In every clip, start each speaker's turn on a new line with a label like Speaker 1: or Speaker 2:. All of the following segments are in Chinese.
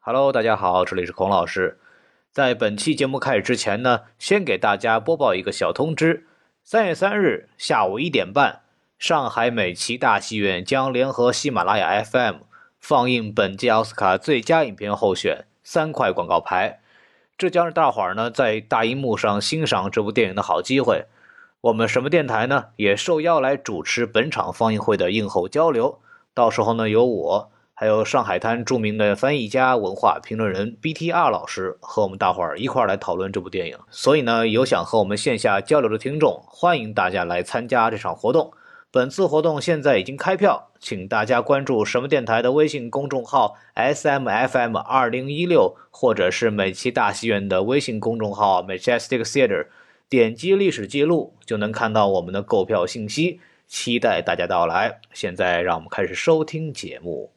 Speaker 1: Hello，大家好，这里是孔老师。在本期节目开始之前呢，先给大家播报一个小通知：三月三日下午一点半，上海美琪大戏院将联合喜马拉雅 FM 放映本届奥斯卡最佳影片候选《三块广告牌》，这将是大伙儿呢在大荧幕上欣赏这部电影的好机会。我们什么电台呢也受邀来主持本场放映会的映后交流，到时候呢有我。还有上海滩著名的翻译家、文化评论人 BTR 老师和我们大伙儿一块儿来讨论这部电影。所以呢，有想和我们线下交流的听众，欢迎大家来参加这场活动。本次活动现在已经开票，请大家关注什么电台的微信公众号 SMFM 二零一六，或者是美琪大戏院的微信公众号 Majestic Theater，点击历史记录就能看到我们的购票信息。期待大家到来。现在让我们开始收听节目。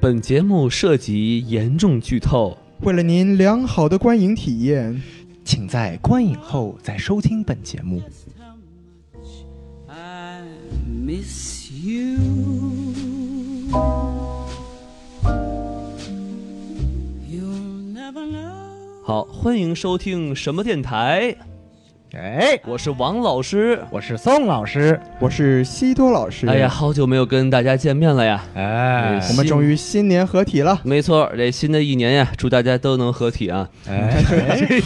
Speaker 2: 本节目涉及严重剧透，
Speaker 3: 为了您良好的观影体验，
Speaker 4: 请在观影后再收听本节目。
Speaker 5: just how much I miss you. You'll never know.
Speaker 2: 好，欢迎收听什么电台？
Speaker 4: 哎，
Speaker 2: 我是王老师。
Speaker 4: 我是宋老师，
Speaker 3: 我是西多老师。
Speaker 2: 哎呀，，好久没有跟大家见面了呀！
Speaker 4: 哎
Speaker 3: 我们终于新年合体了，
Speaker 2: 没错，这新的一年呀，祝大家都能合体啊，
Speaker 4: 哎，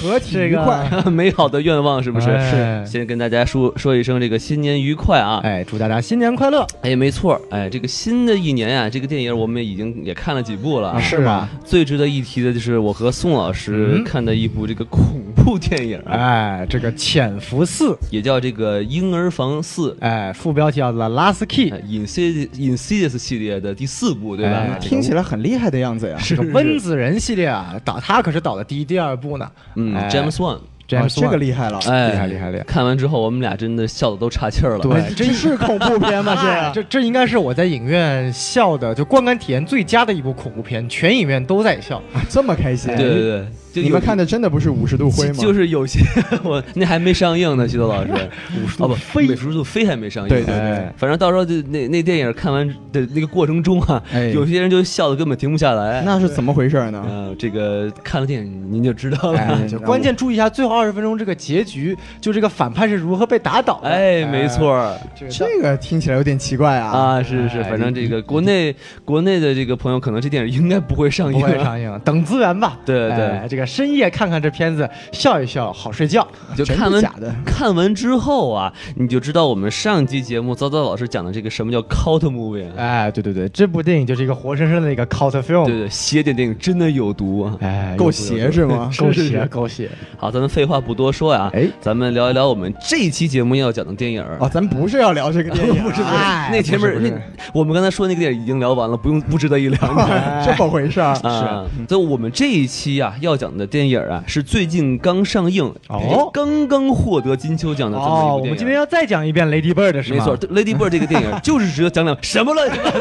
Speaker 3: 合体愉快。
Speaker 2: 美好的愿望是不是？
Speaker 4: 哎
Speaker 2: 先跟大家说说一声这个新年愉快啊！
Speaker 4: 哎，祝大家新年快乐！
Speaker 2: 哎，没错，哎，这个新的一年啊，这个电影我们已经也看了几部了啊。
Speaker 4: 哎是吗？
Speaker 2: 最值得一提的就是我和宋老师
Speaker 4: 嗯
Speaker 2: 看的一部这个恐怖电影啊，
Speaker 4: 哎，这个《潜伏四》，
Speaker 2: 也叫这个《婴儿房四》。
Speaker 4: 哎，副标题叫《The Last Key
Speaker 2: 呃》，Insidious Insidious 系列的第四部，对吧
Speaker 4: 哎？
Speaker 3: 听起来很厉害的样子呀。
Speaker 4: 是个温子仁系列啊，导他可是导的第一、第二部呢。
Speaker 2: 嗯
Speaker 4: 哎
Speaker 2: ，James Wan，
Speaker 3: 啊
Speaker 4: James
Speaker 3: 这个
Speaker 4: Wan
Speaker 3: 厉害了。
Speaker 2: 哎，
Speaker 4: 厉害厉害厉害
Speaker 2: 看完之后，我们俩真的笑的都岔气儿了。
Speaker 3: 对，这是恐怖片 吗？
Speaker 4: 哎
Speaker 3: 这
Speaker 4: 这这应该是我在影院笑的，就观感体验最佳的一部恐怖片，全影院都在笑。
Speaker 3: 啊这么开心？
Speaker 2: 对对对，就
Speaker 3: 你
Speaker 2: 有
Speaker 3: 们看的真的不是五十度灰吗？
Speaker 2: 就是有些 我那还没上映呢，徐德老师，
Speaker 4: 五十
Speaker 2: 哦不，
Speaker 4: 飞
Speaker 2: 美术度飞还没上映。
Speaker 3: 对对对
Speaker 2: 哎反正到时候就那那电影看完的那个过程中啊，
Speaker 3: 哎
Speaker 2: 有些人就笑的根本停不下来。
Speaker 3: 那是怎么回事呢？
Speaker 2: 呃，这个看了电影 您就知道了。
Speaker 4: 哎，就关键注意一下最后二十分钟这个结局，就这个反派是如何被打倒的。
Speaker 2: 哎，没错儿
Speaker 4: 这个到，
Speaker 3: 这个听起来有点奇怪啊。
Speaker 2: 啊，是是，
Speaker 4: 哎
Speaker 2: 反正这个国内国内的这个朋友，可能这电影应该不会上
Speaker 4: 不
Speaker 2: 映
Speaker 4: 会
Speaker 2: 啊，
Speaker 4: 上映，等资源吧。
Speaker 2: 对对
Speaker 4: 哎这个深夜看看这片子，笑一笑，好睡觉。
Speaker 2: 就
Speaker 3: 真
Speaker 2: 看
Speaker 3: 的
Speaker 2: 完哎
Speaker 3: 假的？
Speaker 2: 看完之后啊，你就知道我们上期节目糟糟老师讲的这个什么叫 cult movie，、啊
Speaker 4: 哎，对对对，这部电影就是一个活生生的一个 cult
Speaker 2: 对
Speaker 4: film。
Speaker 2: 对，邪典电影真的有毒啊！
Speaker 4: 哎，
Speaker 3: 够
Speaker 4: 有
Speaker 3: 邪是吗？
Speaker 4: 够
Speaker 2: 是是
Speaker 4: 邪，够啊邪。
Speaker 2: 好，咱们废话不多说呀、
Speaker 4: 哎，
Speaker 2: 咱们聊一聊我们这一期节目要讲的电影。
Speaker 3: 哦，咱不是要聊这个电影啊，不是
Speaker 4: 哎
Speaker 2: 那前
Speaker 4: 不是
Speaker 2: 面
Speaker 4: 不是哦
Speaker 2: 那我们刚才说那个电影已经聊完了，不用不值得一聊。
Speaker 3: 这么回事儿。
Speaker 2: 啊，
Speaker 4: 嗯
Speaker 2: 所以我们这一期啊要讲的电影啊是最近刚上映，
Speaker 4: 哦
Speaker 2: 刚刚获得金球奖的这么一
Speaker 4: 哦，
Speaker 2: 部电影。
Speaker 4: 我们今天要再讲一遍 Lady Bird 是
Speaker 2: 没
Speaker 4: 吗？
Speaker 2: 错，对《Lady Bird》这个电 影就是只有讲讲什么乱七八糟，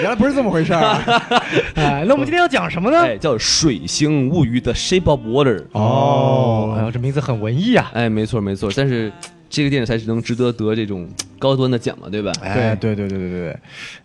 Speaker 3: 原来不是这么回事儿啊。
Speaker 4: 哎，那我们今天要 讲什么呢？
Speaker 2: 哎，叫《水星物语》的《Shape of Water》。
Speaker 4: 哦，哎呦，这名字很文艺啊。
Speaker 2: 哎，没错没错，但是这个电影才是能值得得这种高端的奖嘛，对吧？
Speaker 4: 哎，对对对对对对。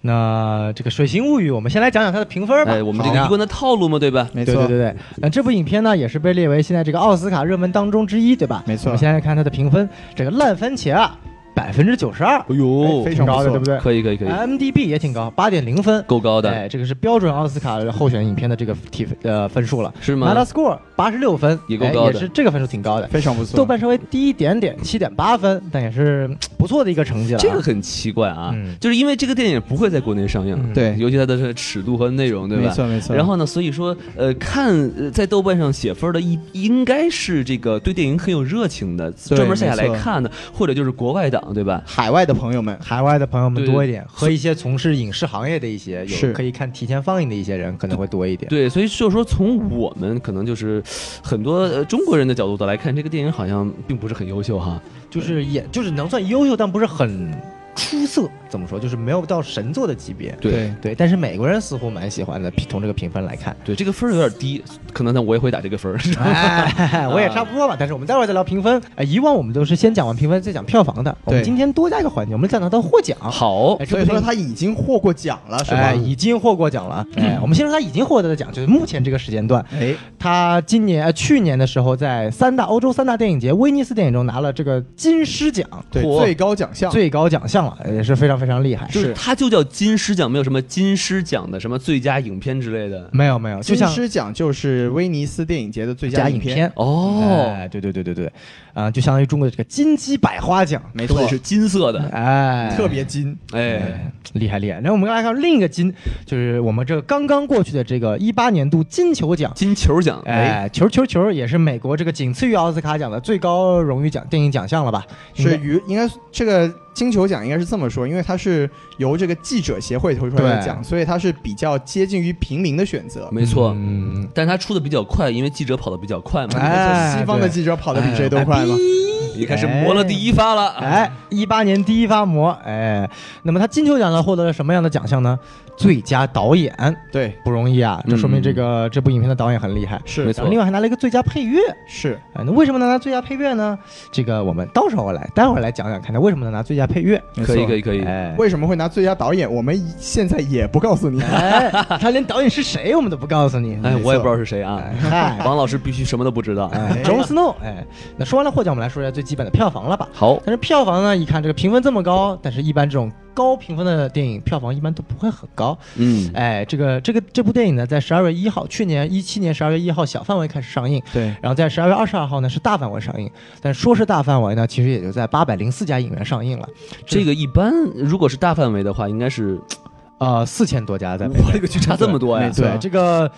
Speaker 4: 那这个《水形物语》，我们先来讲讲它的评分吧。
Speaker 2: 哎，我们这
Speaker 4: 好
Speaker 2: 个
Speaker 4: 呀
Speaker 2: 一贯的套路嘛，对吧？
Speaker 3: 没
Speaker 4: 对
Speaker 3: 错
Speaker 4: 对对，对，那这部影片呢，也是被列为现在这个奥斯卡热门当中之一，对吧？
Speaker 3: 没错
Speaker 4: 我们先来看它的评分，这个烂番茄啊，百分之九十二，
Speaker 2: 哎呦
Speaker 3: 哎非常
Speaker 4: 挺
Speaker 3: 不哎
Speaker 4: 高的，
Speaker 3: 错
Speaker 4: 对不对？
Speaker 2: 可以可以可以，
Speaker 4: m d b 也挺高，八点零分，
Speaker 2: 够高的，
Speaker 4: 哎，这个是标准奥斯卡候选影片的这个提呃分数了。
Speaker 2: 是
Speaker 4: m e t a
Speaker 2: 吗？
Speaker 4: s c o r e 八十六分，
Speaker 2: 也够
Speaker 4: 哎
Speaker 2: 高的
Speaker 4: 也是这个分数挺高的。
Speaker 3: 非常不错。
Speaker 4: 豆瓣稍微低一点点，七点八分，但也是嗯不错的一个成绩了啊。
Speaker 2: 这个很奇怪啊
Speaker 4: 嗯，
Speaker 2: 就是因为这个电影不会在国内上映，
Speaker 4: 嗯
Speaker 3: 对，
Speaker 2: 尤其它的这个尺度和内容，对
Speaker 3: 没
Speaker 2: 吧？
Speaker 3: 错没错。
Speaker 2: 然后呢，所以说，呃，看呃在豆瓣上写分的一应该是这个对电影很有热情的，
Speaker 3: 对
Speaker 2: 专门下下来
Speaker 3: 没错
Speaker 2: 看的，或者就是国外党，对吧？
Speaker 3: 海外的朋友们，
Speaker 4: 海外的朋友们
Speaker 2: 对
Speaker 4: 多一点，和一些从事影视行业的一些有
Speaker 3: 是
Speaker 4: 可以看提前放映的一些人可能会多一点。
Speaker 2: 对，所以就是说，从我们可能就是很多、呃、中国人的角度的来看，这个电影好像并不是很优秀哈。
Speaker 4: 就是也就是能算优秀，但不是很出色，怎么说就是没有到神作的级别。
Speaker 2: 对
Speaker 4: 对，但是美国人似乎蛮喜欢的，评从这个评分来看。
Speaker 2: 对，这个分儿有点低，可能呢我也会打这个分儿。
Speaker 4: 哎，我也差不多吧，但是我们待会儿再聊评分。哎，以往我们都是先讲完评分再讲票房的，我们
Speaker 3: 对
Speaker 4: 今天多加一个环节，我们再拿到获奖。
Speaker 2: 好
Speaker 4: 哎，，这
Speaker 3: 所以
Speaker 4: 不
Speaker 3: 说
Speaker 4: 是
Speaker 3: 他已经获过奖了，是吧
Speaker 4: 哎，？已经获过奖了啊。哎，我们先说他已经获得的奖，就是目前这个时间段，
Speaker 3: 哎，
Speaker 4: 他今年呃去年的时候在三大欧洲三大电影节威尼斯电影中拿了这个金狮奖
Speaker 3: 对，
Speaker 2: 嚯
Speaker 3: 最高奖项，
Speaker 4: 最高奖项了，也是非常非常厉害。
Speaker 2: 就是它就叫金狮奖，没有什么金狮奖的什么最佳影片之类的。
Speaker 4: 没有没有，就
Speaker 3: 金
Speaker 4: 像
Speaker 3: 狮奖就是威尼斯电影节的最佳
Speaker 4: 佳
Speaker 3: 影
Speaker 4: 影
Speaker 3: 片，
Speaker 4: 片。
Speaker 2: 哦，
Speaker 4: 哎，对对对对对，啊、就相当于中国的这个金鸡百花奖，
Speaker 3: 没
Speaker 2: 说
Speaker 3: 错
Speaker 2: 的，是金色的，
Speaker 4: 哎，
Speaker 3: 特别金。
Speaker 2: 哎，
Speaker 4: 厉害厉害。然后我们来看另一个金，就是我们这个刚刚过去的这个一八年度金球奖。
Speaker 2: 金球奖，
Speaker 4: 哎，球球球也是美国这个仅次于奥斯卡奖的最高荣誉奖电影奖项了吧？应
Speaker 3: 是
Speaker 4: 该
Speaker 3: 于应该这个金球奖应该是这么说，因为它是由这个记者协会投出来的
Speaker 4: 对
Speaker 3: 奖，所以它是比较接近于平民的选择。
Speaker 2: 没错。
Speaker 4: 嗯，
Speaker 2: 但是他出的比较快，因为记者跑的比较快嘛。
Speaker 4: 哎，
Speaker 3: 西方的记者跑得比谁都快吗？
Speaker 2: 一开始磨了第一发了，
Speaker 4: 对。，哎，一八年第一发模，哎，那么他金球奖呢获得了什么样的奖项呢？最佳导演，
Speaker 3: 对，
Speaker 4: 不容易啊！这说明这
Speaker 2: 嗯
Speaker 4: 个、这部影片的导演很厉害。
Speaker 2: 没
Speaker 3: 是
Speaker 2: 错
Speaker 4: 然后另外还拿了一个最佳配乐，
Speaker 3: 是，
Speaker 4: 啊，那为什么能拿最佳配乐呢？这个我们到时候来，待会儿来讲讲看他为什么能拿最佳配乐。
Speaker 3: 没
Speaker 2: 可以
Speaker 3: 错
Speaker 2: 可以可以，
Speaker 4: 哎，
Speaker 3: 为什么会拿最佳导演？我们现在也不告诉 你。
Speaker 4: 哎，他连导演是谁我们都不告诉你。
Speaker 2: 哎，我也不知道是谁啊。
Speaker 4: 嗨，
Speaker 2: 王老师必须什么都不 知道。
Speaker 4: 哎，Jon Snow，哎，那说完了获奖，我们来说一下最基本的票房了吧。
Speaker 2: 好，
Speaker 4: 但是票房呢，一看这个评分这么高，但是一般这种高评分的电影票房一般都不会很高。
Speaker 2: 嗯，
Speaker 4: 哎，这个这个这部电影呢，在十二月一号，去年一七年十二月一号小范围开始上映，
Speaker 3: 对，
Speaker 4: 然后在十二月二十二号呢是大范围上映，但说是大范围呢，其实也就在八百零四家影院上映了，
Speaker 2: 这个一般如果是大范围的话，应该是
Speaker 4: 呃，四千多家在美国
Speaker 2: 我这个啊去差这么多呀
Speaker 3: 没。错
Speaker 4: 对这个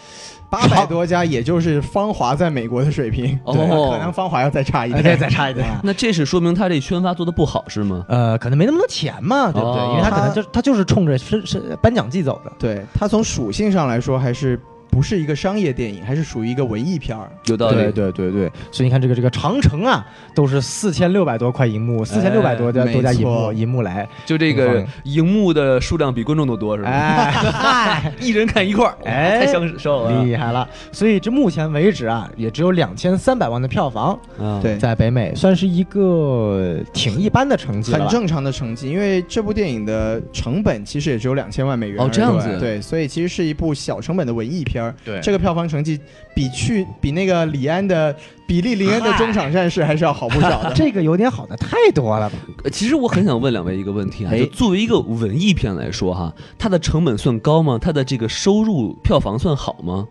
Speaker 3: 八百多家，也就是芳华在美国的水平，
Speaker 2: 哦
Speaker 3: 对可能芳华要再差一
Speaker 4: 哎再
Speaker 3: 点。
Speaker 4: 再差一点。
Speaker 2: 那这是说明他这宣发做的不好是吗？
Speaker 4: 呃，可能没那么多钱嘛，对不对？
Speaker 2: 哦
Speaker 4: 因为他可能就他就是冲着是是颁奖季走的。
Speaker 3: 对，它从属性上来说，还是不是一个商业电影，还是属于一个文艺片儿。
Speaker 2: 有道
Speaker 4: 对
Speaker 2: 理。
Speaker 4: 对对对，所以你看这个这个长城啊，都是四千六百多块银
Speaker 2: 哎
Speaker 4: 幕，四千六百多家
Speaker 3: 没
Speaker 4: 多家银幕
Speaker 3: 错
Speaker 4: 银幕来，
Speaker 2: 就这个荧幕的数量比观众都多是吧？
Speaker 4: 哎，嗨
Speaker 2: 一人看一块儿，哇太
Speaker 4: 哎
Speaker 2: 享受了。
Speaker 4: 厉害了。所以这目前为止啊，也只有两千三百万的票房，
Speaker 2: 啊，
Speaker 3: 对，
Speaker 4: 在北美算是一个挺一般的成绩了吧。
Speaker 3: 很正常的成绩，因为这部电影的成本其实也只有两千万美元
Speaker 2: 哦
Speaker 3: 而已
Speaker 2: 这样子
Speaker 3: 对，所以其实是一部小成本的文艺片儿。
Speaker 2: 对
Speaker 3: 这个票房成绩比去比那个李安的比利林恩的中场战士还是要好不 少的。
Speaker 4: 这个有点好的太多了吧？
Speaker 2: 呃其实我很想问两位一个问题啊，
Speaker 3: 哎
Speaker 2: 就作为一个文艺片来说哈，它的成本算高吗？它的这个收入票房算好吗？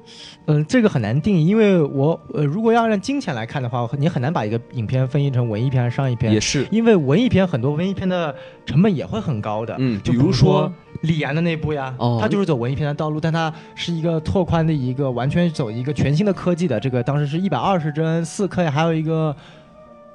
Speaker 4: 嗯，这个很难定义，因为我呃，如果要按金钱来看的话，你很难把一个影片分析成文艺片、还是商业片，
Speaker 2: 也是，
Speaker 4: 因为文艺片很多文艺片的成本也会很高的。
Speaker 2: 嗯，
Speaker 4: 就
Speaker 2: 比如说
Speaker 4: 说李安的那部呀，
Speaker 2: 哦
Speaker 4: 他就是走文艺片的道路，但他是一个拓宽的一个完全走一个全新的科技的，这个当时是一百二十帧、四 K，还有一个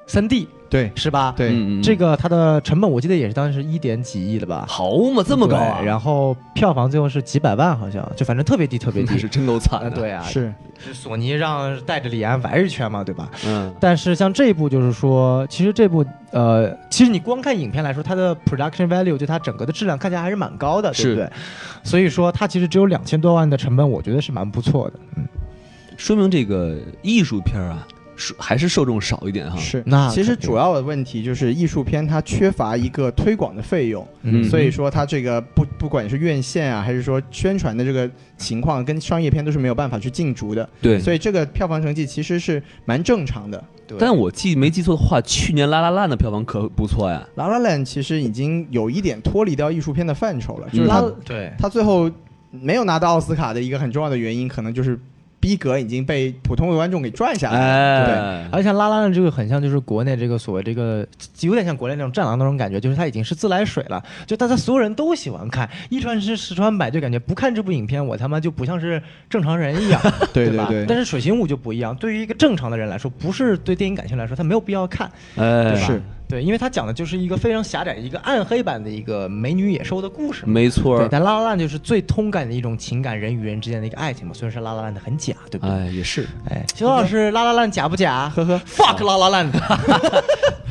Speaker 4: 三 D，
Speaker 3: 对
Speaker 4: 是吧？
Speaker 3: 对，
Speaker 2: 嗯嗯
Speaker 4: 这个它的成本我记得也是当时一点几亿的吧，
Speaker 2: 好嘛，这么高啊
Speaker 4: 对，然后票房最后是几百万，好像就反正特别低，特别
Speaker 2: 那
Speaker 4: 低。
Speaker 2: 是真够惨
Speaker 4: 啊，
Speaker 2: 的。，
Speaker 4: 对啊，
Speaker 3: 是
Speaker 4: 索尼让带着李安玩一圈嘛，对吧？
Speaker 2: 嗯，
Speaker 4: 但是像这一部，就是说，其实这部呃，其实你光看影片来说，它的 production value 就它整个的质量看起来还是蛮高的，对
Speaker 2: 是
Speaker 4: 不对？所以说它其实只有两千多万的成本，我觉得是蛮不错的。
Speaker 2: 说明这个艺术片啊，是还是受众少一点哈。
Speaker 3: 是。
Speaker 4: 那
Speaker 3: 其实
Speaker 4: 肯定
Speaker 3: 主要的问题就是艺术片它缺乏一个推广的费用，
Speaker 2: 嗯
Speaker 3: 所以说它这个不不管是院线啊，还是说宣传的这个情况，跟商业片都是没有办法去竞逐的。
Speaker 2: 对，
Speaker 3: 所以这个票房成绩其实是蛮正常的。
Speaker 2: 但我记没记错的话，去年《拉拉烂》的票房可不错呀。
Speaker 3: La La Land 其实已经有一点脱离掉艺术片的范畴了，就是
Speaker 2: 拉
Speaker 3: 他
Speaker 4: 对
Speaker 3: 他最后没有拿到奥斯卡的一个很重要的原因，可能就是逼格已经被普通的观众给赚下来了。
Speaker 2: 哎，
Speaker 4: 而且像拉拉的这个很像，就是国内这个所谓这个，有点像国内那种战狼那种感觉，就是它已经是自来水了，就大家所有人都喜欢看，一传十，十传百，就感觉不看这部影片，我他妈就不像是正常人一 样，
Speaker 3: 对
Speaker 4: 吧？
Speaker 3: 对对
Speaker 4: 但是水形物就不一样，对于一个正常的人来说，不是对电影感兴趣来说，他没有必要看，
Speaker 2: 哎
Speaker 4: 对吧？
Speaker 3: 嗯是
Speaker 4: 对，因为它讲的就是一个非常狭窄、一个暗黑版的一个美女野兽的故事嘛。
Speaker 2: 没错
Speaker 4: 对，
Speaker 2: 儿。
Speaker 4: 但拉拉烂就是最通感的一种情感，人与人之间的一个爱情嘛。虽然说拉拉烂的很假，对不对？
Speaker 2: 哎，也 是，
Speaker 4: 哎，邱老师，拉拉烂假不假？呵呵，fuck 拉拉烂，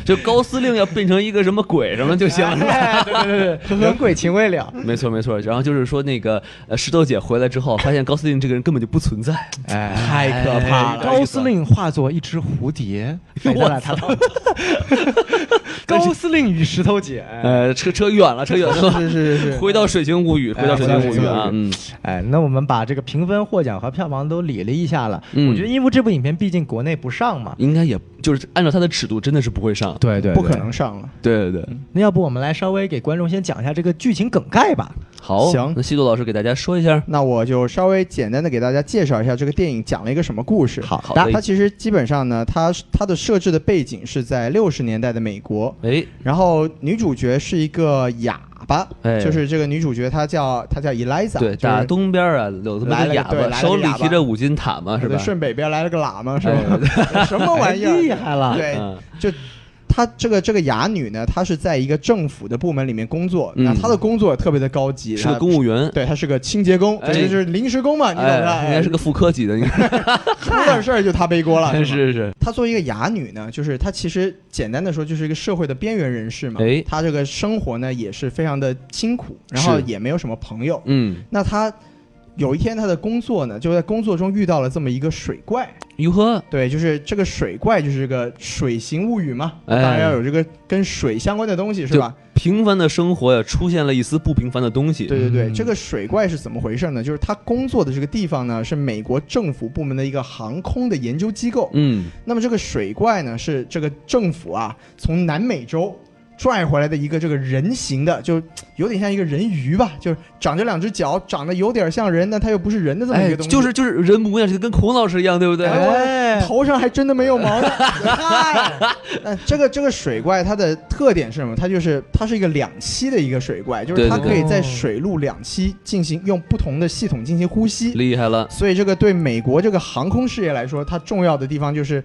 Speaker 2: 就高司令要变成一个什么鬼什么就行 了。
Speaker 4: 哎对对对对，人鬼情未了。
Speaker 2: 没错没错，然后就是说那个呃石头姐回来之后，发现高司令这个人根本就不存在，
Speaker 4: 哎，
Speaker 2: 太可怕了
Speaker 4: 高司令化作一只蝴蝶，哎咱俩谈谈高司令与石头姐，哎
Speaker 2: 呃，扯扯远 了，扯远了，
Speaker 4: 是是是
Speaker 2: 回到《水形物语》，回到《水形物语》啊，
Speaker 4: 哎
Speaker 2: 嗯，
Speaker 4: 哎，那我们把这个评分、获奖和票房都理了一下了。
Speaker 2: 嗯
Speaker 4: 我觉得，因为这部影片毕竟国内不上嘛，
Speaker 2: 应该也就是按照他的尺度，真的是不会上，
Speaker 4: 对对
Speaker 3: 不可。能上了。
Speaker 2: 对对对，
Speaker 4: 那要不我们来稍微给观众先讲一下这个剧情梗概吧？
Speaker 2: 好，
Speaker 3: 行
Speaker 2: 那西多老师给大家说一下，
Speaker 3: 那我就稍微简单的给大家介绍一下这个电影讲了一个什么故事。
Speaker 2: 好好
Speaker 3: 它
Speaker 2: 的
Speaker 3: 它其实基本上呢，它它的设置的背景是在六十年代的美国，
Speaker 2: 哎，
Speaker 3: 然后女主角是一个哑巴，
Speaker 2: 哎
Speaker 3: 就是这个女主角她叫她叫 Eliza，
Speaker 2: 对，
Speaker 3: 就
Speaker 2: 打
Speaker 3: 是
Speaker 2: 东边啊，有他妈
Speaker 3: 来
Speaker 2: 的
Speaker 3: 了个
Speaker 2: 哑
Speaker 3: 对
Speaker 2: 巴，
Speaker 3: 来了个
Speaker 2: 手里
Speaker 3: 哑
Speaker 2: 提
Speaker 3: 巴
Speaker 2: 着五金塔嘛，是吧？
Speaker 3: 顺北边来了个喇嘛是吧？
Speaker 2: 哎
Speaker 3: 什么玩意
Speaker 4: 哎
Speaker 3: 儿？
Speaker 4: 厉害了！
Speaker 3: 对，
Speaker 2: 嗯
Speaker 3: 就她这个这个哑女呢，她是在一个政府的部门里面工作，
Speaker 2: 嗯
Speaker 3: 那她的工作特别的高级，
Speaker 2: 是个
Speaker 3: 她
Speaker 2: 公务员，
Speaker 3: 对，她是个清洁工，
Speaker 2: 哎
Speaker 3: 这就是临时工嘛，你懂的。
Speaker 2: 哎，应该是个副科级的，应该
Speaker 3: 出了事儿就她背 锅了，
Speaker 2: 是
Speaker 3: 是吗。
Speaker 2: 是是，
Speaker 3: 她作为一个哑女呢，就是她其实简单的说就是一个社会的边缘人士嘛，
Speaker 2: 哎
Speaker 3: 她这个生活呢也是非常的清苦，然后
Speaker 2: 是
Speaker 3: 也没有什么朋友。
Speaker 2: 嗯，
Speaker 3: 那她有一天她的工作呢，就在工作中遇到了这么一个水怪，
Speaker 2: 如何？
Speaker 3: 对，就是这个水怪就是个水形物语嘛，
Speaker 2: 哎
Speaker 3: 当然要有这个跟水相关的东西是吧？
Speaker 2: 平凡的生活呀，出现了一丝不平凡的东西，
Speaker 3: 对对对，
Speaker 4: 嗯
Speaker 3: 这个水怪是怎么回事呢？就是她工作的这个地方呢是美国政府部门的一个航空的研究机构，
Speaker 2: 嗯，
Speaker 3: 那么这个水怪呢，是这个政府啊从南美洲拽回来的一个这个人形的，就有点像一个人鱼吧，就是长着两只脚，长得有点像人，但它又不是人的这么一
Speaker 2: 哎，
Speaker 3: 个东西。
Speaker 2: 就是就是人模样，就跟孔老师一样，对不对？
Speaker 3: 哎
Speaker 4: 哎，
Speaker 3: 头上还真的没有毛呢。 嗨那这个这个水怪它的特点是什么？它就是它是一个两栖的一个水怪，就是
Speaker 2: 对
Speaker 3: 它
Speaker 2: 对
Speaker 3: 可以
Speaker 4: 对
Speaker 3: 在
Speaker 4: 哦
Speaker 3: 水陆两栖进行用不同的系统进行呼吸。
Speaker 2: 厉害了，
Speaker 3: 所以这个对美国这个航空事业来说，它重要的地方就是，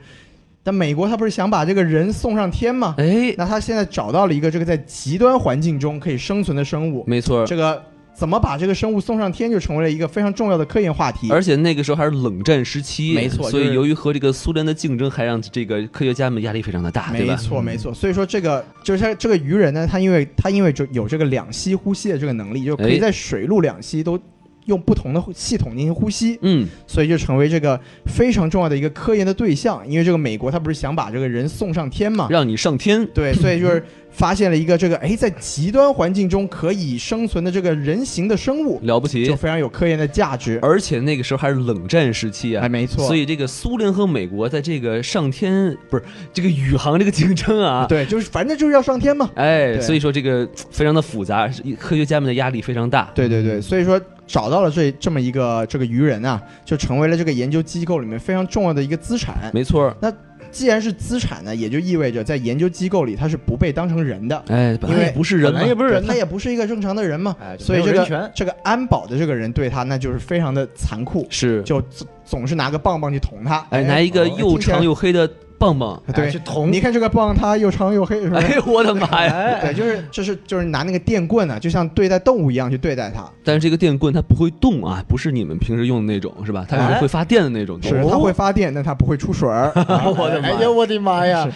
Speaker 3: 但美国它不是想把这个人送上天吗？
Speaker 2: 哎，
Speaker 3: 那它现在找到了一个这个在极端环境中可以生存的生物，
Speaker 2: 没错儿。
Speaker 3: 这个怎么把这个生物送上天，就成为了一个非常重要的科研话题。
Speaker 2: 而且那个时候还是冷战时期，
Speaker 3: 没错
Speaker 2: 所
Speaker 3: 就
Speaker 2: 以
Speaker 3: 是
Speaker 2: 由于和这个苏联的竞争，还让这个科学家们压力非常的大，对
Speaker 3: 没
Speaker 2: 吧？嗯
Speaker 3: 错，没错。所以说这个就是它这个鱼人呢，它因为它因为就有这个两栖呼吸的这个能力，就可
Speaker 2: 哎
Speaker 3: 以在水陆两栖都用不同的系统进行呼吸，
Speaker 2: 嗯，
Speaker 3: 所以就成为这个非常重要的一个科研的对象。因为这个美国它不是想把这个人送上天嘛，
Speaker 2: 让你上天，
Speaker 3: 对，所以就是发现了一个这个哎，在极端环境中可以生存的这个人形的生物，
Speaker 2: 了不
Speaker 3: 就
Speaker 2: 起。
Speaker 3: 非常有科研的价值。
Speaker 2: 而且那个时候还是冷战时期啊
Speaker 3: 哎，，没错，
Speaker 2: 所以这个苏联和美国在这个上天不是这个宇航这个竞争啊，
Speaker 3: 对，就是反正就是要上天嘛。
Speaker 2: 哎，
Speaker 3: 对
Speaker 2: 所以说这个非常的复杂，是科学家们的压力非常大。
Speaker 3: 对对对，所以说找到了这这么一个这个鱼人啊，就成为了这个研究机构里面非常重要的一个资产。
Speaker 2: 没错儿，
Speaker 3: 既然是资产呢，也就意味着在研究机构里它是不被当成人的。
Speaker 2: 哎，本来也不是人嘛
Speaker 4: 本来，也不是人呢
Speaker 3: 他也不是一个正常的人嘛，
Speaker 4: 哎就
Speaker 3: 所以
Speaker 4: 没有
Speaker 3: 这
Speaker 4: 人权
Speaker 3: 个这个安保的这个人对他那就是非常的残酷，
Speaker 2: 是，
Speaker 3: 就总总是拿个棒棒去捅他，哦
Speaker 2: 哎，拿一个又长又黑的棒棒，
Speaker 3: 哎对
Speaker 4: 去捅
Speaker 3: 你看这个棒，它又长又黑，是吧？
Speaker 2: 哎， 我的妈呀！
Speaker 3: 对，就是就是就是拿那个电棍呢，就像对待动物一样去对待它，
Speaker 2: 但是这个电棍它不会动啊，不是你们平时用的那种，是吧？它是
Speaker 4: 哎
Speaker 2: 会发电的那种。哦
Speaker 3: 是它会发电，但它不会出水 儿。
Speaker 2: 我的妈
Speaker 4: 哎呦，我的妈呀！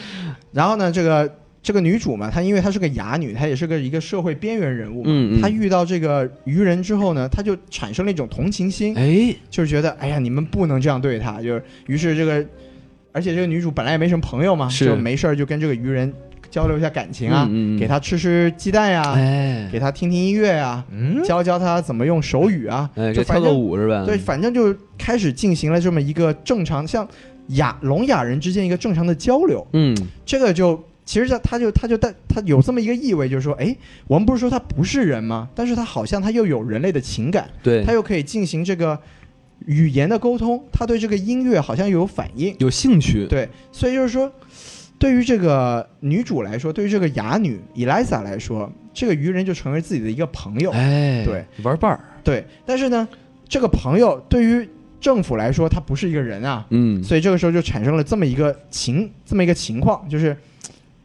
Speaker 3: 然后呢，这个这个女主嘛，她因为她是个哑女，她也是个一个社会边缘人物嘛，
Speaker 2: 嗯嗯
Speaker 3: 她遇到这个愚人之后呢，她就产生了一种同情心，
Speaker 2: 哎，
Speaker 3: 就是觉得哎呀，你们不能这样对她，就是于是这个，而且这个女主本来也没什么朋友嘛，
Speaker 2: 是
Speaker 3: 就没事儿就跟这个愚人交流一下感情啊，
Speaker 2: 嗯嗯嗯
Speaker 3: 给她吃吃鸡蛋呀、
Speaker 2: 哎，
Speaker 3: 啊给她听听音乐呀、
Speaker 4: 嗯，
Speaker 3: 教教她怎么用手语啊，
Speaker 2: 哎，
Speaker 3: 就
Speaker 2: 给跳
Speaker 3: 反
Speaker 2: 个
Speaker 3: 正
Speaker 2: 舞是吧？
Speaker 3: 对，反正就开始进行了这么一个正常像哑聋哑人之间一个正常的交流，
Speaker 2: 嗯，
Speaker 3: 这个就其实他他就他就带他有这么一个意味，就是说，哎，我们不是说他不是人吗？但是他好像他又有人类的情感，
Speaker 2: 对
Speaker 3: 他，又可以进行这个语言的沟通，他对这个音乐好像又有反应，
Speaker 2: 有兴趣，
Speaker 3: 对，所以就是说。对于这个女主来说，对于这个哑女 Eliza 来说，这个愚人就成为自己的一个朋友。
Speaker 2: 哎，
Speaker 3: 对，
Speaker 2: 玩伴儿，
Speaker 3: 对，但是呢，这个朋友对于政府来说，他不是一个人啊，
Speaker 2: 嗯，
Speaker 3: 所以这个时候就产生了这么一个情，这么一个情况，就是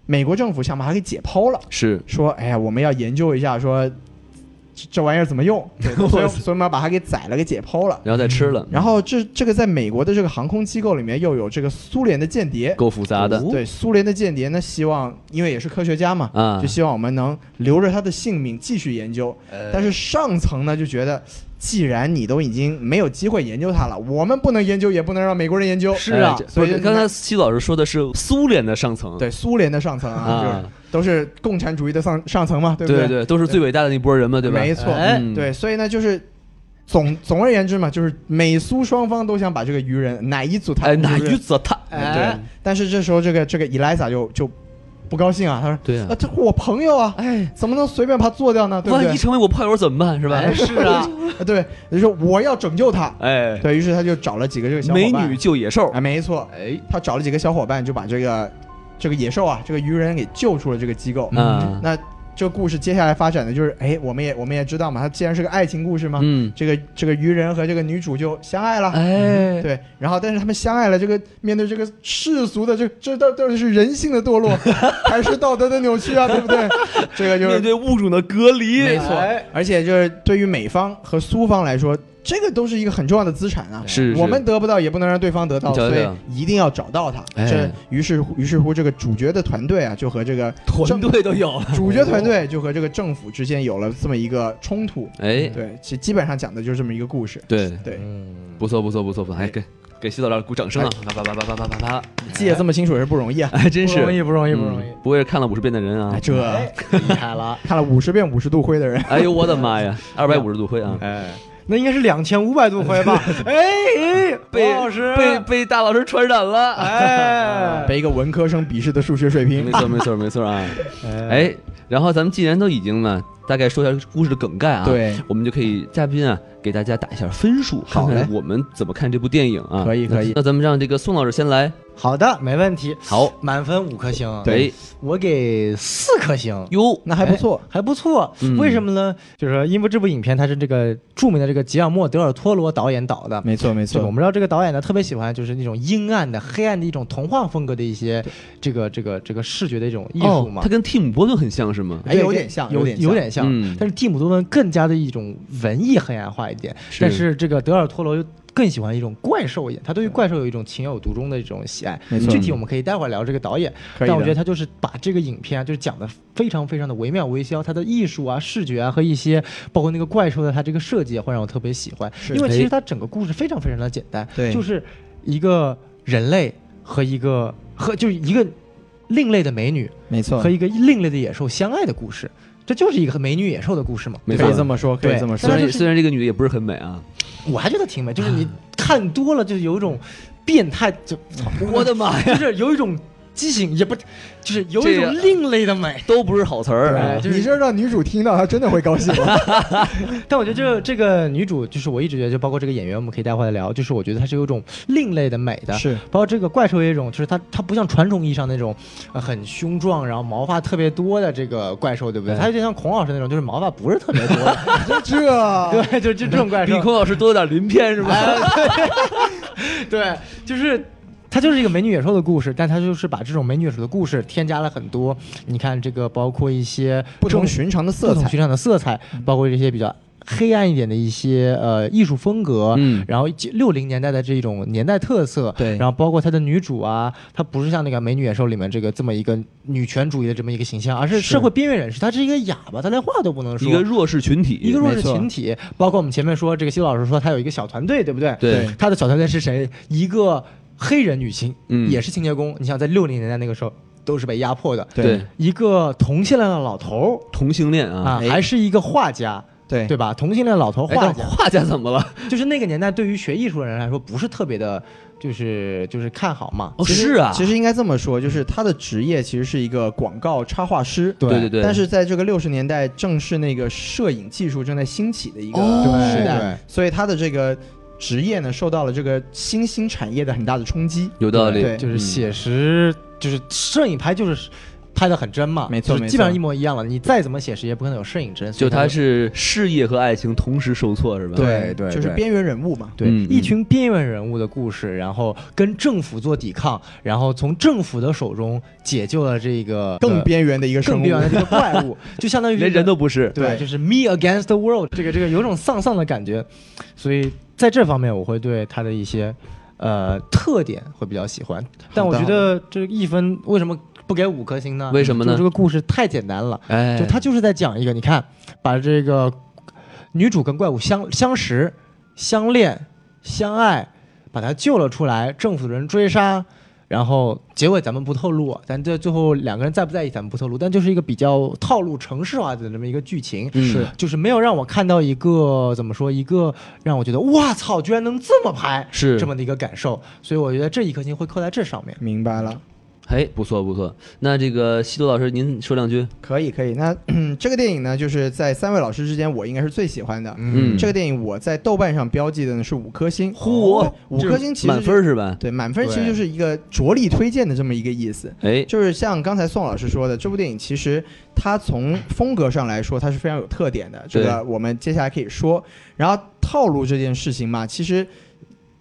Speaker 3: 美国政府想把它给解剖了，
Speaker 2: 是
Speaker 3: 说哎呀，我们要研究一下说这这玩意儿怎么用，对所以所以我们要把它给宰了，给解剖了。
Speaker 2: 嗯然后再吃了，
Speaker 3: 然后这这个在美国的这个航空机构里面又有这个苏联的间谍，
Speaker 2: 够复杂的
Speaker 3: 哦对苏联的间谍呢，希望因为也是科学家嘛，
Speaker 2: 啊
Speaker 3: 就，希望我们能留着他的性命继续研究。
Speaker 2: 呃
Speaker 3: 但是上层呢就觉得，既然你都已经没有机会研究它了，我们不能研究，也不能让美国人研究。
Speaker 2: 哎
Speaker 3: 哎
Speaker 2: 这
Speaker 3: 所
Speaker 2: 不
Speaker 3: 以
Speaker 2: 是刚才西老师说的是苏联的上层，
Speaker 3: 对苏联的上层啊，
Speaker 2: 啊
Speaker 3: 就是都是共产主义的上上层嘛，对不
Speaker 2: 对对，都是最伟大的那波人嘛，对吧？
Speaker 3: 没错，
Speaker 2: 哎嗯
Speaker 3: 对，所以呢就是。总总而言之嘛，就是美苏双方都想把这个鱼人哪一组他
Speaker 2: 哎，哪一则他？
Speaker 4: 哎
Speaker 3: 对，哎但是这时候这个这个 Elisa 就就不高兴啊，他说：“
Speaker 2: 对啊
Speaker 3: 啊，这我朋友啊，
Speaker 2: 哎，
Speaker 3: 怎么能随便把他做掉呢？对不
Speaker 2: 万
Speaker 3: 对
Speaker 2: 一成为我炮友怎么哎办？是吧？
Speaker 4: 是 啊，
Speaker 3: 啊？对，就说我要拯救他。
Speaker 2: 哎，
Speaker 3: 对于是，他就找了几个这个小伙
Speaker 2: 美
Speaker 3: 伴，
Speaker 2: 女救野兽
Speaker 3: 啊，，没错，
Speaker 2: 哎，
Speaker 3: 他找了几个小伙伴，就把这个这个野兽啊，这个鱼人给救出了这个机构。
Speaker 2: 啊，
Speaker 3: 那这故事接下来发展的就是，哎，我们也我们也知道嘛，它既然是个爱情故事嘛，
Speaker 2: 嗯，
Speaker 3: 这个这个鱼人和这个女主就相爱了。
Speaker 2: 哎，
Speaker 3: 对，然后但是他们相爱了，这个面对这个世俗的这这到到底是人性的堕落， 还是道德的扭曲啊？对不对？这个就
Speaker 2: 面
Speaker 3: 是
Speaker 2: 对物种的隔离，
Speaker 3: 没错
Speaker 2: 哎，
Speaker 3: 而且就是对于美方和苏方来说，这个都是一个很重要的资产啊。
Speaker 2: 是是
Speaker 3: 我们得不到，也不能让对方得到，
Speaker 2: 你瞧瞧
Speaker 3: 所以一定要找到它。
Speaker 2: 哎
Speaker 3: 这于是于是乎，这个主角的团队啊，就和这个
Speaker 2: 团
Speaker 3: 政
Speaker 2: 队都有了，
Speaker 3: 主角团队就和这个政府之间有了这么一个冲突。
Speaker 2: 哎，
Speaker 3: 对，其基本上讲的就是这么一个故事。
Speaker 2: 对，
Speaker 3: 对，
Speaker 2: 不错不错不错不嗯错，哎，给给西老师鼓掌声啊，啪啪啪啪啪啪啪啪，
Speaker 3: 记得这么清楚也是啊不容易啊。
Speaker 2: 哎，真是
Speaker 4: 不容易，不容易，不容易
Speaker 2: 嗯，不会是看了五十遍的人啊
Speaker 3: 哎，？这
Speaker 4: 厉害了。
Speaker 3: 看了五十遍五十度灰的人，
Speaker 2: 哎呦我的妈呀，二百五十度灰啊！
Speaker 3: 哎，
Speaker 4: 那应该是两千五百度灰 吧？哎，哎
Speaker 2: 被
Speaker 4: 王老师
Speaker 2: 被被大老师传染了，
Speaker 4: 哎，
Speaker 3: 被一个文科生鄙视的数学水
Speaker 2: 没
Speaker 3: 平。
Speaker 2: 错没错没错啊！哎，然后咱们既然都已经呢，大概说一下故事的梗概啊，，
Speaker 3: 对，
Speaker 2: 我们就可以嘉宾啊给大家打一下分数，看
Speaker 3: 好嘞
Speaker 2: 看我们怎么看这部电影啊？
Speaker 3: 可以可以
Speaker 2: 那咱们让这个宋老师先来，
Speaker 4: 好的，没问题。
Speaker 2: 好，哎
Speaker 4: 满分五颗星，
Speaker 2: 对，
Speaker 4: 我给四颗星。
Speaker 2: 哟，
Speaker 3: 那还不错。
Speaker 4: 还不错
Speaker 2: 嗯，
Speaker 4: 为什么呢？就是说，因为这部影片它是这个著名的这个吉尔莫·德尔托罗导演导的，
Speaker 3: 哎没错没
Speaker 4: 这
Speaker 3: 错，
Speaker 4: 个我们知道，这个导演呢特别喜欢就是那种阴暗的、黑暗的一种童话风格的一些这个这个这个视觉的一种艺术嘛
Speaker 2: 它。哦跟蒂姆·波顿很像是吗？
Speaker 4: 哎
Speaker 3: 对
Speaker 4: 有
Speaker 3: 有
Speaker 4: 点
Speaker 3: 点像
Speaker 4: 有
Speaker 3: 有点
Speaker 4: 有点像
Speaker 2: 嗯，
Speaker 4: 但是蒂姆·多顿更加的一种文艺黑暗化一点，
Speaker 2: 是
Speaker 4: 但是这个德尔托罗又更喜欢一种怪兽一点，他对于怪兽有一种情有独钟的一种喜爱。
Speaker 3: 没错
Speaker 4: 具体我们可以待会儿聊这个导演，
Speaker 3: 可以的
Speaker 4: 但我觉得他就是把这个影片啊，就是讲的非常非常的惟妙惟肖，他的艺术啊、视觉啊和一些包括那个怪兽的他这个设计啊，会让我特别喜欢，因为其实他整个故事非常非常的简单，
Speaker 3: 对
Speaker 4: 就是一个人类和一个和就是一个另类的美女。
Speaker 3: 没错，
Speaker 4: 和一个另类的野兽相爱的故事，这就是一个美女野兽的故事嘛。
Speaker 2: 没
Speaker 3: 可
Speaker 2: 错
Speaker 3: 以，这么说，可以
Speaker 4: 对
Speaker 3: 这么
Speaker 2: 虽
Speaker 3: 说
Speaker 4: 但。是
Speaker 2: 然
Speaker 4: 就是
Speaker 2: 虽然这个女的也不是很美啊，
Speaker 4: 我还觉得挺美，就是你看多了就有一种变态， 就我的妈呀，就是有一种畸形，也不就是有一
Speaker 2: 这个
Speaker 4: 种另类的美。
Speaker 2: 都不是好词儿啊
Speaker 4: 对。就是
Speaker 3: 你这让女主听到，她真的会高兴吗？
Speaker 4: 但我觉得这这个女主，就是我一直觉得，就包括这个演员，我们可以待会儿聊，就是我觉得她是有一种另类的美 的，
Speaker 3: 是
Speaker 4: 包括这个怪兽也有一种，就是它它不像传统意义上那种，呃，很凶壮，然后毛发特别多的这个怪兽，对不对？
Speaker 2: 对
Speaker 4: 它有点像孔老师那种，就是毛发不是特别多的，
Speaker 3: 这
Speaker 4: 对，就就这种怪
Speaker 2: 比
Speaker 4: 兽。
Speaker 2: 孔老师多点鳞片是吧？
Speaker 4: 对，就是它就是一个美女野兽的故事，但它就是把这种美女野兽的故事添加了很多。你看这个，包括一些
Speaker 3: 不同
Speaker 4: 正
Speaker 3: 寻常的
Speaker 4: 不
Speaker 3: 色
Speaker 4: 同
Speaker 3: 彩，嗯
Speaker 4: 寻常的色彩，包括这些比较黑暗一点的一些呃艺术风格，
Speaker 2: 嗯，
Speaker 4: 然后六零年代的这种年代特色，
Speaker 3: 对
Speaker 4: 然后包括她的女主啊，她不是像那个《美女野兽》里面这个这么一个女权主义的这么一个形象，而是
Speaker 3: 是
Speaker 4: 社会边缘人士，她是一个哑巴，她连话都不能说，
Speaker 2: 一个弱势群体，
Speaker 4: 一个弱势
Speaker 3: 没错
Speaker 4: 群体。包括我们前面说这个西老师说她有一个小团队，对不对？
Speaker 2: 对，
Speaker 4: 她的小团队是谁？一个黑人女性，
Speaker 2: 嗯
Speaker 4: 也是清洁工。你想在六零年代那个时候都是被压迫的，
Speaker 2: 对
Speaker 4: 一个同性恋的老头
Speaker 2: 同性恋
Speaker 4: 儿
Speaker 2: 啊
Speaker 4: 啊，，还是一个画家。
Speaker 3: 对
Speaker 4: 对吧？同性恋老头儿
Speaker 2: 哎
Speaker 4: 画
Speaker 2: 但
Speaker 4: 家，
Speaker 2: 画家怎么了？
Speaker 4: 就是那个年代，对于学艺术的人来说，不是特别的，就是就是看好嘛。
Speaker 2: 哦，
Speaker 3: 其实
Speaker 2: 是啊，
Speaker 3: 其实应该这么说，就是他的职业其实是一个广告插画师，
Speaker 4: 对
Speaker 2: 对对对，
Speaker 3: 但是在这个六十年代，正是那个摄影技术正在兴起的一个
Speaker 2: 哦
Speaker 3: 时代，
Speaker 4: 对
Speaker 3: 所以他的这个职业呢，受到了这个新兴产业的很大的冲击。
Speaker 2: 有道理，
Speaker 3: 对
Speaker 4: 就是写实，就是摄影拍，就是拍的很真嘛，
Speaker 3: 没错
Speaker 4: 就是
Speaker 3: 没错
Speaker 4: 基本上一模一样了。你再怎么写实，也不可能有摄影真。所
Speaker 2: 就
Speaker 4: 以
Speaker 2: 他是事业和爱情同时受挫，是吧？
Speaker 3: 对
Speaker 4: 对
Speaker 3: 就是
Speaker 4: 对
Speaker 3: 边缘人物嘛。
Speaker 4: 对，
Speaker 2: 嗯
Speaker 4: 一群边缘人物的故事，然后跟政府做抵抗，然后从政府的手中解救了这个
Speaker 3: 更
Speaker 4: 呃
Speaker 3: 边缘的一个生
Speaker 4: 更
Speaker 3: 物，
Speaker 4: 边缘的这个怪 物，就相当于
Speaker 2: 连人都不是。
Speaker 4: 对，
Speaker 3: 对
Speaker 4: 就是 me against the world，这个这个有种丧丧的感觉，所以在这方面我会对他的一些呃特点会比较喜欢，但我觉得这个一分为什么不给五颗星呢？
Speaker 2: 为什么呢
Speaker 4: 就这个故事太简单了，
Speaker 2: 哎，
Speaker 4: 就他就是在讲一个，你看，把这个女主跟怪物相相识、相恋、相爱，把她救了出来，政府的人追杀，然后结尾咱们不透露啊，咱这最后两个人在不在意咱们不透露，但就是一个比较套路城市化的这么一个剧情。
Speaker 2: 嗯
Speaker 3: 是
Speaker 4: 就是没有让我看到一个怎么说，一个让我觉得哇操，居然能这么拍，
Speaker 2: 是
Speaker 4: 这么的一个感受，所以我觉得这一颗星会扣在这上面。
Speaker 3: 明白了。
Speaker 2: 哎，不错不错。那这个西多老师，您说两句。
Speaker 3: 可以可以，那 这个电影呢，就是在三位老师之间，我应该是最喜欢的。
Speaker 2: 嗯
Speaker 3: 这个电影我在豆瓣上标记的呢是五颗星，
Speaker 2: 嚯
Speaker 3: 对五颗星其实
Speaker 2: 满
Speaker 3: 就
Speaker 2: 分是吧？
Speaker 3: 对满分其实
Speaker 4: 对
Speaker 3: 就是一个着力推荐的这么一个意思。
Speaker 2: 哎，
Speaker 3: 就是像刚才宋老师说的，这部电影其实它从风格上来说，它是非常有特点的。这个我们接下来可以说。然后套路这件事情嘛，其实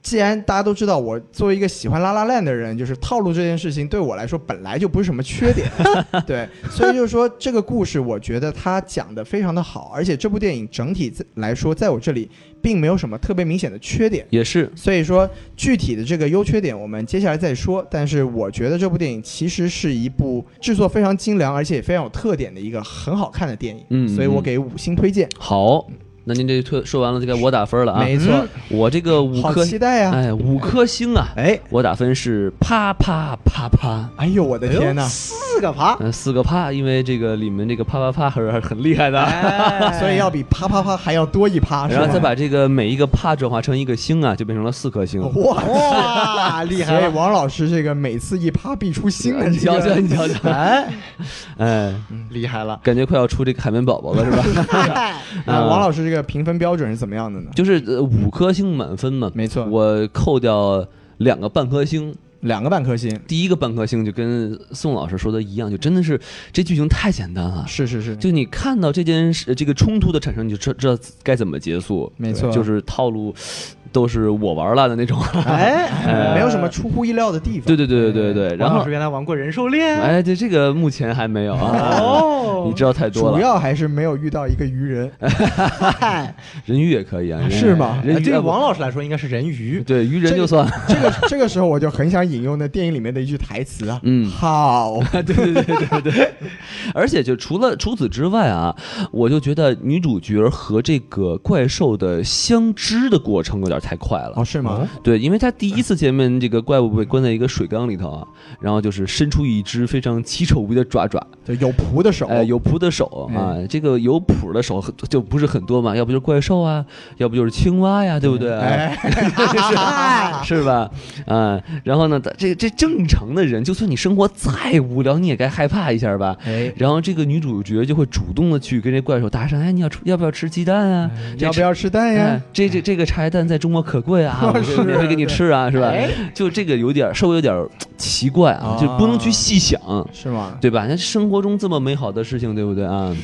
Speaker 3: 既然大家都知道，我作为一个喜欢拉拉烂的人，就是套路这件事情对我来说本来就不是什么缺点。 对，所以就是说这个故事，我觉得它讲的非常的好，而且这部电影整体来说，在我这里并没有什么特别明显的缺点。
Speaker 2: 也是，
Speaker 3: 所以说具体的这个优缺点，我们接下来再说。但是我觉得这部电影其实是一部制作非常精良，而且也非常有特点的一个很好看的电影。
Speaker 2: 嗯
Speaker 3: 所以我给五星推荐。
Speaker 2: 好。那您这推说完了，就该我打分了啊！
Speaker 3: 没错，
Speaker 2: 我这个五
Speaker 3: 好
Speaker 2: 颗，
Speaker 3: 期待啊！
Speaker 2: 哎，五颗星啊！
Speaker 3: 哎，
Speaker 2: 我打分是啪啪啪啪，
Speaker 3: 哎呦我的天哪！
Speaker 4: 四个
Speaker 3: 啊
Speaker 4: 爬，
Speaker 2: 嗯、四个啪，因为这个里面这个啪啪啪还是很厉害的啊。
Speaker 3: 所以要比啪啪啪还要多一趴，是
Speaker 2: 然
Speaker 3: 吧
Speaker 2: 后再把这个每一个啪转化成一个星啊，就变成了四颗星。
Speaker 3: 哇
Speaker 4: 哇厉害了
Speaker 3: 所以王老师这个每次一趴必出新的
Speaker 2: 你
Speaker 3: 这
Speaker 2: 瞧瞧，
Speaker 3: 个，
Speaker 2: 你瞧瞧，
Speaker 4: 哎，
Speaker 2: 哎，
Speaker 4: 厉害了。
Speaker 2: 感觉快要出这个海绵宝宝了，是 吧？
Speaker 3: 那啊王老师这个评分标准是怎么样的呢？
Speaker 2: 嗯就是呃五颗星满分嘛，
Speaker 3: 没错
Speaker 2: 我扣掉两个半颗星，
Speaker 3: 两个半颗星，
Speaker 2: 第一个半颗星就跟宋老师说的一样，就真的是这剧情太简单了。
Speaker 3: 是是是，
Speaker 2: 就你看到这件事，这个冲突的产生，你就知知道该怎么结束。
Speaker 3: 没错
Speaker 2: 就是套路都是我玩烂的 那种。
Speaker 3: 哎，
Speaker 2: 呃
Speaker 3: 没有什么出乎意料的地方。
Speaker 2: 对对对对对
Speaker 3: 哎
Speaker 2: 对。然
Speaker 4: 王老
Speaker 2: 后
Speaker 4: 师，原来玩过人兽恋，
Speaker 2: 哎，对这个目前还没有啊，
Speaker 4: 哦
Speaker 2: 你知道太多
Speaker 3: 主
Speaker 2: 了。
Speaker 3: 要还是没有遇到一个愚人，
Speaker 2: 人鱼也可以啊，人鱼
Speaker 3: 是吗哎
Speaker 2: 人鱼
Speaker 4: 哎对
Speaker 2: 啊
Speaker 4: 于
Speaker 2: 不
Speaker 4: 王老师来说应该是人鱼，
Speaker 2: 对鱼人
Speaker 3: 这
Speaker 2: 就
Speaker 3: 个
Speaker 2: 算。
Speaker 3: 这个这个时候我就很想引用那电影里面的一句台词啊，
Speaker 2: 嗯
Speaker 3: 好，
Speaker 2: 对对对对对对， 而且就除了除此之外啊，我就觉得女主角和这个怪兽的相知的过程有点太快了。
Speaker 3: 哦是吗？
Speaker 2: 对，因为她第一次见面，这个怪物被关在一个水缸里头啊，然后就是伸出一只非常奇丑无比的爪爪，
Speaker 3: 对，有仆的手，
Speaker 2: 哎，有蹼的手
Speaker 3: 嗯
Speaker 2: 啊，这个有蹼的手就不是很多嘛，要不就是怪兽啊，要不就是青蛙呀，对不对？啊
Speaker 3: 哎，
Speaker 2: 是吧？啊、然后呢，这这正常的人，就算你生活再无聊，你也该害怕一下吧。
Speaker 3: 哎，
Speaker 2: 然后这个女主角就会主动的去跟这怪兽搭讪，哎，你要吃要不要吃鸡蛋啊？这
Speaker 3: 要不
Speaker 2: 吃？
Speaker 3: 要吃蛋
Speaker 2: 哎
Speaker 3: 呀？，
Speaker 2: 这这这个茶叶蛋在中国可贵 啊，我
Speaker 3: 是哎
Speaker 2: 免费给你吃啊，是吧？就这个有点稍微有点儿奇怪啊，
Speaker 3: 啊
Speaker 2: 就不能去细想。
Speaker 3: 是吗？
Speaker 2: 对吧？那生活中这么美好的事情，对不对啊？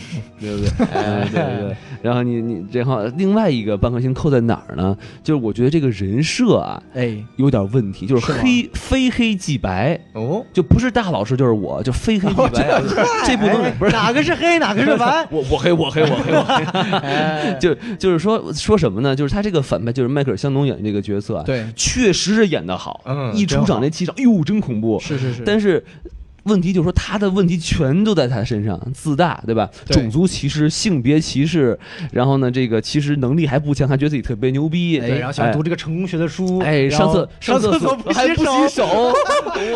Speaker 2: 对不 对？哎，对对对。然后你你，然后另外一个半颗星扣在哪儿呢？就是我觉得这个人设啊
Speaker 3: 哎，
Speaker 2: 有点问题，就是
Speaker 3: 是吗
Speaker 2: 黑非黑即白，
Speaker 4: 哦，
Speaker 2: 就不是大老师就是我，就非黑即白。这部分
Speaker 4: 不是哎哪个是黑哪个是白
Speaker 2: ，
Speaker 4: 哎
Speaker 2: 我我黑我黑我黑我黑， 就就是说说什么呢？就是他这个反派就是迈克尔香农演的这个角色啊，
Speaker 3: 对，
Speaker 2: 确实是演得好，
Speaker 4: 嗯
Speaker 2: 一出
Speaker 4: 真
Speaker 2: 场
Speaker 4: 好
Speaker 2: 那气场，哎呦，真恐怖，
Speaker 3: 是是是，
Speaker 2: 但是问题就是说，他的问题全都在他身上，自大，对吧？
Speaker 3: 对
Speaker 2: 种族歧视、性别歧视，然后呢，这个其实能力还不强，还觉得自己特别牛逼，
Speaker 4: 对，然后想读这个成功学的书，
Speaker 2: 哎，
Speaker 4: 然
Speaker 2: 上
Speaker 4: 后
Speaker 2: 厕
Speaker 4: 上
Speaker 2: 厕
Speaker 4: 所不
Speaker 2: 还
Speaker 4: 洗
Speaker 2: 不洗 手，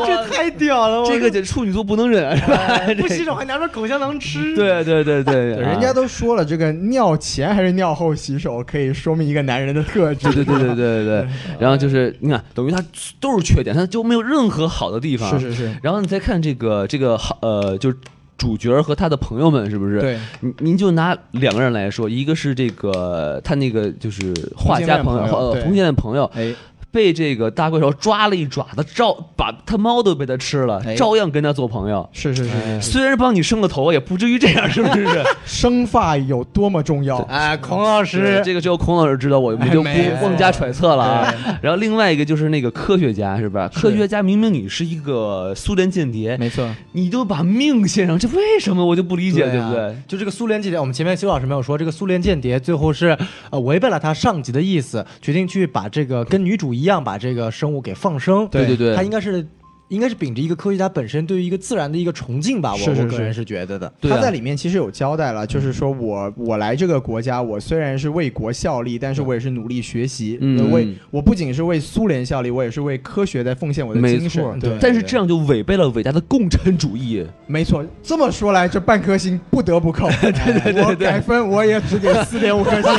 Speaker 4: 这太屌了，我
Speaker 2: 这个就处女座不能忍啊，是吧？
Speaker 4: 不洗手还拿着口香糖 吃，，
Speaker 2: 对对对对，
Speaker 3: 对
Speaker 2: 啊
Speaker 3: 人家都说了，这个尿前还是尿后洗手，可以说明一个男人的特质。
Speaker 2: 对对对对对对 对，然后就是你看，等于他都是缺点，他就没有任何好的地方。
Speaker 3: 是是是，
Speaker 2: 然后你再看这个这个好呃，就是主角和他的朋友们是不是？
Speaker 3: 对，
Speaker 2: 您您就拿两个人来说，一个是这个他那个就是画家朋
Speaker 3: 同性恋朋
Speaker 2: 呃
Speaker 3: 友对
Speaker 2: 同性恋朋友，
Speaker 3: 哎，
Speaker 2: 被这个大怪兽抓了一爪子，照把他猫都被他吃了，
Speaker 4: 哎
Speaker 2: 照样跟他做朋友。
Speaker 3: 是是是，
Speaker 4: 哎
Speaker 2: 虽然帮你生个头，也不至于这样，是不 是？
Speaker 3: 生发有多么重要？
Speaker 4: 哎，孔老
Speaker 2: 是
Speaker 4: 师，
Speaker 2: 这个只有孔老师知道，我们就不
Speaker 3: 哎没错
Speaker 2: 妄加揣测了啊。 然后另外一个就是那个科学家，是吧？科学家明明你是一个苏联间谍，
Speaker 4: 没错，
Speaker 2: 你都把命献上，这为什么我就不理解，
Speaker 4: 对
Speaker 2: 对
Speaker 4: 啊
Speaker 2: 不对？
Speaker 4: 就这个苏联间谍，我们前面邱老师没有说，这个苏联间谍最后是呃违背了他上级的意思，决定去把这个跟女主一样把这个生物给放生。
Speaker 3: 对
Speaker 2: 对对
Speaker 4: 他应该是应该是秉着一个科学家本身对于一个自然的一个崇敬吧，我
Speaker 3: 是是
Speaker 4: 我个
Speaker 3: 是
Speaker 4: 人是觉得的。
Speaker 2: 对啊
Speaker 3: 他在里面其实有交代了，就是说我我来这个国家，我虽然是为国效力，但是我也是努力学习，
Speaker 2: 嗯
Speaker 3: 为
Speaker 2: 嗯
Speaker 3: 我不仅是为苏联效力，我也是为科学在奉献我的
Speaker 2: 没
Speaker 3: 精神
Speaker 2: 错。，
Speaker 3: 对，
Speaker 2: 但是这样就违背了伟大的共产主义。
Speaker 3: 没错。这么说来，这半颗星不得不扣，对对对我改分我也只给四点五颗星。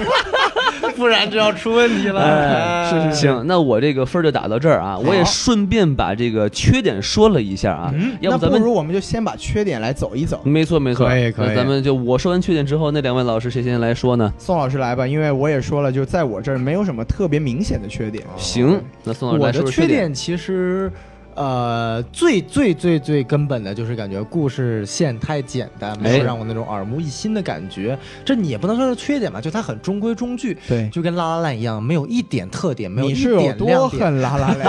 Speaker 4: 不然就要出问题了。
Speaker 2: 哎，
Speaker 3: 是是是
Speaker 2: 行，那我这个分儿就打到这儿啊，我也顺便把这个缺点说了一下啊，
Speaker 4: 嗯
Speaker 2: 要
Speaker 3: 那
Speaker 2: 不咱
Speaker 3: 不
Speaker 2: 们嗯
Speaker 3: 如我们就先把缺点来走一走。
Speaker 2: 没错没错，
Speaker 4: 可以可以
Speaker 2: 那咱们就我说完缺点之后，那两位老师谁先来说呢？
Speaker 3: 宋老师来吧，因为我也说了，就在我这儿没有什么特别明显的缺点。
Speaker 2: 行，那宋老师
Speaker 4: 哦我
Speaker 2: 来说说
Speaker 4: 的缺
Speaker 2: 点，
Speaker 4: 点其实，呃，最最最最根本的就是感觉故事线太简单，没
Speaker 2: 哎
Speaker 4: 有让我那种耳目一新的感觉。这你也不能说是缺点吧，就它很中规中矩，
Speaker 3: 对，
Speaker 4: 就跟《拉拉烂》一样，没有一点特点，没有
Speaker 3: 你
Speaker 4: 一
Speaker 3: 是有
Speaker 4: 点
Speaker 3: 多
Speaker 4: 亮点。
Speaker 3: 恨拉拉嘞？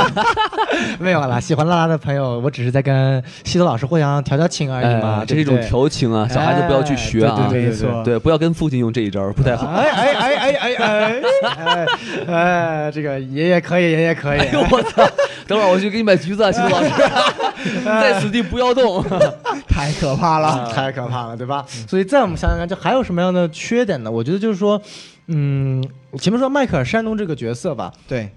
Speaker 4: 没有啦，喜欢拉拉的朋友，我只是在跟西多老师互相调调情而已嘛，
Speaker 2: 哎，这是一
Speaker 4: 对
Speaker 2: 种
Speaker 4: 不对。
Speaker 2: 调情啊，小孩子不要去学啊，
Speaker 4: 哎对对对
Speaker 3: 没错，
Speaker 2: 对，不要跟父亲用这一招，不太好。
Speaker 4: 哎哎哎哎哎哎哎哎哎！这个爷爷可以，爷爷可以。
Speaker 2: 哎呦我操！等会儿我去给你买橘子啊，秦老师， 在此地不要动。
Speaker 3: 太可怕了。
Speaker 4: 啊，太可怕了，对吧？所以再我们想想看，这还有什么样的缺点呢？我觉得就是说，嗯，前面说迈克尔·山东这个角色吧，
Speaker 3: 对，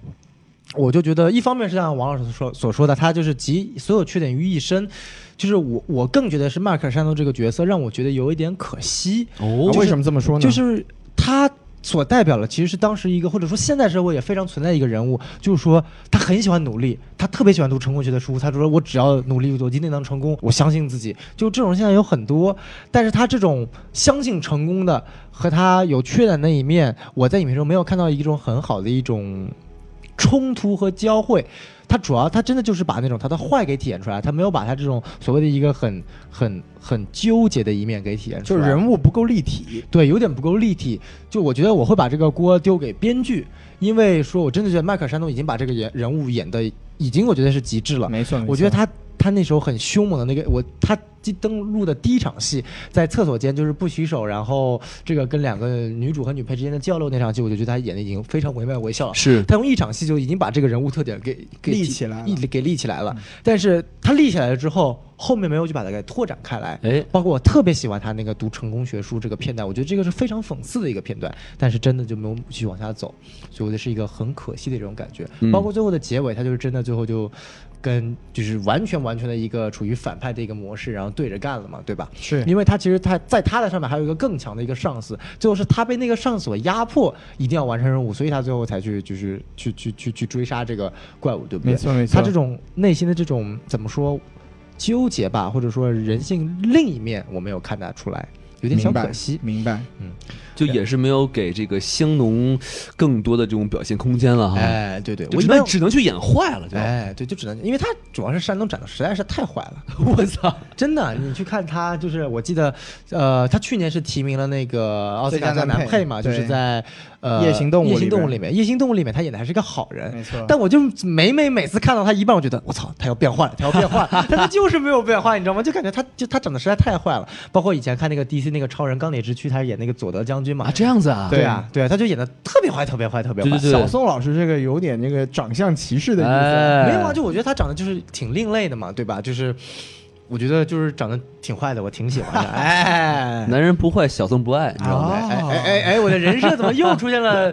Speaker 4: 我就觉得一方面是像王老师说所说的，他就是集所有缺点于一身。就是我，我更觉得是迈克尔·山东这个角色让我觉得有一点可惜，
Speaker 2: 哦
Speaker 3: 为什么这么说呢？
Speaker 4: 就是他所代表了其实是当时一个或者说现代社会也非常存在一个人物，就是说他很喜欢努力，他特别喜欢读成功学的书，他说我只要努力，我一定能成功，我相信自己。就这种现在有很多，但是他这种相信成功的和他有缺点的一面，我在影片中没有看到一种很好的一种冲突和交汇。他主要，他真的就是把那种他的坏给体现出来，他没有把他这种所谓的一个很很很纠结的一面给体现出
Speaker 3: 就
Speaker 4: 来。
Speaker 3: 是人物不够立体。
Speaker 4: 对，有点不够立体。就我觉得我会把这个锅丢给编剧，因为说我真的觉得迈克尔·山东已经把这个演人物演的已经我觉得是极致了。
Speaker 3: 没错，
Speaker 4: 我觉得他他那时候很凶猛的那个，我他登陆的第一场戏，在厕所间就是不洗手，然后这个跟两个女主和女配之间的交流那场戏，我就觉得他演的已经非常惟妙惟肖了。
Speaker 2: 是
Speaker 4: 他用一场戏就已经把这个人物特点给给
Speaker 3: 立
Speaker 4: 提
Speaker 3: 起来了嗯
Speaker 4: 一给立起来了。但是他立起来了之后，后面没有去把它给拓展开来。
Speaker 2: 哎
Speaker 4: 包括我特别喜欢他那个读成功学书这个片段，我觉得这个是非常讽刺的一个片段，但是真的就没有去往下走，所以我觉得是一个很可惜的一种感觉。
Speaker 2: 嗯
Speaker 4: 包括最后的结尾，他就是真的最后就跟就是完全完全的一个处于反派的一个模式，然后对着干了嘛，对吧？
Speaker 3: 是
Speaker 4: 因为他其实他在他的上面还有一个更强的一个上司，最后是他被那个上司所压迫，一定要完成任务，所以他最后才去就是去去去去追杀这个怪物，对不对？
Speaker 3: 没错没错
Speaker 4: 他这种内心的这种怎么说纠结吧，或者说人性另一面，我没有看得出来，有点小
Speaker 3: 明白
Speaker 4: 可惜。
Speaker 3: 明白。
Speaker 2: 就也是没有给这个香农更多的这种表现空间了
Speaker 3: 啊
Speaker 2: 哈，
Speaker 4: 哎，对对，
Speaker 2: 就
Speaker 4: 我一
Speaker 2: 只
Speaker 4: 般
Speaker 2: 能只能去演坏了，就
Speaker 4: 哎，对，就只能因为他主要是山东长得实在是太坏 了。
Speaker 2: 我操，
Speaker 4: 真的，你去看他，就是我记得，呃，他去年是提名了那个奥斯卡
Speaker 3: 最佳
Speaker 4: 最佳
Speaker 3: 男
Speaker 4: 男
Speaker 3: 配
Speaker 4: 配嘛，就是
Speaker 3: 对
Speaker 4: 在呃《
Speaker 3: 夜行动物
Speaker 4: 夜
Speaker 3: 里
Speaker 4: 行动物
Speaker 3: 边
Speaker 4: 里面，《夜行动物》里面他演的还是个好人
Speaker 3: 没，错
Speaker 4: 但我就每每每次看到他一半，我觉得我操，他要变坏了，他要变坏了， 但他就是没有变坏，你知道吗？就感觉他就他长得实在太坏了。包括以前看那个 DC 那个超人钢铁之躯，他演那个佐德将军嘛
Speaker 2: 啊，这样子啊，
Speaker 4: 对啊，对啊，他就演的特别坏，特别坏，特别
Speaker 2: 对
Speaker 4: 坏。
Speaker 2: 对对，
Speaker 3: 小宋老师这个有点那个长相歧视的意思。
Speaker 2: 哎，
Speaker 4: 没有啊，就我觉得他长得就是挺另类的嘛，对吧？就是我觉得就是长得挺坏的，我挺 喜欢的。哎，
Speaker 2: 男人不坏，小宋不爱，你知道吗？
Speaker 3: 啊
Speaker 4: 哎哎哎哎，我的人设怎么又出 现了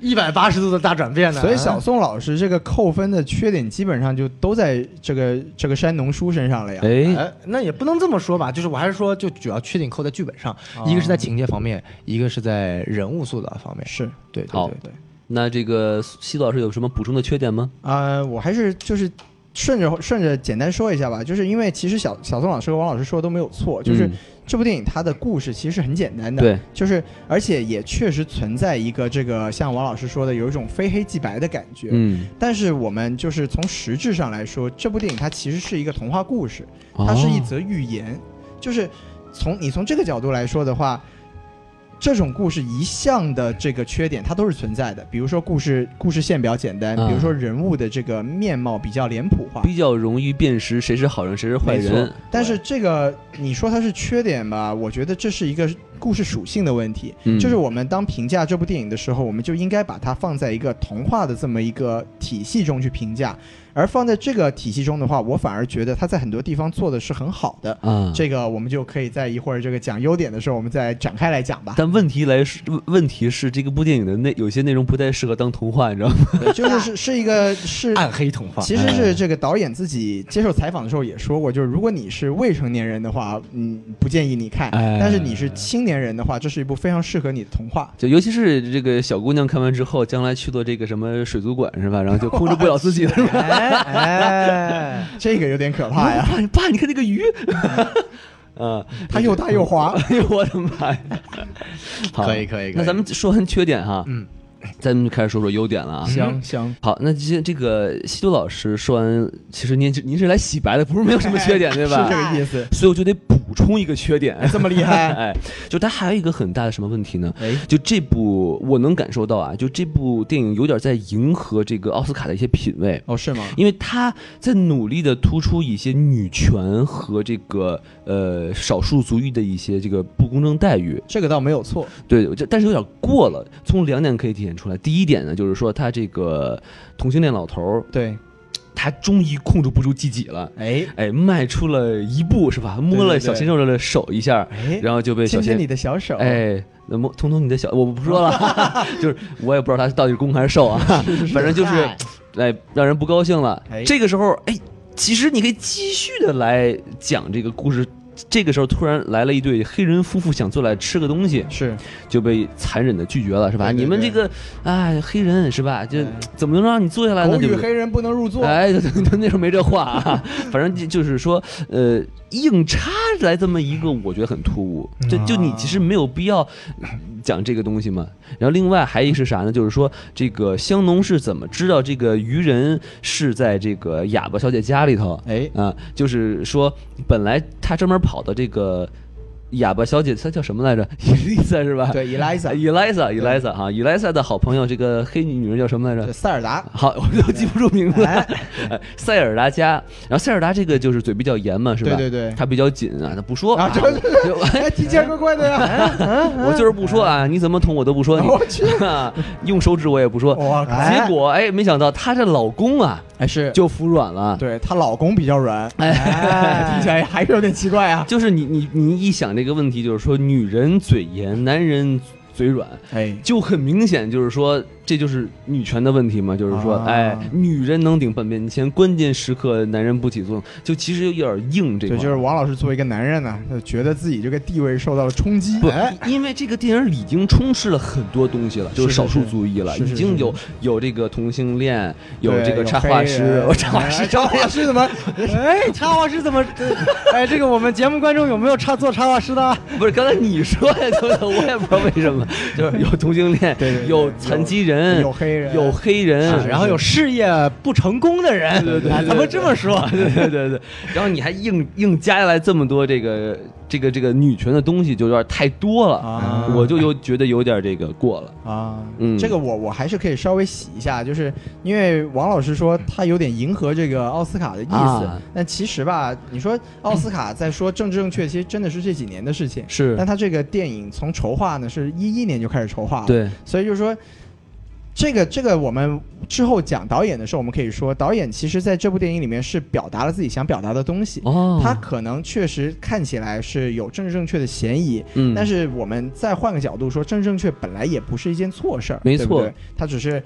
Speaker 4: 一百八十度的大转变呢？
Speaker 3: 所以小宋老师这个扣分的缺点，基本上就都在这个这个山农叔身上了呀。
Speaker 2: 哎，
Speaker 4: 哎，那也不能这么说吧，就是我还是说，就主要缺点扣在剧本上，
Speaker 3: 哦
Speaker 4: 一个是在情节方面，一个是在人物塑造方面。
Speaker 3: 是，
Speaker 4: 对对
Speaker 2: 好
Speaker 4: 对对，
Speaker 2: 那这个西子老师有什么补充的缺点吗？
Speaker 3: 呃，我还是就是顺着顺着简单说一下吧，就是因为其实小小宋老师和王老师说的都没有错，就是
Speaker 2: 嗯
Speaker 3: 这部电影它的故事其实是很简单的，
Speaker 2: 对，
Speaker 3: 就是而且也确实存在一个这个像王老师说的有一种非黑即白的感觉。
Speaker 2: 嗯，
Speaker 3: 但是我们就是从实质上来说，这部电影它其实是一个童话故事，它是一
Speaker 2: 哦
Speaker 3: 则寓言。就是从你从这个角度来说的话，这种故事一向的这个缺点它都是存在的，比如说故事故事线比较简单，
Speaker 2: 嗯
Speaker 3: 比如说人物的这个面貌比较脸谱化。
Speaker 2: 哦比较容易辨识谁是好人，谁是坏
Speaker 3: 没错
Speaker 2: 人。
Speaker 3: 但是这个你说它是缺点吧，我觉得这是一个故事属性的问题。
Speaker 2: 嗯
Speaker 3: 就是我们当评价这部电影的时候，我们就应该把它放在一个童话的这么一个体系中去评价。而放在这个体系中的话，我反而觉得它在很多地方做的是很好的。
Speaker 2: 啊，
Speaker 3: 这个我们就可以在一会儿这个讲优点的时候，我们再展开来讲吧。
Speaker 2: 但问题来是问题是这个部电影的内有些内容不太适合当童话，你知道吗？
Speaker 3: 就是是是一个是
Speaker 4: 暗黑童话。
Speaker 3: 其
Speaker 2: 嗯
Speaker 3: 实是这个导演自己接受采访的时候也说过，就是如果你是未成年人的话，嗯，不建议你看；
Speaker 2: 哎
Speaker 3: 但是你是青年人的话，这是一部非常适合你的童话。
Speaker 2: 就尤其是这个小姑娘看完之后，将来去做这个什么水族馆是吧？然后就控制不了自己了，是 吧？
Speaker 4: 哎哎，
Speaker 3: 这个有点可怕呀，
Speaker 2: 爸，你爸，你看那个鱼， 啊，
Speaker 3: 它又大 又滑。
Speaker 2: 哎呦我的妈 呀！好
Speaker 3: 可以可以可以
Speaker 2: 那咱们说完缺点哈，
Speaker 4: 嗯，
Speaker 2: 咱们就开始说说优点了啊。
Speaker 4: 行
Speaker 3: 行，
Speaker 2: 好，那这这个西多老师说完，其实您您是来洗白的，不是没有什么缺 点对吧？
Speaker 3: 是这个 意思。
Speaker 2: 所以我就得补充一个缺点。
Speaker 3: 这么厉害，
Speaker 2: 哎，就它还有一个很大的什么问题呢？
Speaker 3: 哎，
Speaker 2: 就这部我能感受到啊，就这部电影有点在迎合这个奥斯卡的一些品味。
Speaker 3: 哦，是吗？
Speaker 2: 因为他在努力的突出一些女权和这个呃少数族裔的一些这个不公正待遇，
Speaker 3: 这个倒没有错，
Speaker 2: 对，这但是有点过了。从两点可以体现出来，第一点呢，就是说他这个同性恋老头儿，
Speaker 3: 对，
Speaker 2: 他终于控制不住自己了，
Speaker 3: 哎
Speaker 2: 哎，迈出了一步是吧？摸了
Speaker 3: 对对
Speaker 2: 小鲜肉的手一下，
Speaker 3: 哎，
Speaker 2: 然后就被小
Speaker 3: 牵牵
Speaker 2: 鲜
Speaker 3: 你的小手，，
Speaker 2: 哎，那么彤彤你的小，我不说了， 就是我也不知道他到底是攻还是受啊，反正就是
Speaker 3: 嗨
Speaker 2: 哎让人不高兴了。
Speaker 3: 哎
Speaker 2: 这个时候，哎，其实你可以继续的来讲这个故事。这个时候突然来了一对黑人夫妇，想坐来吃个东西，
Speaker 3: 是
Speaker 2: 就被残忍的拒绝了，是吧？
Speaker 3: 对对
Speaker 2: 你们这
Speaker 3: 对
Speaker 2: 个哎黑人是吧？就
Speaker 3: 哎
Speaker 2: 怎么能让你坐下来呢？
Speaker 3: 狗
Speaker 2: 对
Speaker 3: 与
Speaker 2: 不对？
Speaker 3: 黑人不能入座，
Speaker 2: 哎，对对对，那时候没这话啊， 反正就就是说，呃，硬插来这么一个，我觉得很突兀。就就你其实没有必要讲这个东西嘛。然后另外还一个是啥呢？就是说这个香农是怎么知道这个渔人是在这个哑巴小姐家里头？
Speaker 3: 哎，
Speaker 2: 啊，就是说本来他专门跑到这个哑巴小姐，她叫什么来着？ 伊丽莎是吧？
Speaker 3: 对，Eliza，
Speaker 2: ，Elisa，Elisa 哈，Elisa 的好朋友，这个黑女人叫什么来着
Speaker 3: 对？塞尔达，
Speaker 2: 好，我都记不住名字。哎塞尔达加，然后塞尔达这个就是嘴比较严嘛，是吧？
Speaker 3: 对对对
Speaker 2: 他比较紧啊，他不说
Speaker 3: 啊对对
Speaker 2: 我就哎
Speaker 3: 哎，听起来怪 怪的呀，哎
Speaker 2: 我就是不说啊，你怎么捅我都不说你，
Speaker 3: 我去，
Speaker 2: 啊用手指我也不说。
Speaker 3: 我靠，
Speaker 2: 结果哎，没想到她这老公啊
Speaker 3: 哎是，
Speaker 2: 就服软了。
Speaker 3: 对她老公比较软，哎，听起来还是有点奇怪啊，
Speaker 2: 就是你你你一想这个问题，就是说女人嘴严，男人嘴软，
Speaker 3: 哎，
Speaker 2: 就很明显，就是说这就是女权的问题嘛，就是说，
Speaker 3: 啊
Speaker 2: 哎，女人能顶半边天，关键时刻男人不起作用，就其实有点硬这块
Speaker 3: 对，
Speaker 2: 儿。
Speaker 3: 就是王老师作为一个男人呢，啊就觉得自己这个地位受到了冲击，
Speaker 2: 不
Speaker 3: 哎，，
Speaker 2: 因为这个电影已经充斥了很多东西了，就是
Speaker 3: 是
Speaker 2: 少数
Speaker 3: 是
Speaker 2: 族裔了，
Speaker 3: 是是
Speaker 2: 已经
Speaker 3: 是
Speaker 2: 有有这个同性恋，有
Speaker 3: 对
Speaker 2: 这个插
Speaker 3: 黑
Speaker 2: 画师
Speaker 3: 人，
Speaker 2: 我插画
Speaker 3: 哎
Speaker 2: 师，
Speaker 3: 插画师怎么？
Speaker 4: 哎，插画师怎么？哎，这个我们节目观众有没有插做插画师的？
Speaker 2: 不是刚才你说呀， 对不对？我也不知道为什么，就是有同性恋
Speaker 3: 对对，对
Speaker 2: 有残疾人，
Speaker 3: 有黑人
Speaker 2: 有黑人，
Speaker 4: 然后有事业不成功的人，啊对对怎么这么说？
Speaker 2: 对对对对，然后你还硬硬加下来这么多这个这个这个女权的东西，就有点太多了，
Speaker 3: 啊
Speaker 2: 我就有觉得有点这个过了。
Speaker 3: 啊，
Speaker 2: 嗯
Speaker 3: 这个我我还是可以稍微洗一下，就是因为王老师说他有点迎合这个奥斯卡的意思，
Speaker 2: 啊
Speaker 3: 但其实吧，你说奥斯卡在说政治正确，其实真的是这几年的事情。
Speaker 2: 是
Speaker 3: 但他这个电影从筹划呢是一一年就开始筹划了，，
Speaker 2: 对，
Speaker 3: 所以就是说。这个这个，我们之后讲导演的时候，我们可以说，导演其实在这部电影里面是表达了自己想表达的东西。
Speaker 2: 哦，
Speaker 3: 他可能确实看起来是有政治正确的嫌疑，
Speaker 2: 嗯，
Speaker 3: 但是我们再换个角度说，政治正确本来也不是一件错事儿，
Speaker 2: 没
Speaker 3: 对不
Speaker 2: 错
Speaker 3: 对它只是，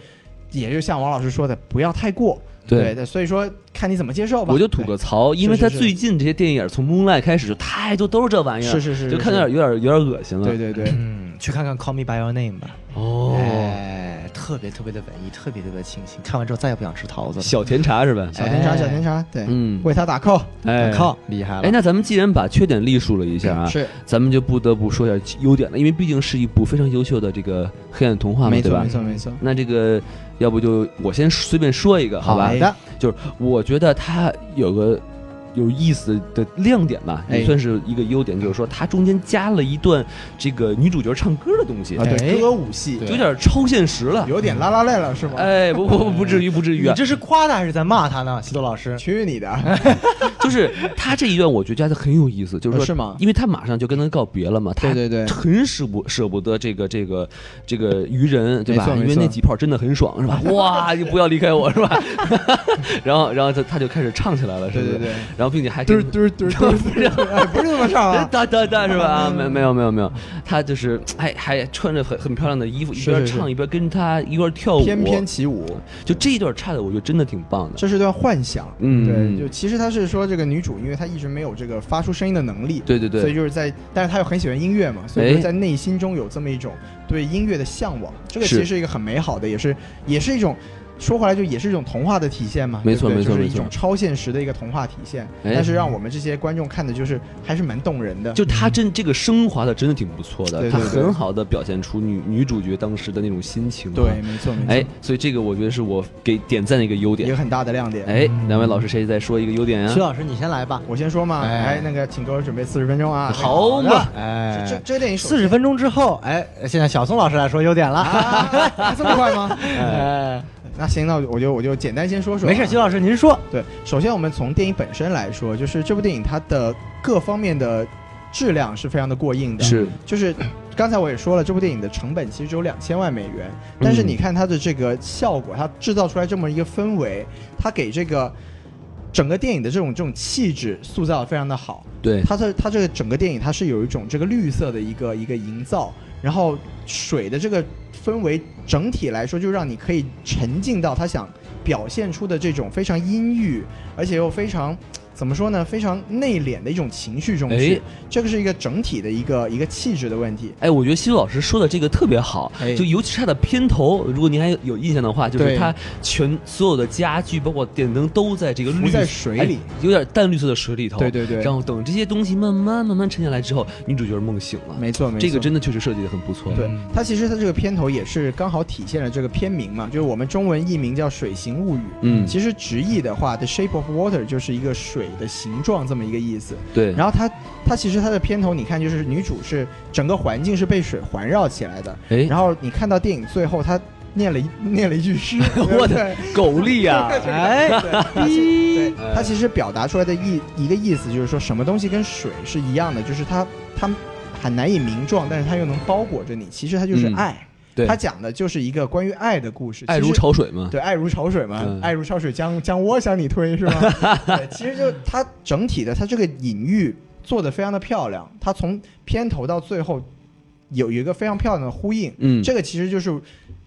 Speaker 3: 也就像王老师说的，不要太过，
Speaker 2: 对。
Speaker 3: 的所以说看你怎么接受吧。
Speaker 2: 我就吐个槽，因为
Speaker 3: 是
Speaker 2: 他
Speaker 3: 是
Speaker 2: 最近这些电影从《Moonlight》开始就太多都是这玩意
Speaker 3: 对
Speaker 2: 儿，
Speaker 3: 是是是，
Speaker 2: 就是看有点有点有点恶心了。
Speaker 3: 对对对，
Speaker 2: 嗯
Speaker 4: 嗯，去看看《Call Me by Your Name》吧。
Speaker 2: 哦，
Speaker 4: 哎，特别特别的文艺，特别特别的清新。看完之后再也不想吃桃子了。
Speaker 2: 小甜茶是吧？
Speaker 3: 小甜茶，
Speaker 4: 哎
Speaker 3: 小甜茶，对，
Speaker 2: 嗯，
Speaker 3: 为他打 call，
Speaker 2: 哎，
Speaker 4: 靠，厉害
Speaker 2: 哎，
Speaker 4: 了！
Speaker 2: 那咱们既然把缺点隶述了一下啊，
Speaker 3: 是
Speaker 2: 咱们就不得不说一下优点了，因为毕竟是一部非常优秀的这个黑暗童话嘛，
Speaker 3: 没
Speaker 2: 对
Speaker 3: 错
Speaker 2: 吧哎
Speaker 3: 没？错没错，
Speaker 2: 那这个，要不就我先随便说一个，好吧？
Speaker 3: 的，
Speaker 2: 就是我觉得它有个有意思的亮点吧，
Speaker 3: 哎
Speaker 2: 也算是一个优点，就是说它中间加了一段这个女主角唱歌的东西，
Speaker 3: 啊对，
Speaker 4: 哎
Speaker 3: 歌舞戏
Speaker 4: 对
Speaker 2: 有点超现实了。
Speaker 3: 有点拉拉累了是吗？
Speaker 2: 哎，不不不，不至于，不至于
Speaker 4: 你
Speaker 2: 啊，
Speaker 4: 这是夸他还是在骂他呢？西多老师，
Speaker 3: 去你的，
Speaker 2: 就是他这一段，我觉得加的很有意思，就是说，
Speaker 3: 啊是吗
Speaker 2: 因为他马上就跟他告别了嘛，他
Speaker 3: 对对对
Speaker 2: 很舍不舍不得这个这个这个愚人，对吧
Speaker 3: 没？错
Speaker 2: 因为
Speaker 3: 没错
Speaker 2: 那几炮真的很爽， 是吧？哇，你不要离开我，是吧？ 然后然后他他就开始唱起来了，是
Speaker 3: 对
Speaker 2: 不是？
Speaker 3: 对对，
Speaker 2: 然后并且还
Speaker 3: 嘟
Speaker 2: 跟
Speaker 3: 嘟嘟嘟，哎不是这么唱啊，
Speaker 2: 哒哒哒是吧？啊
Speaker 3: 嗯
Speaker 2: 没没有没有没有，他就是还还穿着很很漂亮的衣服，一
Speaker 3: 是
Speaker 2: 边
Speaker 3: 是
Speaker 2: 唱一边跟他一块儿跳舞，
Speaker 3: 翩翩起舞，
Speaker 2: 就这一段唱的，我觉得真的挺棒的。
Speaker 3: 这是段幻想。
Speaker 2: 嗯，
Speaker 3: 对，就其实他是说这个女主，因为她一直没有这个发出声音的能力，
Speaker 2: 对对对
Speaker 3: 所以就是在，但是她又很喜欢音乐嘛，所以就
Speaker 2: 哎
Speaker 3: 是在内心中有这么一种对音乐的向往，这个
Speaker 2: 是
Speaker 3: 其实是一个很美好的，也是也是一种。说回来，就也是一种童话的体现嘛，
Speaker 2: 没错
Speaker 3: 对
Speaker 2: 没
Speaker 3: 不对
Speaker 2: 错
Speaker 3: 就是
Speaker 2: 没
Speaker 3: 一
Speaker 2: 错
Speaker 3: 种超现实的一个童话体现，
Speaker 2: 哎
Speaker 3: 但是让我们这些观众看的，就是还是蛮动人的。
Speaker 2: 就她真这个升华的真的挺不错的，
Speaker 3: 对对
Speaker 2: 她
Speaker 3: 对
Speaker 2: 很好的表现出女女主角当时的那种心情、啊。
Speaker 3: 对，，没错没错，
Speaker 2: 哎，所以这个我觉得是我给点赞的一个优
Speaker 3: 一
Speaker 2: 点
Speaker 3: 个。很嗯大的亮点。
Speaker 2: 哎，两位老师谁再说一个优点
Speaker 4: 徐
Speaker 2: 啊？
Speaker 4: 老师你先来吧。
Speaker 3: 我先说嘛，
Speaker 4: 哎
Speaker 3: 哎，那个请各位准备四十分钟啊。
Speaker 2: 好嘛，
Speaker 4: 哎，
Speaker 3: 这这这电影
Speaker 4: 四十分钟之后，哎，现在小宋老师来说优点了。
Speaker 3: 啊，这么快 吗？
Speaker 4: 哎，
Speaker 3: 那行，那我就我就简单先说说啊。
Speaker 4: 没事，徐老师您说。
Speaker 3: 对，首先我们从电影本身来说，就是这部电影它的各方面的质量是非常的过硬的。，
Speaker 2: 是
Speaker 3: 就是刚才我也说了，这部电影的成本其实只有两千万美元，但是你看它的这个效果，它制造出来这么一个氛围，它给这个。整个电影的这种这种气质塑造的非常的好，
Speaker 2: 对，
Speaker 3: 它这它这个整个电影它是有一种这个绿色的一个一个营造，然后水的这个氛围整体来说就让你可以沉浸到他想表现出的这种非常阴郁，而且又非常怎么说呢，非常内敛的一种情绪中去。
Speaker 2: 哎
Speaker 3: 这个是一个整体的一个一个气质的问题。
Speaker 2: 哎，我觉得西鲁老师说的这个特别好，
Speaker 3: 哎
Speaker 2: 就尤其是他的片头，如果您还有印象的话，就是
Speaker 3: 对
Speaker 2: 他全所有的家具，包括电灯，都在这个绿
Speaker 3: 浮在水里
Speaker 2: 哎有点淡绿色的水里头。
Speaker 3: 对对对
Speaker 2: 然后等这些东西慢慢慢慢沉下来之后，女主角梦醒了。
Speaker 3: 没错，没错，
Speaker 2: 这个真的嗯确实设计的很不错。
Speaker 3: 对，它其实它这个片头也是刚好体现了这个片名嘛，就是我们中文译名叫《水形物语》。
Speaker 2: 嗯
Speaker 3: 其实直译的话，《The Shape of Water》就是一个水的形状这么一个意思。
Speaker 2: 对，
Speaker 3: 然后它它其实它的片头你看，就是女主是整个环境是被水环绕起来的。
Speaker 2: 哎，
Speaker 3: 然后你看到电影最后，她念了一 念了一句诗，
Speaker 2: 我的啊
Speaker 3: 对
Speaker 2: 狗力呀、
Speaker 4: 哎，
Speaker 3: 对
Speaker 2: 哎
Speaker 3: 它其实表达出来的意一个意思就是说什么东西跟水是一样的，就是它它很难以名状，但是它又能包裹着你。其实它就是
Speaker 2: 嗯
Speaker 3: 爱，
Speaker 2: 对
Speaker 3: 它讲的就是一个关于爱的故事。
Speaker 2: 爱
Speaker 3: 其
Speaker 2: 如
Speaker 3: 实
Speaker 2: 潮水嘛。
Speaker 3: 对，爱如潮水嘛，
Speaker 2: 啊嗯
Speaker 3: 爱如潮水将将我向你推是吗？ 对，其实就它整体的，它这个隐喻做的非常的漂亮，它从片头到最后有一个非常漂亮的呼应。
Speaker 2: 嗯
Speaker 3: 这个其实就是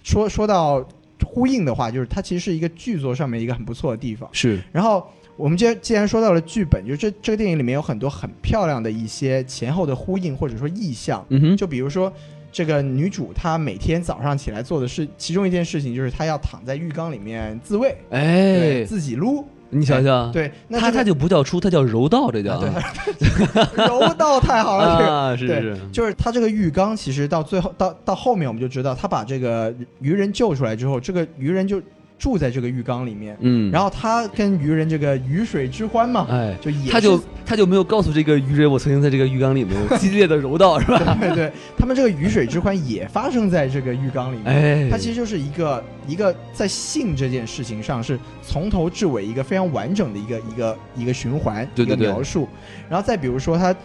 Speaker 3: 说说到呼应的话，就是它其实是一个剧作上面一个很不错的地方。
Speaker 2: 是，
Speaker 3: 然后我们既然既然说到了剧本，就是这这个电影里面有很多很漂亮的一些前后的呼应或者说意象，
Speaker 2: 嗯哼，
Speaker 3: 就比如说，这个女主她每天早上起来做的事，其中一件事情就是她要躺在浴缸里面自慰，对，
Speaker 2: 哎，
Speaker 3: 自己撸。
Speaker 2: 你想想，
Speaker 3: 对，那
Speaker 2: 他
Speaker 3: 这
Speaker 2: 他就不叫出，他叫柔道，这叫
Speaker 3: 啊个柔道太好了，这个。
Speaker 2: 嗯啊，是
Speaker 3: 对
Speaker 2: 是，
Speaker 3: 就是她这个浴缸，其实到最后到到后面，我们就知道她把这个鱼人救出来之后，这个鱼人就住在这个浴缸里面，
Speaker 2: 嗯，
Speaker 3: 然后她跟鱼人这个鱼水之欢嘛，
Speaker 2: 哎，
Speaker 3: 就也
Speaker 2: 他
Speaker 3: 是
Speaker 2: 就他就没有告诉这个愚人，我曾经在这个浴缸里面激烈的柔道，是吧？
Speaker 3: 对对，他们这个鱼水之欢也发生在这个浴缸里面，
Speaker 2: 哎，
Speaker 3: 它其实就是一个一个在性这件事情上是从头至尾一个非常完整的一个一个一个循环
Speaker 2: 对对
Speaker 3: 一个
Speaker 2: 对
Speaker 3: 描述。然后再比如说它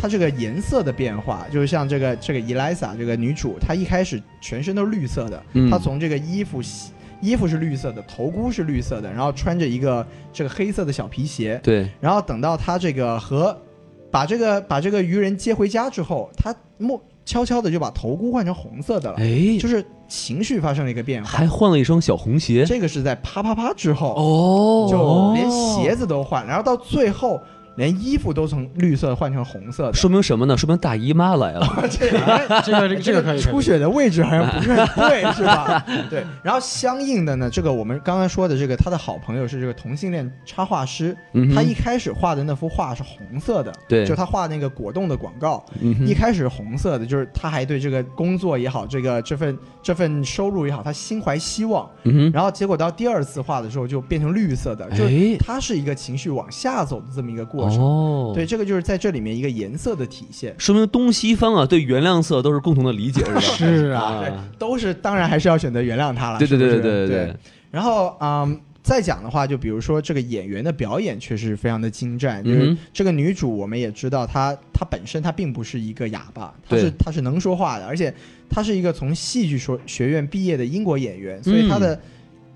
Speaker 3: 它这个颜色的变化，就是像这个这个 Elisa 这个女主，她一开始全身都是绿色的，
Speaker 2: 嗯
Speaker 3: 她从这个衣服洗衣服是绿色的，头箍是绿色的，然后穿着一个这个黑色的小皮鞋，
Speaker 2: 对，
Speaker 3: 然后等到他这个和把这个把这个渔人接回家之后，他默悄悄的就把头箍换成红色的了，
Speaker 2: 哎，
Speaker 3: 就是情绪发生了一个变化。
Speaker 2: 还换了一双小红鞋，
Speaker 3: 这个是在啪啪啪之后，
Speaker 2: 哦，
Speaker 3: 就连鞋子都换，然后到最后连衣服都从绿色换成红色的。
Speaker 2: 哦说明什么呢？说明大姨妈来了。
Speaker 3: 这个
Speaker 4: 这个这个这个可以
Speaker 3: 出血的位置好像不是很对，是 吧？对。然后相应的呢，这个我们刚刚说的这个他的好朋友是这个同性恋插画师，
Speaker 2: 嗯哼
Speaker 3: 他一开始画的那幅画是红色的，
Speaker 2: 对
Speaker 3: 就他画那个果冻的广告，
Speaker 2: 嗯
Speaker 3: 一
Speaker 2: 哼，
Speaker 3: 开始红色的，就是他还对这个工作也好，这个这份这份收入也好，他心怀希望。
Speaker 2: 嗯哼，
Speaker 3: 然后结果到第二次画的时候就变成绿色的，就
Speaker 2: 哎
Speaker 3: 它是一个情绪往下走的这么一个过程。
Speaker 2: 哦，
Speaker 3: 对，，这个就是在这里面一个颜色的体现。
Speaker 2: 说明东西方啊对原亮色都是共同的理解，是吧？
Speaker 4: 是啊，
Speaker 3: 对
Speaker 2: 啊，，
Speaker 3: 都是当然还是要选择原谅他了。
Speaker 2: 对对对
Speaker 3: 是不
Speaker 2: 对
Speaker 3: 是对
Speaker 2: 对。
Speaker 3: 然后嗯，再讲的话，就比如说这个演员的表演确实非常的精湛，就
Speaker 2: 嗯
Speaker 3: 是
Speaker 2: 哼
Speaker 3: 这个女主我们也知道她，她本身她并不是一个哑巴，她
Speaker 2: 对
Speaker 3: 是她是能说话的，而且她是一个从戏剧说学院毕业的英国演员，所以她
Speaker 2: 嗯
Speaker 3: 的、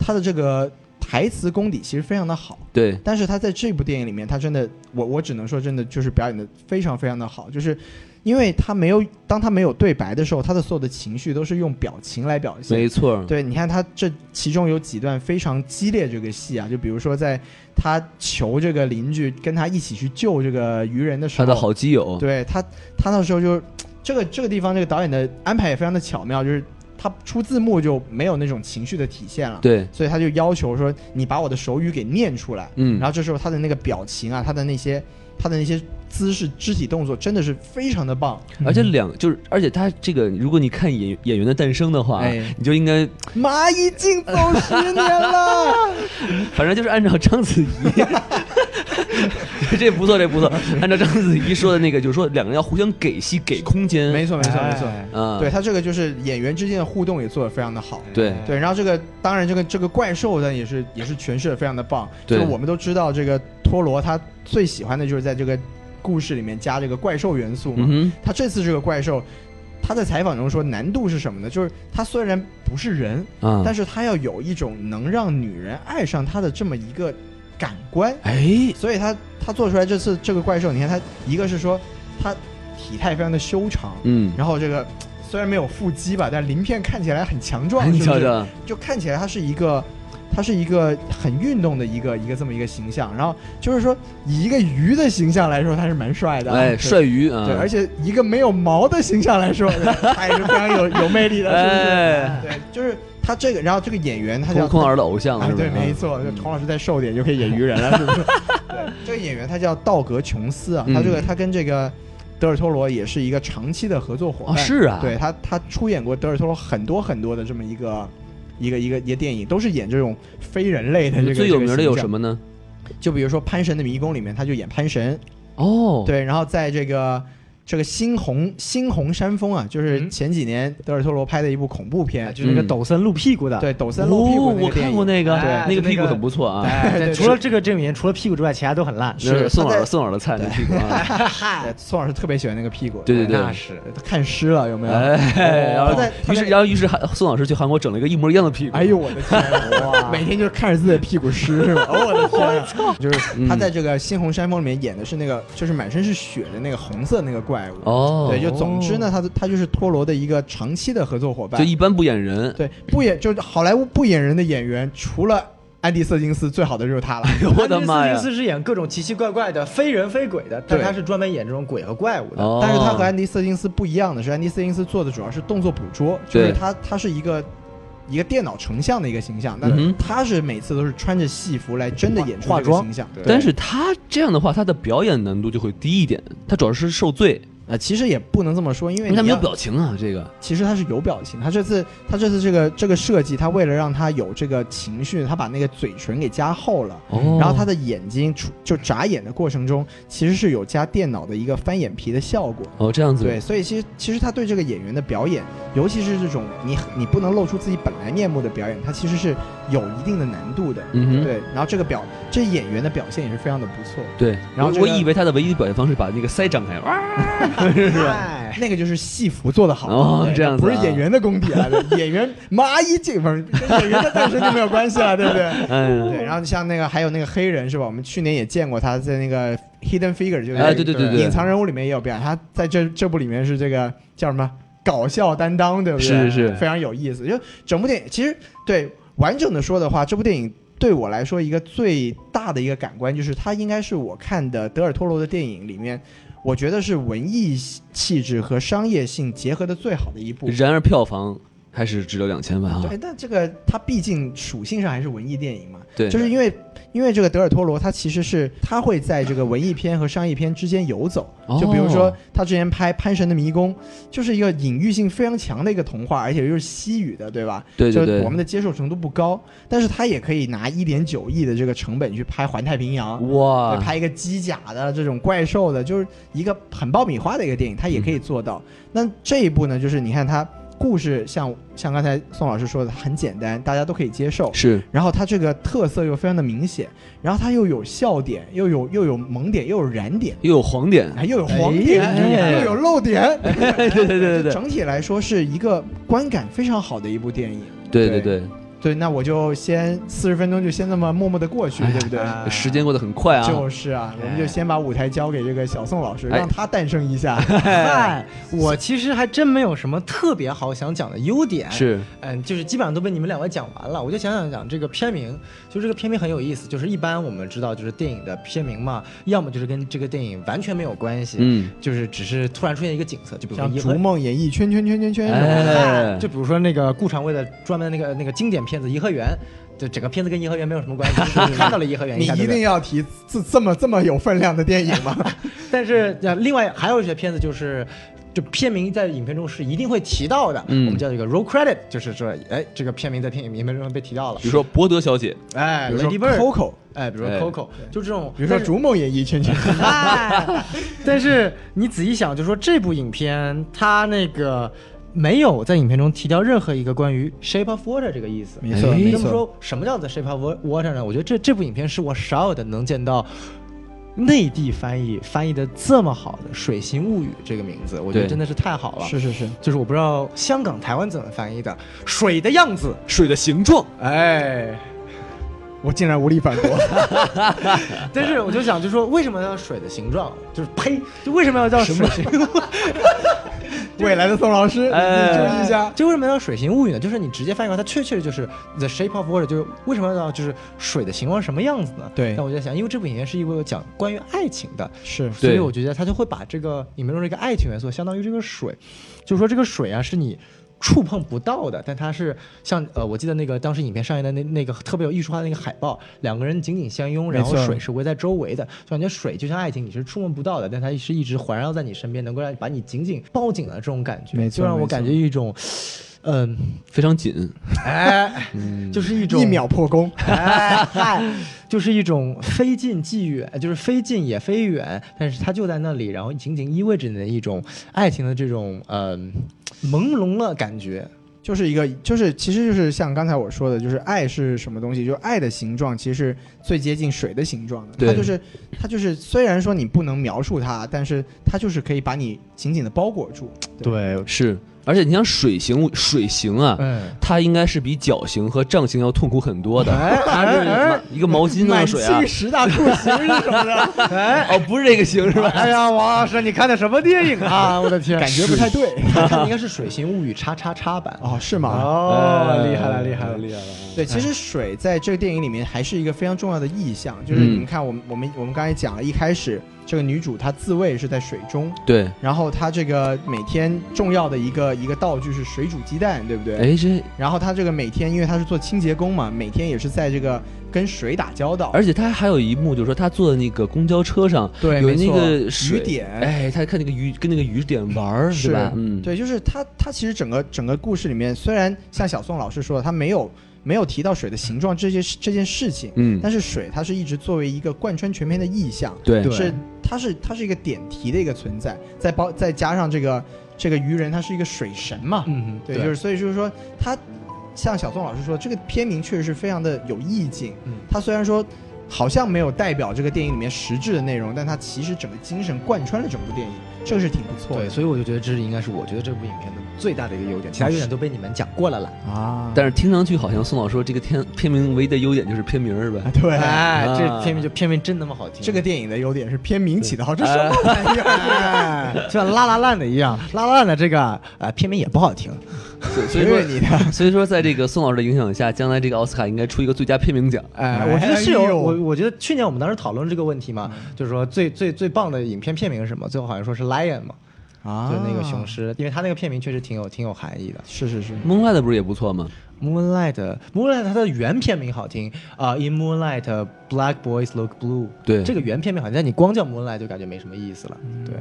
Speaker 3: 她的这个台词功底其实非常的好。
Speaker 2: 对，
Speaker 3: 但是他在这部电影里面，他真的，我我只能说，真的就是表演的非常非常的好，就是因为他没有，当他没有对白的时候，他的所有的情绪都是用表情来表现
Speaker 2: 没。错，
Speaker 3: 对，你看他这其中有几段非常激烈这个戏啊，就比如说在他求这个邻居跟他一起去救这个渔人的时
Speaker 2: 他
Speaker 3: 候，
Speaker 2: 的好基友，
Speaker 3: 对他，他那时候就是这个这个地方这个导演的安排也非常的巧妙，就是他出字幕就没有那种情绪的体现了。
Speaker 2: 对，
Speaker 3: 所以他就要求说，你把我的手语给念出来。
Speaker 2: 嗯
Speaker 3: 然后这时候他的那个表情啊，他的那些他的那些姿势、肢体动作，真的是非常的棒，
Speaker 2: 而且两就是，而且他这个，如果你看演演员的诞生的话，
Speaker 3: 哎
Speaker 2: 你就应该，
Speaker 3: 蚂蚁竞走十年 了，
Speaker 2: 反正就是按照章 子怡，这不错，这不错，按照章子怡说的那个，就是说两个人要互相给戏、给空间，
Speaker 3: 没错没错没错，
Speaker 4: 哎
Speaker 2: 啊，
Speaker 3: 对他这个就是演员之间的互动也做得非常的好。
Speaker 2: 对
Speaker 3: 对，然后这个当然这个这个怪兽呢也是也是诠释的非常的棒，
Speaker 2: 对
Speaker 3: 就是我们都知道这个托罗他最喜欢的就是在这个故事里面加这个怪兽元素嘛，
Speaker 2: 嗯哼，
Speaker 3: 他这次这个怪兽，他在采访中说难度是什么呢？就是他虽然不是人，
Speaker 2: 啊，
Speaker 3: 但
Speaker 2: 是
Speaker 3: 是他要有一种能让女人爱上他的这么一个感官，
Speaker 2: 哎，
Speaker 3: 所以他他做出来这次这个怪兽，你看他一个是说他体态非常的修长，
Speaker 2: 嗯，
Speaker 3: 然后这个虽然没有腹肌吧，但鳞片看起来很强壮，
Speaker 2: 哎你
Speaker 3: 是不
Speaker 2: 瞧
Speaker 3: 是？
Speaker 2: 瞧，
Speaker 3: 就看起来他是一个，他是一个很运动的一个一个这么一个形象。然后就是说以一个鱼的形象来说，他是蛮帅的，
Speaker 2: 哎，
Speaker 3: 对
Speaker 2: 帅鱼啊，
Speaker 3: 对，而且一个没有毛的形象来说， 他也是非常有有魅力的，是不是？
Speaker 2: 哎，
Speaker 3: 对，就是他这个，然后这个演员他叫
Speaker 2: 空空儿的偶像
Speaker 3: 哎，
Speaker 2: 是吧？
Speaker 3: 对，没
Speaker 2: 啊
Speaker 3: 错，就童老师再瘦点就可以演鱼人了，是不 是？对，这个演员他叫道格·琼斯啊，他这个
Speaker 2: 嗯
Speaker 3: 他跟这个德尔托罗也是一个长期的合作伙
Speaker 2: 哦，
Speaker 3: 伴，
Speaker 2: 是啊，
Speaker 3: 对他他出演过德尔托罗很多很多的这么一个。一个一个一个电影都是演这种非人类的这个
Speaker 2: 最有名的有什
Speaker 3: 么？
Speaker 2: 么呢？
Speaker 3: 就比如说《潘神的迷宫》里面，他就演潘神，
Speaker 2: 哦，，
Speaker 3: 对，然后在这个这个猩红猩红山峰啊，就是
Speaker 4: 嗯
Speaker 3: 前几年德尔托罗拍的一部恐怖片，
Speaker 4: 就是那个
Speaker 2: 嗯
Speaker 4: 抖森露屁股的。
Speaker 3: 对抖森露屁
Speaker 2: 哦
Speaker 3: 股，那
Speaker 2: 我
Speaker 3: 个电
Speaker 2: 看
Speaker 3: 影
Speaker 2: 过 那个，
Speaker 4: 哎
Speaker 2: 那个
Speaker 4: 就那
Speaker 2: 屁股
Speaker 4: 个
Speaker 2: 很不错啊，
Speaker 4: 哎，
Speaker 3: 对
Speaker 4: 对，
Speaker 3: 对
Speaker 4: 除了这个证明，除了屁股之外，其他都很烂。
Speaker 2: 那
Speaker 3: 是
Speaker 2: 是宋
Speaker 3: 他
Speaker 2: 老
Speaker 3: 在
Speaker 2: 宋老的菜，那屁股 啊，
Speaker 3: 对宋老师特别喜欢那个屁股，
Speaker 2: 对对对
Speaker 4: 那是
Speaker 3: 他看湿了有没有？
Speaker 2: 哎，然
Speaker 3: 哦他
Speaker 2: 后
Speaker 3: 在他
Speaker 2: 于是
Speaker 3: 在
Speaker 2: 然后于是韩宋老师去韩国整了一个一模一样的屁股，
Speaker 3: 哎呦我的天， 哇！每天就是看着自己的屁股湿是吧？哦我的天啊，
Speaker 2: 嗯
Speaker 3: 就是他在这个《猩红山峰》里面演的是那个，就是满身是血的那个红色那个怪物。
Speaker 2: 哦，
Speaker 3: 对，就总之呢，他他就是托罗的一个长期的合作伙伴
Speaker 2: 就，一般不演人，
Speaker 3: 对，不演就是好莱坞不演人的演员，除了安迪·瑟金斯，最好的就 是他了。
Speaker 2: 我的妈呀
Speaker 4: 四，是演各种奇奇怪怪的非人非鬼的，但
Speaker 3: 对
Speaker 4: 他是专门演这种鬼和怪物的。
Speaker 2: 哦，
Speaker 3: 但是他和安迪·瑟金斯不一样的是，安迪·瑟金斯做的主要是动作捕捉，就是
Speaker 2: 对
Speaker 3: 他他是一个一个电脑成像的一个形象，但
Speaker 2: 嗯哼
Speaker 3: 他是每次都是穿着戏服来真的演出
Speaker 4: 化
Speaker 3: 这个
Speaker 4: 妆
Speaker 3: 形象。对
Speaker 2: 但是他这样的话，他的表演难度就会低一点，他主要是受罪，
Speaker 3: 呃，其实也不能这么说，因
Speaker 2: 因
Speaker 3: 为
Speaker 2: 为他
Speaker 3: 你
Speaker 2: 没有
Speaker 3: 要
Speaker 2: 表情啊，这个，
Speaker 3: 其实他是有表情，他这次他这次这个这个设计，他为了让他有这个情绪，他把那个嘴唇给加厚了。
Speaker 2: 哦，
Speaker 3: 然后他的眼睛出就眨眼的过程中，其实是有加电脑的一个翻眼皮的效果。
Speaker 2: 哦这样子，
Speaker 3: 对，所以其实其实他对这个演员的表演，尤其是这种你你不能露出自己本来面目的表演，他其实是有一定的难度的。
Speaker 2: 嗯哼
Speaker 3: 对，然后这个表这演员的表现也是非常的不错，
Speaker 2: 对，
Speaker 3: 然后
Speaker 2: 我
Speaker 3: 这个
Speaker 2: 我以为他的唯一的表现方式把那个腮张开， 哇， 是吧？
Speaker 3: 那个就是戏服做的好
Speaker 2: 哦
Speaker 3: 对
Speaker 2: 这样子
Speaker 3: 不是
Speaker 2: 啊
Speaker 3: 演员的功底啊，对演员蚂蚁这不是跟演员的诞生就没有关系了，对不对？
Speaker 2: 哎呀，
Speaker 3: 对，然后像那个还有那个黑人是吧？我们去年也见过他在那个 Hidden Figure，就是、
Speaker 2: 哎对对对对
Speaker 3: 隐藏人物里面也有表演。他在这这部里面是这个叫什么搞笑担当，对不对？
Speaker 2: 是是是
Speaker 3: 非常有意思。就整部电影其实对完整的说的话，这部电影对我来说一个最大的一个感官就是，它应该是我看的德尔托罗的电影里面，我觉得是文艺气质和商业性结合的最好的一部。
Speaker 2: 然而票房还是只有两千万啊
Speaker 3: 对，，但这个它毕竟属性上还是文艺电影嘛，
Speaker 2: 对，
Speaker 3: 就是因为因为这个德尔托罗，他其实是他会在这个文艺片和商业片之间游走。
Speaker 2: 哦
Speaker 3: 就比如说他之前拍《潘神的迷宫》，就是一个隐喻性非常强的一个童话，而且又是西语的，对吧？
Speaker 2: 对对
Speaker 3: 就
Speaker 2: 对
Speaker 3: 是我们的接受程度不高，但是他也可以拿一点九亿的这个成本去拍《环太平洋》。
Speaker 2: 哇，
Speaker 3: 拍一个机甲的这种怪兽的，就是一个很爆米花的一个电影，它也可
Speaker 2: 嗯
Speaker 3: 以做到。那这一部呢，就是你看它故事像像刚才宋老师说的很简单，大家都可以接受，
Speaker 2: 是
Speaker 3: 然后它这个特色又非常的明显，然后它又有笑点，又有又有萌点，又有燃点，
Speaker 2: 又有黄点，
Speaker 3: 哎，又有黄点，
Speaker 4: 哎
Speaker 3: 又有漏点，
Speaker 2: 对对对哎对对
Speaker 3: 整体来说是一个观感非常好的一部电影。
Speaker 2: 对对对，
Speaker 3: 对，那我就先四十分钟就先那么默默的过去，
Speaker 2: 哎呀
Speaker 3: 对不对？
Speaker 4: 啊
Speaker 2: 时间过得很快啊，
Speaker 3: 就是啊，我们就先把舞台交给这个小宋老师，
Speaker 2: 哎
Speaker 3: 让他诞生一下。哎
Speaker 4: 嗨，我其实还真没有什么特别好想讲的优点，
Speaker 2: 是
Speaker 4: 嗯，就是基本上都被你们两位讲完了，我就想想讲这个片名，就这个片名很有意思，就是一般我们知道就是电影的片名嘛，要么就是跟这个电影完全没有关系，
Speaker 2: 嗯，
Speaker 4: 就是只是突然出现一个景色，就比如说
Speaker 3: 像《
Speaker 4: 一
Speaker 3: 逐梦演艺圈圈圈圈圈》什么的，
Speaker 2: 哎，
Speaker 4: 就比如说那个顾长卫的专门那个那个经典片子《颐和园》，就整个片子跟颐和园没有什么关 系，就是看到了颐和园
Speaker 3: 你
Speaker 4: 下，
Speaker 3: 一
Speaker 4: 对不
Speaker 3: 定
Speaker 4: 对
Speaker 3: 要提这这么这么有分量的电影吗？
Speaker 4: 但是呃另外还有一些片子就是。就片名在影片中是一定会提到的，
Speaker 2: 嗯
Speaker 4: 我们叫这个 roll credit，就是说，哎，这个片名在片影片中被提到了
Speaker 2: 比，如说博德小姐，
Speaker 4: 哎
Speaker 3: 比如说
Speaker 4: ，Lady Bird，
Speaker 3: Coco，
Speaker 4: 哎，比如说
Speaker 2: 哎
Speaker 4: Coco，就这种，
Speaker 3: 比如说《
Speaker 4: 但是
Speaker 3: 逐梦演艺圈 圈》，
Speaker 4: 哎 但是你仔细想，就说这部影片它那个没有在影片中提到任何一个关于 shape of water 这个意思。
Speaker 3: 没错
Speaker 2: 哎
Speaker 3: 没
Speaker 4: 这么
Speaker 3: 错。
Speaker 4: 说，什么叫做 shape of wa- water 呢？我觉得这这部影片是我少有的能见到。内地翻译翻译的这么好的《水形物语》这个名字，我觉得
Speaker 2: 对
Speaker 4: 真的是太好了。
Speaker 3: 是是是，
Speaker 4: 就是我不知道香港、台湾怎么翻译的“水的样子
Speaker 2: 水的形状，”，
Speaker 4: 哎，
Speaker 3: 我竟然无力反 驳。
Speaker 4: 但是我就想，就说为什么要水的形状？就是呸，就为什么要叫水形？
Speaker 3: 未来的宋老师，你
Speaker 2: 哎
Speaker 3: 注意一下。
Speaker 4: 就为什么要水形物语呢？就是你直接翻译过来，它确确实就是 the shape of water，就是为什么要就是水的形状是什么样子呢？
Speaker 3: 对
Speaker 4: 那我就在想，因为这部影片是一部讲关于爱情的，
Speaker 3: 是
Speaker 4: 所以
Speaker 2: 对
Speaker 4: 我觉得它就会把这个影片中这个爱情元素，相当于这个水，就是说这个水啊是你。触碰不到的，但它是像呃，我记得那个当时影片上映的那那个特别有艺术化的那个海报，两个人紧紧相拥，然后
Speaker 3: 没错
Speaker 4: 水是围在周围的，就感觉水就像爱情，你是触摸不到的，但它是一直环绕在你身边，能够让把你紧紧抱紧的这种感觉，
Speaker 3: 没错
Speaker 4: 就让
Speaker 3: 没
Speaker 4: 我
Speaker 3: 错
Speaker 4: 感觉一种，嗯、
Speaker 2: 非常紧，
Speaker 4: 哎，
Speaker 2: 嗯
Speaker 4: 就是一种
Speaker 3: 一秒破功，
Speaker 4: 哎嗨，就是一种非近即远，就是非近也非远，但是它就在那里，然后紧紧依偎着你的一种爱情的这种呃朦胧的感觉。
Speaker 3: 就是一个，就是其实就是像刚才我说的，就是爱是什么东西？就是爱的形状其实最接近水的形状的，
Speaker 2: 对
Speaker 3: 它就是它就是虽然说你不能描述它，但是它就是可以把你紧紧的包裹住。
Speaker 4: 对，
Speaker 2: 是，而且你像水形，水形啊，
Speaker 4: 嗯，
Speaker 2: 它应该是比绞刑和杖刑要痛苦很多的。它是什么一个毛巾啊，
Speaker 3: 满
Speaker 2: 水啊
Speaker 3: 清，十大酷刑是什么的？
Speaker 2: 哦，不是这个刑是吧？
Speaker 4: 哎呀，王老师，你看的什么电影 啊？我的天，
Speaker 3: 感觉不太对
Speaker 4: 他看的应该是《水形物语》叉叉叉版。
Speaker 3: 哦，是吗？
Speaker 4: 哦，
Speaker 2: 哎
Speaker 4: 厉害了，厉害了，厉害了！
Speaker 3: 对，其实水在这个电影里面还是一个非常重要的意象，就是
Speaker 2: 嗯
Speaker 3: 你们看，我们我们我们刚才讲了一开始，这个女主她自卫是在水中，
Speaker 2: 对，
Speaker 3: 然后她这个每天重要的一个一个道具是水煮鸡蛋，对不对？
Speaker 2: 哎，这
Speaker 3: 然后他这个每天，因为他是做清洁工嘛，每天也是在这个跟水打交道，
Speaker 2: 而且它还有一幕，就是说他坐在那个公交车上，
Speaker 3: 对
Speaker 2: 有
Speaker 3: 没
Speaker 2: 那
Speaker 3: 错
Speaker 2: 个
Speaker 3: 雨
Speaker 2: 水
Speaker 3: 点
Speaker 2: 哎，他看那个雨跟那个雨点玩儿，
Speaker 3: 是
Speaker 2: 对吧？嗯，，
Speaker 3: 对，就是他他其实整个整个故事里面，虽然像小宋老师说的，他没有没有提到水的形状这些这件事情，
Speaker 2: 嗯，
Speaker 3: 但是水它是一直作为一个贯穿全片的意象，
Speaker 2: 对
Speaker 4: 对
Speaker 3: 是它是它是一个点题的一个存在，再包再加上这个这个渔人他是一个水神嘛，
Speaker 4: 嗯，
Speaker 3: 对，就是所以就是说，他像小宋老师说，这个片名确实是非常的有意境。
Speaker 4: 嗯
Speaker 3: 它虽然说好像没有代表这个电影里面实质的内容，但它其实整个精神贯穿了整部电影，这个是挺不错的
Speaker 4: 对，所以我就觉得这是应该是我觉得这部影片的最大的一个优点，其他优点都被你们讲过了啦。
Speaker 3: 啊
Speaker 2: 但是听上去好像宋老师说这个片片名唯一的优点就是片名儿是吧
Speaker 3: 啊？对。
Speaker 4: 哎，
Speaker 2: 啊
Speaker 4: 这片名就片名真他妈好听，
Speaker 3: 这个电影的优点是片名起的好，这什么玩意儿？
Speaker 4: 哎就像拉拉烂的一样，拉拉烂的这个呃片名也不好听，
Speaker 2: 所所以
Speaker 3: 因
Speaker 2: 说
Speaker 3: 为你的，
Speaker 2: 所以说，在这个宋老师的影响下，将来这个奥斯卡应该出一个最佳片名奖。
Speaker 4: 哎，嗯
Speaker 3: 哎
Speaker 4: 我觉得是有
Speaker 3: 哎呦
Speaker 4: 我，我觉得去年我们当时讨论这个问题嘛，就是说最最最棒的影片片名是什么？最后好像说是 Lion 嘛，
Speaker 3: 啊
Speaker 4: 就是那个雄，狮，因为它那个片名确实挺有挺有含义的。
Speaker 3: 是是是，
Speaker 2: 蒙外的不是也不错吗？
Speaker 4: Moonlight Moonlight 它的原片名好听啊、i n Moonlight Black Boys Look Blue，
Speaker 2: 对
Speaker 4: 这个原片名好听，但你光叫 Moonlight 就感觉没什么意思了。对，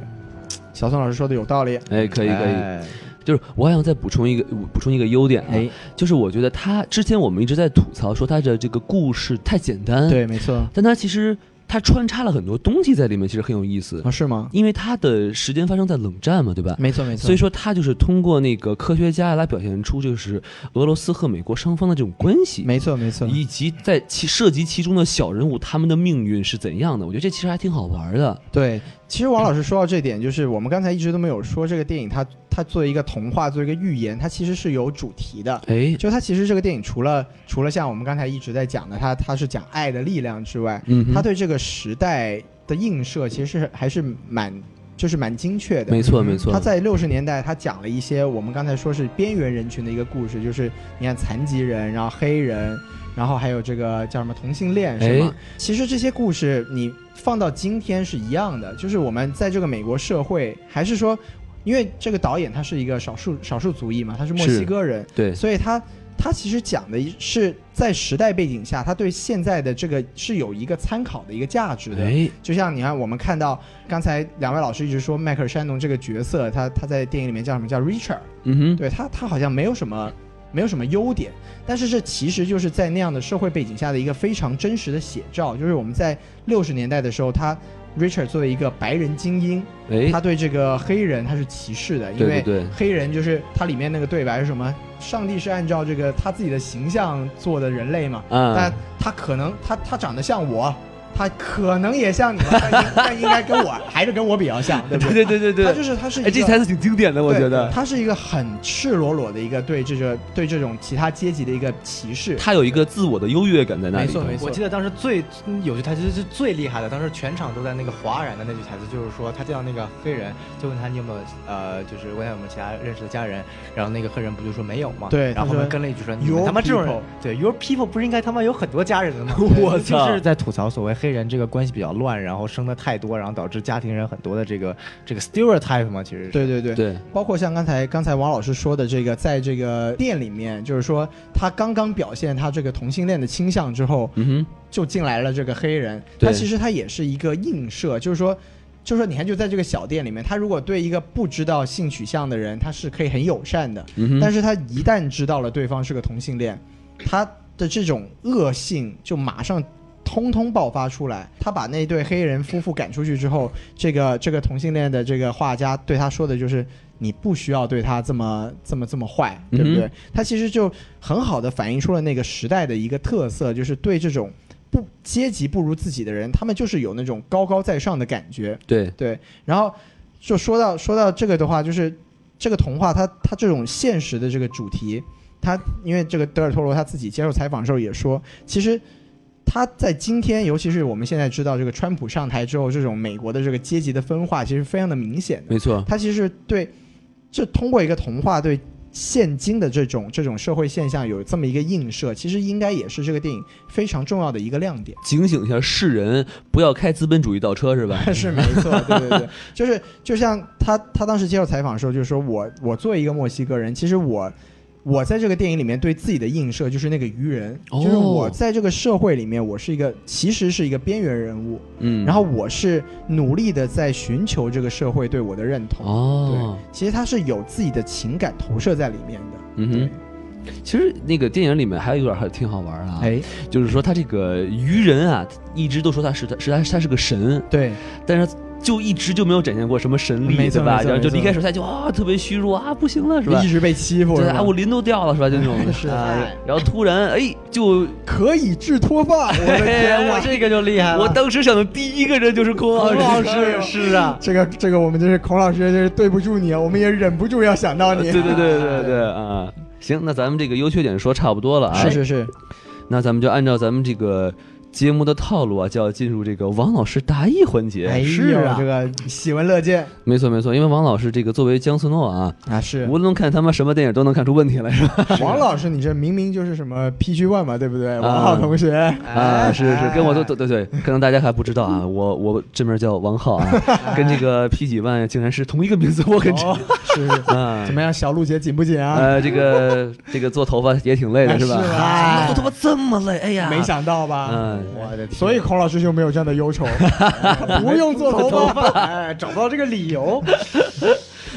Speaker 3: 小宋老师说的有道理，
Speaker 2: 哎，可以可以，
Speaker 4: 哎
Speaker 2: 就是我还想再补充一个补充一个优点、啊，
Speaker 4: 哎，
Speaker 2: 就是我觉得他之前我们一直在吐槽说他的这个故事太简单，，
Speaker 3: 对，没错
Speaker 2: 但他其实他穿插了很多东西在里面，其实很有意思，
Speaker 3: 啊，是吗？
Speaker 2: 因为他的时间发生在冷战嘛，对吧？
Speaker 3: 没错没错，
Speaker 2: 所以说他就是通过那个科学家来表现出就是俄罗斯和美国双方的这种关系，
Speaker 3: 没错没错，
Speaker 2: 以及在其涉及其中的小人物他们的命运是怎样的，我觉得这其实还挺好玩的。
Speaker 3: 对，其实王老师说到这点，就是我们刚才一直都没有说这个电影它它作为一个童话，作为一个寓言，它其实是有主题的。
Speaker 2: 哎，
Speaker 3: 就它其实这个电影除了除了像我们刚才一直在讲的，它它是讲爱的力量之外，
Speaker 2: 嗯哼，
Speaker 3: 它对这个时代的映射其实是还是蛮就是蛮精确的。
Speaker 2: 没错没错，
Speaker 3: 他在六十年代，他讲了一些我们刚才说是边缘人群的一个故事，就是你看残疾人，然后黑人，然后还有这个叫什么同性恋，
Speaker 2: 哎
Speaker 3: 是吗？其实这些故事你放到今天是一样的，就是我们在这个美国社会，还是说，因为这个导演他是一个少数少数族裔嘛，他是墨
Speaker 2: 是
Speaker 3: 西哥人，
Speaker 2: 对
Speaker 3: 所以他他其实讲的是在时代背景下，他对现在的这个是有一个参考的一个价值的。
Speaker 2: 哎，
Speaker 3: 就像你看，我们看到刚才两位老师一直说迈克尔·山农这个角色，他他在电影里面叫什么叫 Richard，
Speaker 2: 嗯哼，
Speaker 3: 对他他好像没有什么没有什么优点，但是这其实就是在那样的社会背景下的一个非常真实的写照，就是我们在六十年代的时候，他 Richard 作为一个白人精英，
Speaker 2: 哎，
Speaker 3: 他对这个黑人他是歧视的，因
Speaker 2: 对对
Speaker 3: 为
Speaker 2: 对
Speaker 3: 黑人就是他里面那个对白是什么？上帝是按照这个他自己的形象做的人类嘛？但
Speaker 2: 啊，
Speaker 3: 他可能他他长得像我，他可能也像你吧，但 应但应该跟我还是跟我比较像，对不对？
Speaker 2: 对对对
Speaker 3: 他
Speaker 2: 对，
Speaker 3: 就是他是一个
Speaker 2: 哎，这台词挺经典的，我
Speaker 3: 对
Speaker 2: 觉得
Speaker 3: 他是一个很赤裸裸的一个对这个对这种其他阶级的一个歧视。
Speaker 2: 他有一个自我的优越感在那里头，
Speaker 3: 没错
Speaker 4: 我记得当时最有句台词是最厉害的，当时全场都在那个哗然的那句台词，就是说他见到那个黑人，就问他你有没有呃，就是问他有没有其他认识的家人，然后那个黑人不就说没有嘛，
Speaker 3: 对
Speaker 4: 然后
Speaker 3: 他
Speaker 4: 后
Speaker 3: 说
Speaker 4: 面跟了一句说你
Speaker 3: "Your
Speaker 4: 们他妈这种人
Speaker 3: people，
Speaker 4: 对 your people 不是应该他妈有很多家人的 吗？
Speaker 2: 我
Speaker 4: 就
Speaker 2: 操
Speaker 4: 是在吐槽所谓黑人这个关系比较乱，然后生的太多，然后导致家庭人很多的这个这个 stereotype 嘛，其实是
Speaker 3: 对对对，
Speaker 2: 对，
Speaker 3: 包括像刚才刚才王老师说的这个，在这个店里面，就是说他刚刚表现他这个同性恋的倾向之后，
Speaker 2: 嗯哼，
Speaker 3: 就进来了这个黑人，
Speaker 2: 对
Speaker 3: 他其实他也是一个映射，就是说，就是说，你看就在这个小店里面，他如果对一个不知道性取向的人，他是可以很友善的，
Speaker 2: 嗯哼，
Speaker 3: 但
Speaker 2: 是
Speaker 3: 是他一旦知道了对方是个同性恋，他的这种恶性就马上。通通爆发出来，他把那对黑人夫妇赶出去之后，这个这个同性恋的这个画家对他说的就是：“你不需要对他这么这么这么坏，对不对？”
Speaker 2: 嗯
Speaker 3: 他其实就很好的反映出了那个时代的一个特色，就是对这种不阶级不如自己的人，他们就是有那种高高在上的感觉。
Speaker 2: 对，
Speaker 3: 对，然后就说到说到这个的话，就是这个童话它它这种现实的这个主题，它因为这个德尔托罗他自己接受采访的时候也说，其实他在今天，尤其是我们现在知道这个川普上台之后，这种美国的这个阶级的分化其实非常的明显的，
Speaker 2: 没错，
Speaker 3: 他其实对这通过一个童话对。现今的这种这种社会现象有这么一个映射，其实应该也是这个电影非常重要的一个亮点。
Speaker 2: 警醒一下世人，不要开资本主义倒车，是吧？
Speaker 3: 是没错，对对对，就是就像他他当时接受采访的时候，就是说我我作为一个墨西哥人，其实我我在这个电影里面对自己的映射就是那个鱼人，
Speaker 2: 哦
Speaker 3: 就是我在这个社会里面，我是一个其实是一个边缘人物，
Speaker 2: 嗯，
Speaker 3: 然后我是努力的在寻求这个社会对我的认同，
Speaker 2: 哦，
Speaker 3: 其实他是有自己的情感投射在里面的。
Speaker 2: 嗯哼。其实那个电影里面还有一段还挺好玩啊，
Speaker 3: 哎，
Speaker 2: 就是说他这个鱼人啊，一直都说他是他是他他是个神，
Speaker 3: 对，
Speaker 2: 但是就一直就没有展现过什么神力，
Speaker 3: 没错
Speaker 2: 对吧？
Speaker 3: 没错
Speaker 2: 然后就
Speaker 3: 没错
Speaker 2: 离开手下就啊特别虚弱啊，不行了是吧
Speaker 3: 一？直被欺负
Speaker 2: 对
Speaker 3: 是
Speaker 2: 啊，
Speaker 3: 吧
Speaker 2: 我？鳞都掉了是吧？就那 种
Speaker 3: 是
Speaker 4: 哎
Speaker 2: 啊，然后突然哎就。
Speaker 3: 可以治脱发，我的天
Speaker 2: 哎
Speaker 3: 哪
Speaker 2: 我！
Speaker 4: 这个就厉害了，
Speaker 2: 我当时想的第一个人就是孔老师，
Speaker 3: 老师
Speaker 4: 是 啊，
Speaker 3: 这个这个，我们就是孔老师，就是对不住你，啊，我们也忍不住要想到 你。
Speaker 2: 啊对对对 对对啊！
Speaker 3: 哎
Speaker 2: 行，那咱们这个优缺点说差不多了啊，
Speaker 3: 是是是，
Speaker 2: 那咱们就按照咱们这个节目的套路啊，就要进入这个王老师答疑环节。
Speaker 3: 哎
Speaker 4: 是
Speaker 3: 呦
Speaker 4: 啊
Speaker 3: 这个喜闻乐见
Speaker 2: 没错没错，因为王老师这个作为江苏诺啊，
Speaker 3: 啊！是
Speaker 2: 无论看他妈什么电影都能看出问题来，是 吧？
Speaker 3: 王老师，你这明明就是什么 PG One 嘛，对不对？
Speaker 2: 啊
Speaker 3: 王浩同学
Speaker 2: 啊，是是，跟我都
Speaker 3: 都
Speaker 2: 对对对，可能大家还不知道 啊，我我真名叫王浩啊，跟这个 P 几万竟然是同一个名字，我跟这
Speaker 3: 哦， 是是
Speaker 2: 啊
Speaker 3: 怎。么样？小鹿姐紧不紧啊？
Speaker 2: 呃，这 个这个做头发也挺累的，
Speaker 3: 哎
Speaker 2: 吧？
Speaker 3: 是吧
Speaker 2: 啊做头发这么累，哎呀，
Speaker 3: 没想到吧？
Speaker 2: 嗯
Speaker 4: 我的天，
Speaker 3: 所以孔老师兄没有这样的 忧愁，不用做头发，哎，找不到这个理由。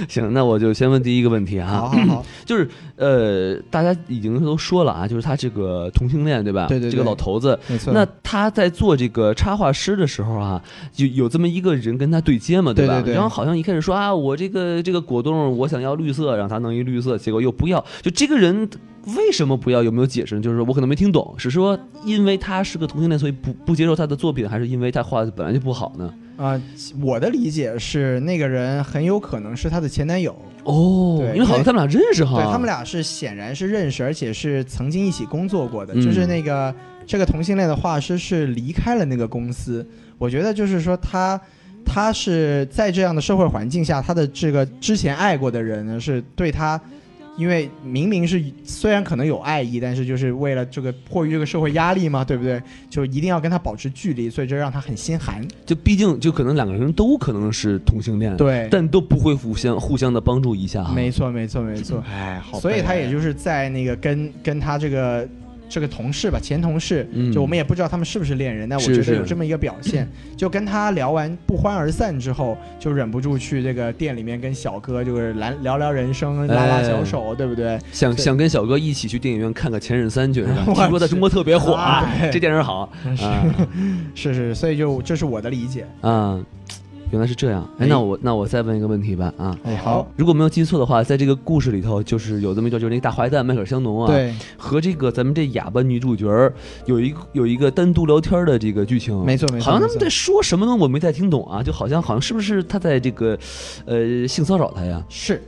Speaker 2: 行，那我就先问第一个问题
Speaker 3: 好
Speaker 2: 啊，
Speaker 3: 好好，
Speaker 2: 就是呃，大家已经都说了啊，就是他这个同性恋对吧？
Speaker 3: 对对对
Speaker 2: 这个老头子，
Speaker 3: 没错
Speaker 2: 那他在做这个插画师的时候啊，就有这么一个人跟他对接嘛，吧？
Speaker 3: 对对对
Speaker 2: 然后好像一开始说啊，我这个这个果冻我想要绿色，让他弄一绿色，结果又不要，就这个人为什么不要？有没有解释？就是我可能没听懂，是说因为他是个同性恋，所以不不接受他的作品，还是因为他画的本来就不好呢？
Speaker 3: 啊、我的理解是，那个人很有可能是她的前男友，
Speaker 2: 哦，
Speaker 3: 对
Speaker 2: 因为好像他们俩认识哈，
Speaker 3: 对他们俩是显然是认识，而且是曾经一起工作过的。
Speaker 2: 嗯
Speaker 3: 就是那个这个同性恋的画师是离开了那个公司，我觉得就是说他。他是在这样的社会环境下，他的这个之前爱过的人呢，是对他，因为明明是虽然可能有爱意，但是就是为了这个迫于这个社会压力嘛，对不对？就一定要跟他保持距离，所以这让他很心寒。
Speaker 2: 就毕竟就可能两个人都可能是同性恋，，
Speaker 3: 对，
Speaker 2: 但都不会互相互相的帮助一下啊哈。
Speaker 3: 没错，没错，没错。
Speaker 4: 哎，好悲哀，
Speaker 3: 所以他也就是在那个跟跟他这个这个同事吧，前同事，
Speaker 2: 嗯
Speaker 3: 就我们也不知道他们是不是恋人，但我
Speaker 2: 是
Speaker 3: 觉得
Speaker 2: 是
Speaker 3: 有这么一个表现， 就跟他聊完不欢而散之后，就忍不住去这个店里面跟小哥就是来聊聊人生，拉
Speaker 2: 哎
Speaker 3: 拉小手，对不对？
Speaker 2: 想
Speaker 3: 对
Speaker 2: 想跟小哥一起去电影院看个《前任三》去，是吧？
Speaker 3: 我
Speaker 2: 听说在中国特别火啊
Speaker 3: 去哎，
Speaker 2: 这电影好啊
Speaker 3: 是是，所以就这是我的理解。
Speaker 2: 啊，原来是这样。哎，
Speaker 3: 哎
Speaker 2: 那我那我再问一个问题吧啊，
Speaker 3: 哎，好，
Speaker 2: 如果没有记错的话，在这个故事里头，就是有这么一段，就是那个大坏蛋迈克尔·香农啊，
Speaker 3: 对，
Speaker 2: 和这个咱们这哑巴女主角儿有一个有一个单独聊天的这个剧情，
Speaker 3: 没错没错
Speaker 2: 好像他们
Speaker 3: 没错
Speaker 2: 在说什么呢？我没太听懂啊，就好像好像是不是他在这个呃性骚扰他呀？
Speaker 3: 是。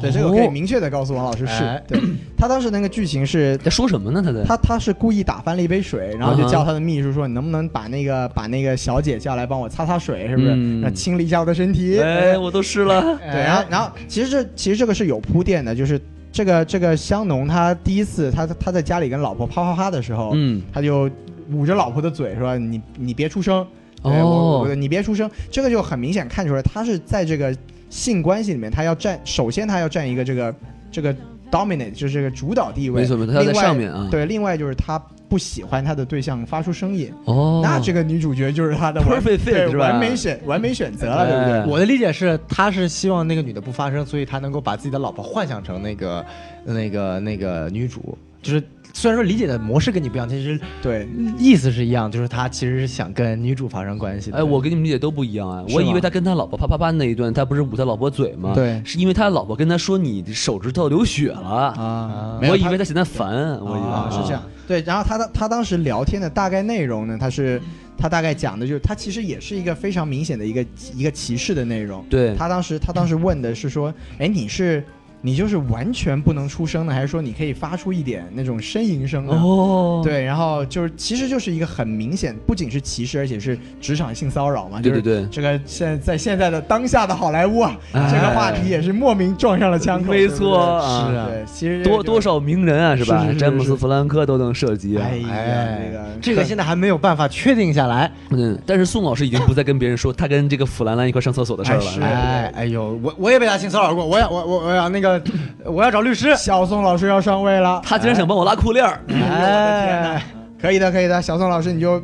Speaker 3: 对，这个我可以
Speaker 2: 哦
Speaker 3: 明确的告诉王老师，是、
Speaker 4: 哎
Speaker 3: 对他当时那个剧情是
Speaker 2: 哦在说什么呢？他在
Speaker 3: 他他是故意打翻了一杯水，然后就
Speaker 2: 啊哈
Speaker 3: 叫他的秘书说：“你能不能把那个把那个小姐叫来帮我擦擦水，是不是？
Speaker 2: 嗯
Speaker 3: 让清理一下我的身体。
Speaker 2: 哎，我都湿了。
Speaker 3: 对，然后然后其实这其实这个是有铺垫的，就是这个这个香农他第一次他他在家里跟老婆啪啪啪的时候，
Speaker 2: 嗯，
Speaker 3: 他就捂着老婆的嘴说：“你你别出声，对我
Speaker 2: 哦
Speaker 3: 我，你别出声。”这个就很明显看出来，他是在这个性关系里面，他要占首先他要占一个这个这个 dominate，就是这个主导地位。
Speaker 2: 没错没错，他要在
Speaker 3: 另外
Speaker 2: 上面啊。
Speaker 3: 对，另外就是他不喜欢他的对象发出声音，
Speaker 2: 哦，
Speaker 3: 那这个女主角就是他的完
Speaker 2: Perfect fit，
Speaker 3: 对
Speaker 2: 是吧
Speaker 3: 完美选完美选择了，对不对？
Speaker 2: 哎
Speaker 4: 我的理解是，他是希望那个女的不发声，所以他能够把自己的老婆幻想成那个、呃那个、那个女主。就是虽然说理解的模式跟你不一样，其实
Speaker 3: 对，
Speaker 4: 意思是一样，就是他其实是想跟女主发生关系的。
Speaker 2: 哎，我跟你们理解都不一样啊！
Speaker 3: 是吗
Speaker 2: 我以为他跟他老婆啪啪啪那一段，他不是捂他老婆嘴吗？
Speaker 3: 对
Speaker 2: 是因为他老婆跟他说你手指头流血了，
Speaker 3: 啊
Speaker 2: 我以为他嫌他烦，我以为
Speaker 3: 啊是这样。，对，然后他的他当时聊天的大概内容呢，他是他大概讲的就是他其实也是一个非常明显的一个一个歧视的内容。
Speaker 2: 对，
Speaker 3: 他当时他当时问的是说，哎，你是你就是完全不能出声呢，还是说你可以发出一点那种呻吟声呢？
Speaker 2: 哦，
Speaker 3: 对，然后就是其实就是一个很明显，不仅是歧视，而且是职场性骚扰嘛。
Speaker 2: 对
Speaker 3: 就是
Speaker 2: 对对
Speaker 3: 这个现在在现在的当下的好莱坞啊，这个话题也是莫名撞上了枪口。
Speaker 2: 没
Speaker 3: 对不对
Speaker 2: 错啊
Speaker 3: 是啊，对，其实这
Speaker 2: 多
Speaker 3: 个就
Speaker 2: 多。少名人啊，是吧
Speaker 3: 是是？是
Speaker 2: 詹姆斯
Speaker 3: 是
Speaker 2: ·弗兰科都能涉及啊
Speaker 3: 哎。呀，
Speaker 4: 哎
Speaker 3: 这个，
Speaker 4: 这个现在还没有办法确定下来。
Speaker 2: 嗯，但是宋老师已经不再跟别人说他跟这个弗兰兰一块上厕所的事儿
Speaker 3: 哎是
Speaker 2: 了。
Speaker 4: 哎哎呦，我我也被他性骚扰过，我要我我我要那个，我要找律 师。
Speaker 3: 小宋老师要上位了。
Speaker 2: 他竟然想帮我拉裤链儿，
Speaker 4: 哎，
Speaker 3: 可以的，可以的，小宋老师你就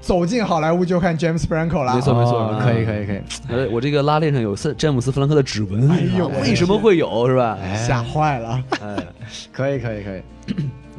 Speaker 3: 走进好莱坞就看 James Franco 了。啊
Speaker 2: 没错没错
Speaker 4: 哦可以可以可以。
Speaker 2: 呃，我这个拉链上有三詹姆斯·弗兰科的指纹，
Speaker 3: 哎呦
Speaker 2: 啊为什么会有是吧？
Speaker 4: 哎
Speaker 3: 吓坏了。
Speaker 2: 哎，
Speaker 4: 可以可以可以，